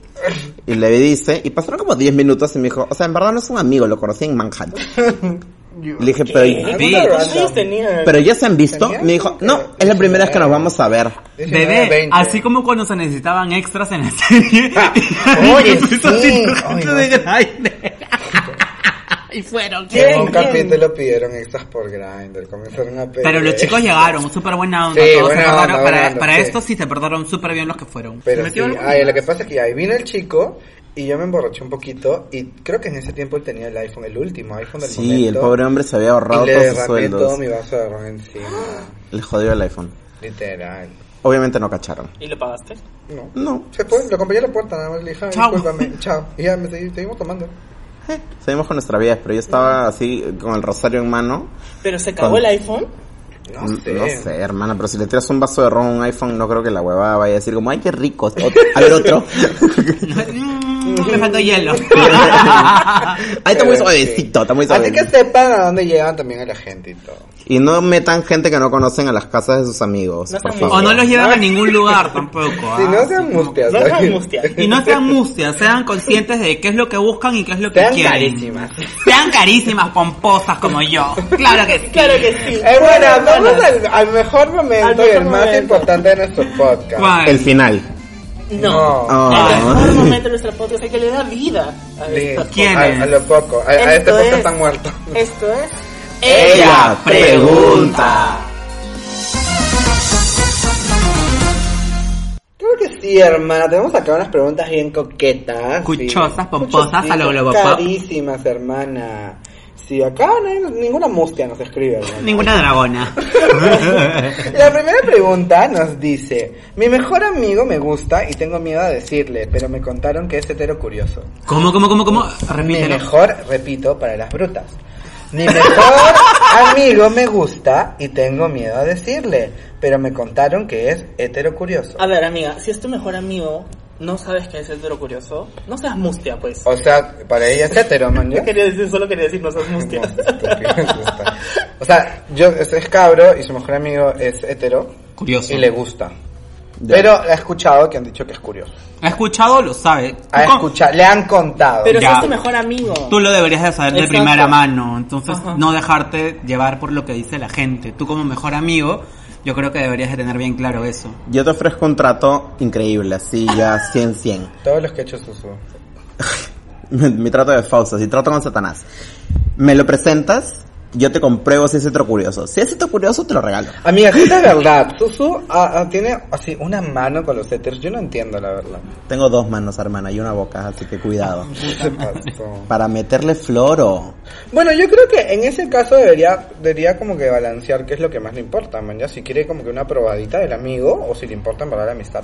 [SPEAKER 1] Y le dice, y pasaron como 10 minutos y me dijo, o sea, en verdad no es un amigo, lo conocí en Manhunt.
[SPEAKER 6] *laughs*
[SPEAKER 1] Le dije, pero,
[SPEAKER 3] ¿Qué? ¿Cuántos años tenía?
[SPEAKER 1] pero ya se han visto.
[SPEAKER 6] ¿Tenía?
[SPEAKER 1] Me dijo, no, es la primera vez que nos vamos a ver.
[SPEAKER 6] 19,
[SPEAKER 7] Bebé,
[SPEAKER 6] 20.
[SPEAKER 7] así como cuando se necesitaban extras en la serie.
[SPEAKER 6] Ah,
[SPEAKER 7] *laughs*
[SPEAKER 6] oye,
[SPEAKER 7] Se puso
[SPEAKER 6] sí.
[SPEAKER 7] cirujano
[SPEAKER 6] Ay, no.
[SPEAKER 7] de Grindr. y fueron.
[SPEAKER 6] En un
[SPEAKER 3] ¿Quién? ¿Quién?
[SPEAKER 6] capítulo pidieron extras por Grindr, comenzaron a pedir.
[SPEAKER 7] Pero los chicos llegaron, súper buena onda.
[SPEAKER 6] Sí,
[SPEAKER 7] todos
[SPEAKER 6] buena
[SPEAKER 7] se portaron-
[SPEAKER 6] onda,
[SPEAKER 7] para
[SPEAKER 6] buena onda,
[SPEAKER 7] para
[SPEAKER 6] sí.
[SPEAKER 7] esto sí se portaron súper bien los que fueron.
[SPEAKER 6] Pero
[SPEAKER 7] se metió
[SPEAKER 6] sí,
[SPEAKER 7] algo.
[SPEAKER 6] ay, lo que pasa es que ahí vino el chico y yo me emborraché un poquito y creo que en ese tiempo él tenía el iPhone, el último iPhone del momento.
[SPEAKER 1] Sí, el pobre hombre se había
[SPEAKER 6] Y
[SPEAKER 1] ahorrado
[SPEAKER 6] le
[SPEAKER 1] todos sus
[SPEAKER 6] derramé todo
[SPEAKER 1] sueldos.
[SPEAKER 6] mi vaso de ron encima,
[SPEAKER 1] Le jodió el iPhone.
[SPEAKER 6] literal.
[SPEAKER 1] Obviamente no cacharon.
[SPEAKER 3] ¿Y lo pagaste?
[SPEAKER 6] No.
[SPEAKER 1] No.
[SPEAKER 6] Se fue, lo acompañé a la puerta, nada más le dije, "Ay,
[SPEAKER 7] Chao.
[SPEAKER 6] discúlpame, chao. Y ya me segui- seguimos tomando.
[SPEAKER 1] Eh, Seguimos con nuestra vida, pero yo estaba así con el rosario en mano.
[SPEAKER 3] ¿Pero se cagó
[SPEAKER 1] Con-
[SPEAKER 3] el iPhone?
[SPEAKER 6] No
[SPEAKER 1] Mm, No
[SPEAKER 6] sé.
[SPEAKER 1] sé. hermana, pero si le tiras un vaso de ron a un iPhone, no creo que la huevada vaya a decir como, ay, qué rico, ot- a
[SPEAKER 6] *laughs*
[SPEAKER 1] ver otro.
[SPEAKER 7] *laughs* Mm, me faltó hielo.
[SPEAKER 1] Ahí está muy
[SPEAKER 6] Pero
[SPEAKER 1] suavecito,
[SPEAKER 6] sí.
[SPEAKER 1] está muy
[SPEAKER 6] Así que
[SPEAKER 1] suavecito.
[SPEAKER 6] sepan a dónde llegan también a la gente y todo.
[SPEAKER 1] Y no metan gente que no conocen a las casas de sus amigos,
[SPEAKER 3] No
[SPEAKER 1] por
[SPEAKER 3] sean
[SPEAKER 7] o
[SPEAKER 1] favor.
[SPEAKER 7] no los llevan a ningún lugar tampoco.
[SPEAKER 6] Si
[SPEAKER 7] ¿ah?
[SPEAKER 6] no sean mustias.
[SPEAKER 3] No seas
[SPEAKER 6] ¿sabes?
[SPEAKER 3] mustia.
[SPEAKER 7] Y
[SPEAKER 6] *laughs*
[SPEAKER 7] no sean mustias, sean conscientes de qué es lo que buscan y qué es lo que
[SPEAKER 6] Sean
[SPEAKER 7] quieren.
[SPEAKER 6] carísimas.
[SPEAKER 7] Sean carísimas, pomposas como yo. Claro que sí.
[SPEAKER 3] Claro que sí.
[SPEAKER 6] Eh, bueno, vamos
[SPEAKER 3] hermanas.
[SPEAKER 6] al, al mejor momento
[SPEAKER 3] Al
[SPEAKER 6] y
[SPEAKER 3] mejor
[SPEAKER 6] el más
[SPEAKER 3] momento.
[SPEAKER 6] importante de nuestro podcast.
[SPEAKER 7] ¿Cuál?
[SPEAKER 1] El final.
[SPEAKER 3] No.
[SPEAKER 6] No.
[SPEAKER 3] El mejor
[SPEAKER 1] Ah.
[SPEAKER 3] momento de nuestro podcast hay que le da vida a
[SPEAKER 6] Sí.
[SPEAKER 3] esto.
[SPEAKER 7] ¿Quién
[SPEAKER 6] a,
[SPEAKER 7] es?
[SPEAKER 6] a lo poco. A, a este
[SPEAKER 3] Esto
[SPEAKER 6] podcast
[SPEAKER 3] es-
[SPEAKER 6] está muerto.
[SPEAKER 3] Esto es...
[SPEAKER 1] Ella pregunta.
[SPEAKER 6] Creo que sí, hermana. Tenemos acá unas preguntas bien coquetas.
[SPEAKER 7] Cuchosas,
[SPEAKER 6] sí.
[SPEAKER 7] pomposas, a lo Globopop.
[SPEAKER 6] Carísimas, hermana. Sí, acá no hay- ninguna mustia nos escribe, hermana.
[SPEAKER 7] Ninguna dragona.
[SPEAKER 6] La primera pregunta nos dice: Mi mejor amigo me gusta y tengo miedo a decirle, pero me contaron que es hetero curioso.
[SPEAKER 7] ¿Cómo, cómo, cómo, cómo?
[SPEAKER 6] Mi
[SPEAKER 7] Repítelo.
[SPEAKER 6] mejor, repito, para las brutas. Mi mejor amigo me gusta y tengo miedo a decirle, pero me contaron que es heterocurioso.
[SPEAKER 3] A ver, amiga, si es tu mejor amigo, no sabes que es hetero curioso, no seas mustia, pues.
[SPEAKER 6] O sea, para ella es hetero, man. ¿ya?
[SPEAKER 3] Yo quería decir, solo quería decir, no seas mustia.
[SPEAKER 6] o sea, yo es, es cabro y su mejor amigo es hetero
[SPEAKER 7] Curioso.
[SPEAKER 6] y le gusta. Pero ha escuchado que han dicho que es curioso.
[SPEAKER 7] ¿Ha escuchado? Lo sabe.
[SPEAKER 6] Ha
[SPEAKER 7] Tú con-
[SPEAKER 6] escuchado, le han
[SPEAKER 3] *laughs*
[SPEAKER 6] contado.
[SPEAKER 3] Pero si
[SPEAKER 7] Ya.
[SPEAKER 3] es tu mejor amigo.
[SPEAKER 7] Tú lo deberías de saber de
[SPEAKER 3] Exacto.
[SPEAKER 7] primera mano, entonces
[SPEAKER 3] Ajá.
[SPEAKER 7] no dejarte llevar por lo que dice la gente. Tú como mejor amigo, yo creo que deberías de tener bien claro eso.
[SPEAKER 1] Yo te ofrezco un trato increíble, así ya 100-100.
[SPEAKER 6] Todos los que ha hecho Susu.
[SPEAKER 1] Mi, mi trato de Fausto, si trato con Satanás. Me lo presentas, yo te compruebo si es hetero curioso. Si es hetero curioso, te lo regalo.
[SPEAKER 6] Amiga, ¿qué es la verdad? Susu ah, ah, tiene así una mano con los heteros. Yo no entiendo la verdad.
[SPEAKER 1] Tengo dos manos, hermana, y una boca, así que cuidado.
[SPEAKER 6] ¿Qué *laughs* se pasó?
[SPEAKER 1] Para meterle floro.
[SPEAKER 6] Bueno, yo creo que en ese caso debería, debería como que balancear qué es lo que más le importa, man. Ya si quiere como que una probadita del amigo o si le importa en verdad la amistad.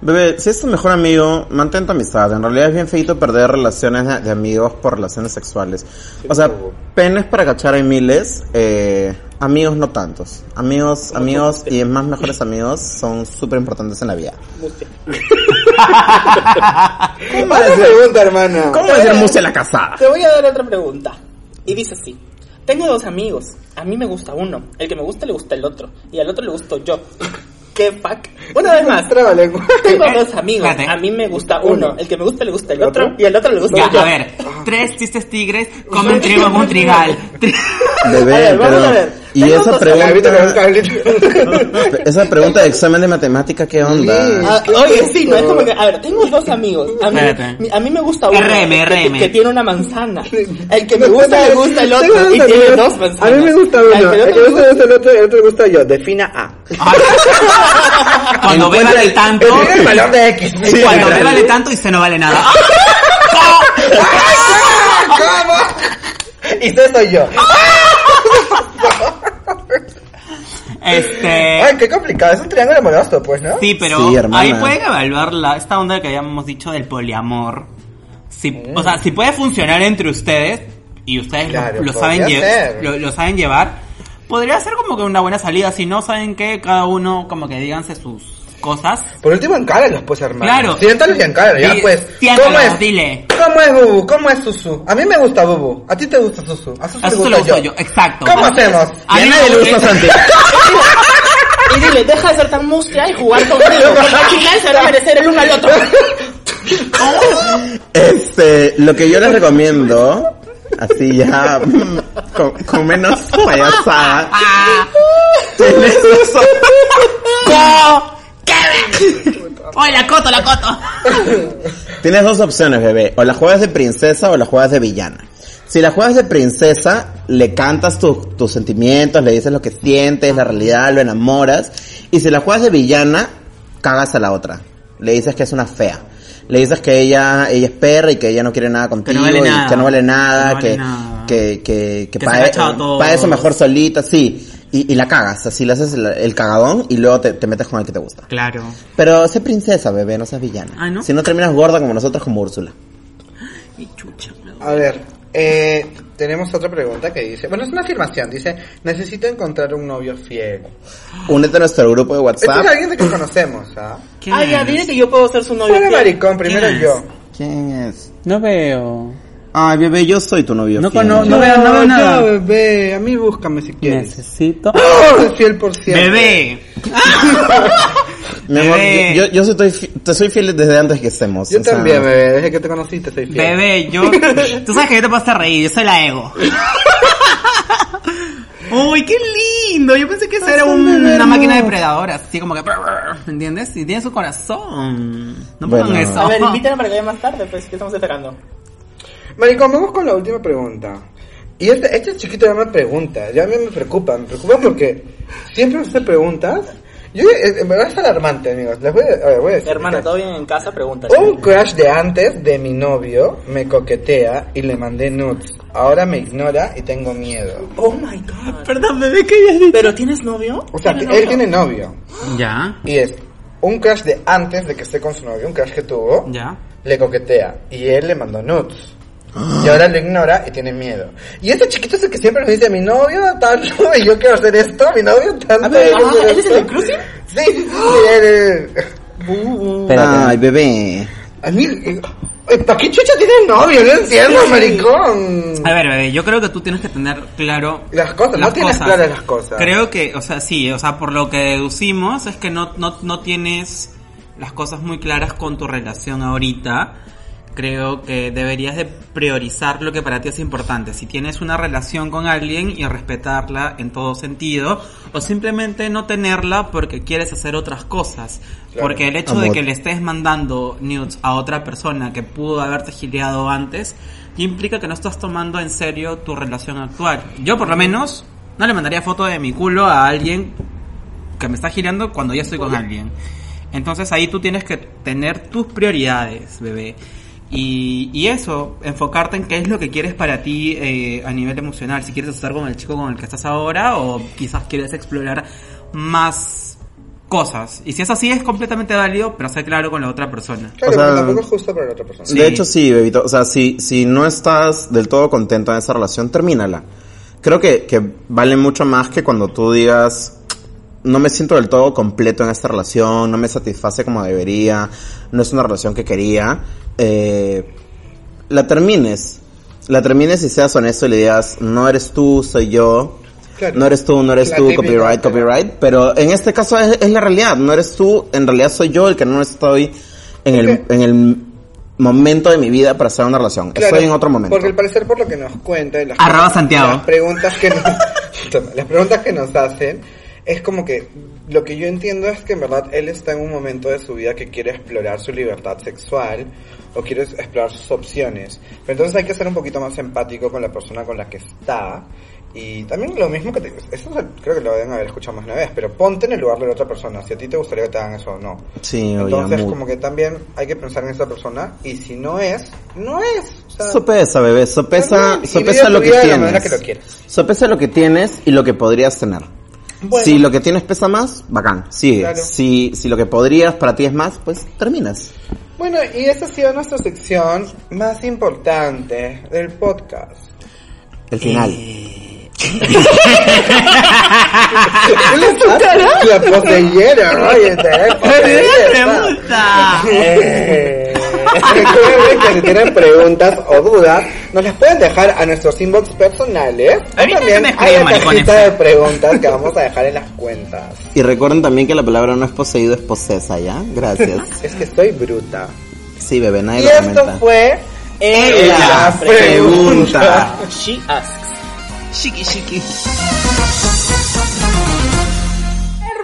[SPEAKER 1] Bebé, si es tu mejor amigo, mantén tu amistad. En realidad es bien feito perder relaciones de, de amigos por relaciones sexuales. O sea, penes para cachar hay miles, eh, amigos no tantos. Amigos, amigos y más mejores amigos son súper importantes en la vida.
[SPEAKER 6] ¿Cómo pregunta, hermana?
[SPEAKER 1] ¿Cómo es el museo de la casada?
[SPEAKER 3] Te voy a dar otra pregunta. Y dice así. Tengo dos amigos. A mí me gusta uno. El que me gusta le gusta el otro. Y al otro le gusto yo. ¿Qué fuck? Una vez más.
[SPEAKER 6] Trabalengua.
[SPEAKER 3] Tengo dos amigos.
[SPEAKER 7] Espérate.
[SPEAKER 3] A mí me gusta uno. El que me gusta le gusta el otro. Y al otro le gusta
[SPEAKER 7] Ya,
[SPEAKER 3] yo.
[SPEAKER 7] a ver, tres tristes tigres comen trigo en un trigal.
[SPEAKER 6] *laughs*
[SPEAKER 7] Tri-
[SPEAKER 1] Bebé,
[SPEAKER 3] A ver, vamos
[SPEAKER 1] pero-
[SPEAKER 3] a ver.
[SPEAKER 1] Y
[SPEAKER 3] Tengo
[SPEAKER 1] esa
[SPEAKER 3] dos
[SPEAKER 6] Ahorita me busca,
[SPEAKER 1] pregunta,
[SPEAKER 3] *laughs*
[SPEAKER 6] ahorita.
[SPEAKER 1] esa pregunta de examen de matemática, ¿qué onda?
[SPEAKER 3] Ah, oye, sí, no es como que. A ver, tengo dos amigos. A mí,
[SPEAKER 7] Espérate.
[SPEAKER 3] mi- a mí me gusta uno.
[SPEAKER 7] RM,
[SPEAKER 3] que- que,
[SPEAKER 7] RM.
[SPEAKER 3] que tiene una manzana. El que me gusta le gusta el otro. Y
[SPEAKER 6] Tengo
[SPEAKER 3] tiene
[SPEAKER 6] amigos.
[SPEAKER 3] dos manzanas.
[SPEAKER 6] A mí me gusta
[SPEAKER 3] Al
[SPEAKER 6] uno.
[SPEAKER 3] que no
[SPEAKER 6] El
[SPEAKER 3] me
[SPEAKER 6] que
[SPEAKER 3] gusta-
[SPEAKER 6] me gusta le gusta el otro y el otro le gusta yo. Defina
[SPEAKER 3] *laughs*
[SPEAKER 6] A.
[SPEAKER 7] Ay. Cuando ve
[SPEAKER 1] *laughs*
[SPEAKER 7] vale tanto,
[SPEAKER 6] Defina el valor de X.
[SPEAKER 7] cuando ve vale tanto y se no vale nada.
[SPEAKER 6] Y eso
[SPEAKER 3] *laughs*
[SPEAKER 6] soy yo.
[SPEAKER 7] Este,
[SPEAKER 6] Ay, qué complicado. Es un triángulo amoroso, pues, ¿no?
[SPEAKER 7] sí, pero
[SPEAKER 1] Sí, hermana.
[SPEAKER 7] ahí pueden evaluar la, esta onda que habíamos dicho del poliamor. Si, o sea, si puede funcionar entre ustedes y ustedes lo-
[SPEAKER 6] Claro,
[SPEAKER 7] lo, saben
[SPEAKER 6] podría
[SPEAKER 7] lle-
[SPEAKER 6] ser.
[SPEAKER 7] lo, lo saben llevar, podría ser como que una buena salida. Si no saben qué, cada uno como que díganse sus cosas.
[SPEAKER 6] Por último, encáralos, pues, hermano.
[SPEAKER 7] Claro.
[SPEAKER 6] Siéntalos y encáralos, ya,
[SPEAKER 7] Di-
[SPEAKER 6] pues.
[SPEAKER 7] siéntalos,
[SPEAKER 6] ¿Cómo es?
[SPEAKER 7] dile.
[SPEAKER 6] ¿Cómo es Bubu? ¿Cómo es Susu? A mí me gusta Bubu. A ti te gusta Susu. A Susu
[SPEAKER 7] A
[SPEAKER 6] te
[SPEAKER 7] Susu
[SPEAKER 6] gusta
[SPEAKER 7] le gusto yo, Ah, exacto.
[SPEAKER 6] ¿Cómo hacemos?
[SPEAKER 7] A mí me gusta-
[SPEAKER 3] Y dile, deja de ser tan mustia y jugar conmigo. Porque al final se va a merecer el uno al otro.
[SPEAKER 1] Este, lo que yo les recomiendo, así ya, mm, con, con menos payasada, tienes dos op-
[SPEAKER 7] *laughs* ¡Ay, la coto, la coto!
[SPEAKER 1] tienes dos opciones, bebé. O la juegas de princesa o la juegas de villana. Si la juegas de princesa, le cantas tus- tus sentimientos, le dices lo que sientes, la realidad, lo enamoras. Y si la juegas de villana, cagas a la otra. Le dices que es una fea. Le dices que ella, ella es perra y que ella no quiere nada contigo,
[SPEAKER 7] vale
[SPEAKER 1] y
[SPEAKER 7] nada.
[SPEAKER 1] que no vale nada,
[SPEAKER 7] Que no vale
[SPEAKER 1] que,
[SPEAKER 7] nada.
[SPEAKER 1] que, que, que
[SPEAKER 7] Que se
[SPEAKER 1] para
[SPEAKER 7] ha cachado todo.
[SPEAKER 1] eso mejor solita, sí. Y, y la cagas, así le haces el, el cagadón y luego te, te metes con el que te gusta.
[SPEAKER 7] Claro.
[SPEAKER 1] Pero sé princesa, bebé, no seas villana.
[SPEAKER 7] Ah, ¿no?
[SPEAKER 1] Si no terminas gorda como nosotros, como Úrsula.
[SPEAKER 7] Y chucha.
[SPEAKER 6] A ver, eh, tenemos otra pregunta que dice... Bueno, es una afirmación. Dice, necesito encontrar un novio fiel.
[SPEAKER 1] Únete a nuestro grupo de
[SPEAKER 6] Este
[SPEAKER 1] WhatsApp.
[SPEAKER 6] es alguien de que conocemos,
[SPEAKER 7] *clears throat*
[SPEAKER 6] ¿ah?
[SPEAKER 7] ¿Qué
[SPEAKER 3] Ah, ya,
[SPEAKER 7] es?
[SPEAKER 3] dile que yo puedo ser su novio.
[SPEAKER 6] Fuera
[SPEAKER 3] fiel.
[SPEAKER 6] maricón, primero
[SPEAKER 7] ¿Quién es?
[SPEAKER 6] yo.
[SPEAKER 1] ¿Quién es?
[SPEAKER 7] No veo.
[SPEAKER 1] Ay, bebé, yo soy tu novio.
[SPEAKER 7] No
[SPEAKER 1] fiel.
[SPEAKER 7] cono- no veo, no veo nada.
[SPEAKER 6] yo, bebé. A mí búscame si quieres.
[SPEAKER 7] Necesito.
[SPEAKER 6] Oh, fiel por siempre.
[SPEAKER 7] Bebé.
[SPEAKER 1] Mi amor,
[SPEAKER 7] Bebé.
[SPEAKER 1] yo, yo- yo soy, estoy fi- te soy fiel desde antes que estemos.
[SPEAKER 6] Yo
[SPEAKER 1] o sea,
[SPEAKER 6] también, bebé. Desde que te conocí te soy fiel.
[SPEAKER 7] Bebé, yo. Tú sabes que yo te puedo hacer reír, yo soy la ego. Uy, qué lindo. Yo pensé que eso era un- una máquina depredadora, así como que. ¿Me entiendes? Y tiene su corazón. No pongan
[SPEAKER 1] Bueno.
[SPEAKER 7] eso.
[SPEAKER 3] A ver, invítala para que vaya más tarde, pues, que estamos esperando.
[SPEAKER 6] Maricón, vamos con la última pregunta. Y este, este chiquito ya me pregunta, ya a mí me preocupa, me preocupa porque siempre usted preguntas. Yo, eh, en verdad es alarmante, amigos. Les voy a, a ver, voy a decir.
[SPEAKER 3] Hermana,
[SPEAKER 6] Dice,
[SPEAKER 3] ¿todo bien en casa?
[SPEAKER 7] Oh,
[SPEAKER 3] Pregúntale.
[SPEAKER 6] Un crush de antes de mi novio me coquetea y le mandé nudes. Ahora me ignora y tengo miedo.
[SPEAKER 3] Oh my god.
[SPEAKER 7] Perdón, bebé, que ya dicho?
[SPEAKER 3] ¿Pero tienes novio?
[SPEAKER 6] O sea, él tiene novio.
[SPEAKER 7] *laughs* Ya,
[SPEAKER 6] Y es un crush de antes de que esté con su novio, un crush que tuvo,
[SPEAKER 7] ya.
[SPEAKER 6] le coquetea y él le mandó nudes. Y ahora lo ignora y tiene miedo. Y ese chiquito es el que siempre nos dice, mi novio *laughs* tanto, y yo quiero hacer esto, mi novio tanto.
[SPEAKER 10] A ver,
[SPEAKER 6] y yo
[SPEAKER 10] ah,
[SPEAKER 6] quiero
[SPEAKER 10] ¿él es el
[SPEAKER 6] esto".
[SPEAKER 10] del cruising?
[SPEAKER 6] Sí, sí, sí, él, él, él.
[SPEAKER 3] Uh,
[SPEAKER 1] Ay, bebé.
[SPEAKER 6] A mí, eh, ¿para qué chucha tiene novio? No entiendo, maricón.
[SPEAKER 7] A ver, bebé, yo creo que tú tienes que tener claro
[SPEAKER 6] Mm. Las cosas, no tienes claras las cosas.
[SPEAKER 7] Creo que, o sea, sí, o sea, por lo que deducimos es que no, no, no tienes las cosas muy claras con tu relación ahorita. Creo que deberías de priorizar lo que para ti es importante. Si tienes una relación con alguien y respetarla en todo sentido, o simplemente no tenerla porque quieres hacer otras cosas. Porque el hecho de
[SPEAKER 1] Amor.
[SPEAKER 7] que le estés mandando nudes a otra persona que pudo haberte gileado antes, implica que no estás tomando en serio tu relación actual. Yo, por lo menos, no le mandaría foto de mi culo a alguien que me está girando cuando ya estoy con alguien. Entonces ahí tú tienes que tener tus prioridades, bebé. Y, y eso, enfocarte en qué es lo que quieres para ti eh, a nivel emocional. Si quieres estar con el chico con el que estás ahora o quizás quieres explorar más cosas. Y si es así, es completamente válido, pero sé claro con la otra persona.
[SPEAKER 6] Claro,
[SPEAKER 1] O sea,
[SPEAKER 6] pero tampoco es justo para la otra persona.
[SPEAKER 1] De hecho, sí, bebito. O sea, si, si no estás del todo contento en esa relación, termínala. Creo que, que vale mucho más que cuando tú digas, no me siento del todo completo en esta relación, no me satisface como debería, no es una relación que quería. Eh, la termines. La termines y seas honesto y le digas, no eres tú, soy yo.
[SPEAKER 6] Claro.
[SPEAKER 1] No eres tú, no eres
[SPEAKER 6] La
[SPEAKER 1] tú,
[SPEAKER 6] típica,
[SPEAKER 1] copyright,
[SPEAKER 6] pero-
[SPEAKER 1] copyright. Pero en este caso es, es la realidad, no eres tú, en realidad soy yo el que no estoy en el,
[SPEAKER 6] Ok.
[SPEAKER 1] en el momento de mi vida para hacer una relación.
[SPEAKER 6] Claro,
[SPEAKER 1] estoy en otro momento.
[SPEAKER 6] Porque al parecer por lo que nos cuenta y las,
[SPEAKER 7] Arroba Santiago.
[SPEAKER 6] las preguntas que nos *laughs* las preguntas que nos hacen es como que lo que yo entiendo es que en verdad él está en un momento de su vida que quiere explorar su libertad sexual o quiere explorar sus opciones. Pero entonces hay que ser un poquito más empático con la persona con la que está. Y también lo mismo que te... Eso se- creo que lo deben haber escuchado más de una vez, pero ponte en el lugar de la otra persona, si a ti te gustaría que te hagan eso o no.
[SPEAKER 1] Sí, oye,
[SPEAKER 6] Entonces,
[SPEAKER 1] mu-
[SPEAKER 6] como que también hay que pensar en esa persona y si no es, no es. O sea,
[SPEAKER 1] Sopesa, bebé, sopesa,
[SPEAKER 6] También, y
[SPEAKER 1] sopesa
[SPEAKER 6] vive
[SPEAKER 1] lo
[SPEAKER 6] tu
[SPEAKER 1] que
[SPEAKER 6] vida de la manera
[SPEAKER 1] tienes.
[SPEAKER 6] que lo quieras.
[SPEAKER 1] sopesa lo que tienes y lo que podrías tener. Si lo que tienes pesa más, bacán, sigue.
[SPEAKER 6] Claro.
[SPEAKER 1] Si, si lo que podrías para ti es más, pues terminas.
[SPEAKER 6] Bueno, y esa ha sido nuestra sección más importante del podcast.
[SPEAKER 1] El final.
[SPEAKER 6] ¿Qué le tocará? La poseyera, oye, te
[SPEAKER 7] ¡Pregunta!
[SPEAKER 6] Eh, que si tienen preguntas o dudas, nos las pueden dejar a nuestros inbox personales.
[SPEAKER 7] A mí
[SPEAKER 6] O también
[SPEAKER 7] no me
[SPEAKER 6] hay
[SPEAKER 7] escriben,
[SPEAKER 6] una cajita
[SPEAKER 7] maricones.
[SPEAKER 6] de preguntas que vamos a dejar en las cuentas.
[SPEAKER 1] Y recuerden también que la palabra no es poseído, es posesa, ¿ya? Gracias.
[SPEAKER 6] Es que soy bruta.
[SPEAKER 1] Sí, bebé, nadie
[SPEAKER 6] Y
[SPEAKER 1] lo
[SPEAKER 6] esto
[SPEAKER 1] comenta.
[SPEAKER 6] fue
[SPEAKER 1] La pregunta.
[SPEAKER 3] She asks.
[SPEAKER 7] Chiqui, chiqui.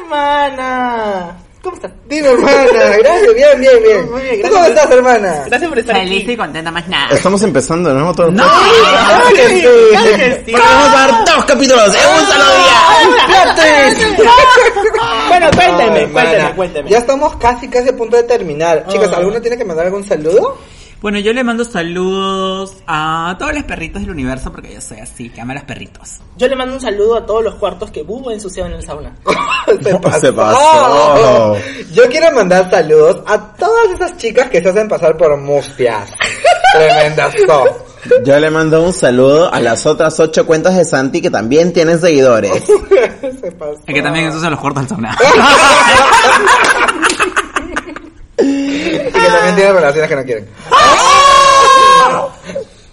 [SPEAKER 10] Hermana. ¿Cómo estás?
[SPEAKER 6] Dime, hermana. Gracias, bien, bien, bien.
[SPEAKER 10] Muy bien,
[SPEAKER 6] ¿Tú
[SPEAKER 10] gracias.
[SPEAKER 6] ¿Cómo estás, hermana?
[SPEAKER 10] Gracias por estar
[SPEAKER 5] Feliz
[SPEAKER 10] aquí.
[SPEAKER 5] y contenta más nada.
[SPEAKER 1] Estamos empezando de nuevo todo el podcast.
[SPEAKER 6] ¡Claro que sí!
[SPEAKER 1] Porque vamos a dar dos capítulos en un solo día.
[SPEAKER 10] Bueno,
[SPEAKER 6] Ay,
[SPEAKER 10] cuénteme,
[SPEAKER 6] hermana,
[SPEAKER 10] cuénteme, cuénteme.
[SPEAKER 6] Ya estamos casi, casi a punto de terminar. Chicas, ¿alguna tiene que mandar algún saludo? *laughs*
[SPEAKER 7] Bueno, yo le mando saludos a todos los perritos del universo porque yo soy así, que amo a los perritos.
[SPEAKER 3] Yo le mando un saludo a todos los cuartos que Bubo ensuciaba en el sauna.
[SPEAKER 6] Se pasó.
[SPEAKER 1] se pasó.
[SPEAKER 6] *laughs* Yo quiero mandar saludos a todas esas chicas que se hacen pasar por mustias. Tremendas son.
[SPEAKER 1] Yo le mando un saludo a las otras ocho cuentas de Santi que también tienen seguidores.
[SPEAKER 6] Se pasó.
[SPEAKER 7] Es que también eso se los corta el sauna.
[SPEAKER 6] Y que también tienen relaciones que no quieren.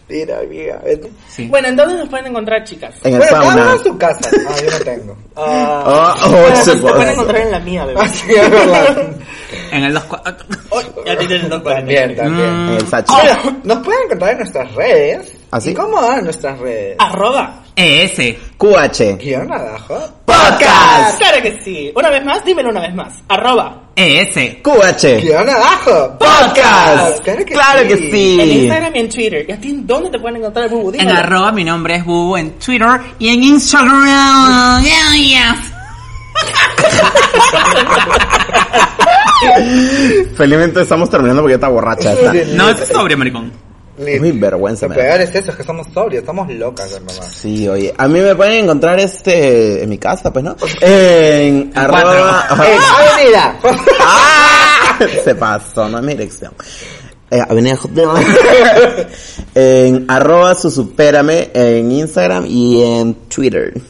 [SPEAKER 6] Mira, amiga. vete.
[SPEAKER 7] Sí.
[SPEAKER 3] Bueno, entonces nos pueden encontrar, chicas.
[SPEAKER 1] En el
[SPEAKER 6] Bueno, cada uno
[SPEAKER 1] sauna.
[SPEAKER 6] en su casa. Ah, yo no tengo. Ah.
[SPEAKER 1] *laughs* Oh, oh, se
[SPEAKER 3] Ah, Se pueden
[SPEAKER 1] pasó.
[SPEAKER 3] encontrar en la mía,
[SPEAKER 7] *laughs*
[SPEAKER 3] bebé.
[SPEAKER 6] Así *laughs* es verdad.
[SPEAKER 7] *laughs* En el *laughs* 2-4.
[SPEAKER 3] Ya te dieron dos cuadros.
[SPEAKER 6] También, también.
[SPEAKER 7] Mm,
[SPEAKER 1] En el sacho.
[SPEAKER 6] Bueno, nos pueden encontrar en nuestras redes.
[SPEAKER 1] ¿Ah, sí? Ah.
[SPEAKER 6] ¿Y cómo van nuestras redes?
[SPEAKER 3] Arroba.
[SPEAKER 7] ES.
[SPEAKER 1] QH.
[SPEAKER 6] Guión abajo.
[SPEAKER 1] Podcast.
[SPEAKER 3] Claro que sí. Una vez más, dímelo una vez más. Arroba.
[SPEAKER 7] ES.
[SPEAKER 1] QH.
[SPEAKER 6] Guión abajo.
[SPEAKER 1] Podcast.
[SPEAKER 6] Claro que
[SPEAKER 1] Claro
[SPEAKER 6] sí.
[SPEAKER 1] que
[SPEAKER 3] En
[SPEAKER 1] sí.
[SPEAKER 3] Instagram y en Twitter. ¿Y a ti dónde te pueden encontrar, Bubu?
[SPEAKER 7] En
[SPEAKER 3] Dímelo.
[SPEAKER 7] arroba, mi nombre es Bubu en Twitter y en Instagram. Oh, Yeah, yeah.
[SPEAKER 1] Felizmente estamos terminando porque ya está borracha esta.
[SPEAKER 6] Sí.
[SPEAKER 7] No, eso es sobre, maricón.
[SPEAKER 6] Lit.
[SPEAKER 1] Muy vergüenza,
[SPEAKER 6] Lo
[SPEAKER 1] me da.
[SPEAKER 6] peor es eso, es que somos sobrios, estamos locas, hermano.
[SPEAKER 1] Sí, oye, a mí me pueden encontrar este en mi casa, pues, ¿no? En
[SPEAKER 6] *laughs*
[SPEAKER 1] arroba...
[SPEAKER 6] Eh,
[SPEAKER 7] cuatro.
[SPEAKER 1] ajá.
[SPEAKER 6] ¡Avenida!
[SPEAKER 1] ¡Ah! Se pasó, no es mi dirección. eh, Avenida J- *laughs* en arroba susupérame en Instagram y en Twitter.
[SPEAKER 6] *laughs*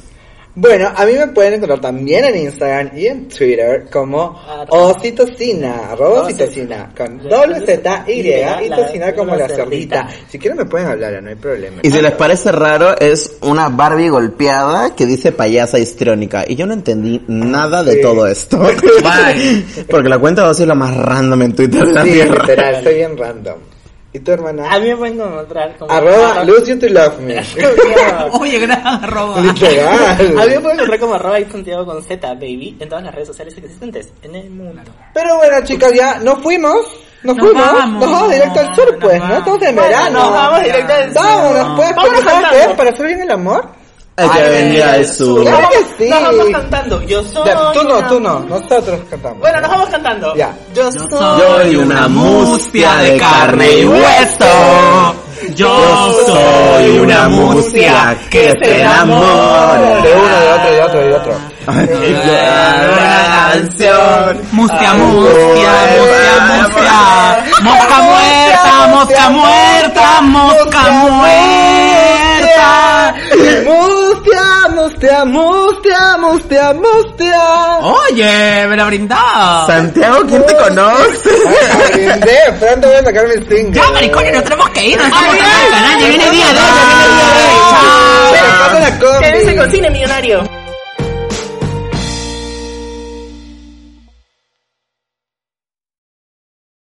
[SPEAKER 6] Bueno, a mí me pueden encontrar también en Instagram y en Twitter como Ocitocina, arroba Ocitocina, con doble Z, Y y Tocina como la cerdita. Si quieren me pueden hablar, no hay problema.
[SPEAKER 1] Y si les parece raro, es una Barbie golpeada que dice payasa histrónica. Y yo no entendí nada de
[SPEAKER 6] Sí. *laughs*
[SPEAKER 1] todo esto. Bye. Porque la cuenta de Ozzy es la más random en Twitter de la
[SPEAKER 6] Sí,
[SPEAKER 1] tierra.
[SPEAKER 6] literal, soy bien random. ¿Y tu hermana?
[SPEAKER 3] A mí me pueden encontrar como...
[SPEAKER 6] Arroba Luz You To Love Me. *laughs*
[SPEAKER 7] Oye, gran arroba.
[SPEAKER 3] A mí me
[SPEAKER 6] Literal.
[SPEAKER 3] pueden encontrar como arroba y Santiago con Z, baby, en todas las redes sociales existentes en el mundo.
[SPEAKER 6] Pero bueno, chicos, ya nos fuimos. Nos,
[SPEAKER 7] Nos
[SPEAKER 6] fuimos.
[SPEAKER 7] vamos.
[SPEAKER 6] nos vamos directo al sur,
[SPEAKER 7] Nos
[SPEAKER 6] pues, ¿no?
[SPEAKER 7] vamos.
[SPEAKER 6] Estamos en
[SPEAKER 7] Bueno,
[SPEAKER 6] verano.
[SPEAKER 3] nos vamos directo al sur.
[SPEAKER 6] Vámonos, pues,
[SPEAKER 3] Vámonos
[SPEAKER 6] porque ¿sabes
[SPEAKER 3] cantando.
[SPEAKER 6] qué? Para hacer bien el amor.
[SPEAKER 1] Hay que venir al sur.
[SPEAKER 6] Claro que sí.
[SPEAKER 3] Nos vamos cantando. Yo soy.
[SPEAKER 6] Ya, tú no,
[SPEAKER 3] una-
[SPEAKER 6] tú no. Nosotros cantamos.
[SPEAKER 3] Bueno, nos vamos cantando.
[SPEAKER 6] Ya.
[SPEAKER 3] Yo soy.
[SPEAKER 1] Yo soy una mustia de carne y hueso.
[SPEAKER 7] *laughs*
[SPEAKER 1] Yo soy una mustia que se enamora.
[SPEAKER 6] De uno, de otro, de otro, de otro.
[SPEAKER 1] La canción.
[SPEAKER 7] Mustia, mustia,
[SPEAKER 1] Ay,
[SPEAKER 7] mustia,
[SPEAKER 1] ay,
[SPEAKER 7] mustia. Mosca muerta, mosca muerta, mosca muerta.
[SPEAKER 6] Mustia, mustia, mustia, mustia, *laughs* mustia.
[SPEAKER 7] Oye, me la brindaba.
[SPEAKER 1] Santiago, ¿quién te conoce?
[SPEAKER 6] De pronto voy a sacar mi single. Ah,
[SPEAKER 7] Ya, maricones, nos tenemos que ir. Nos estamos en el canal. Ya viene día de hoy, ya viene día de hoy.
[SPEAKER 6] Ay,
[SPEAKER 7] Chao.
[SPEAKER 6] me encanta la combi.
[SPEAKER 3] Quédense con cine millonario.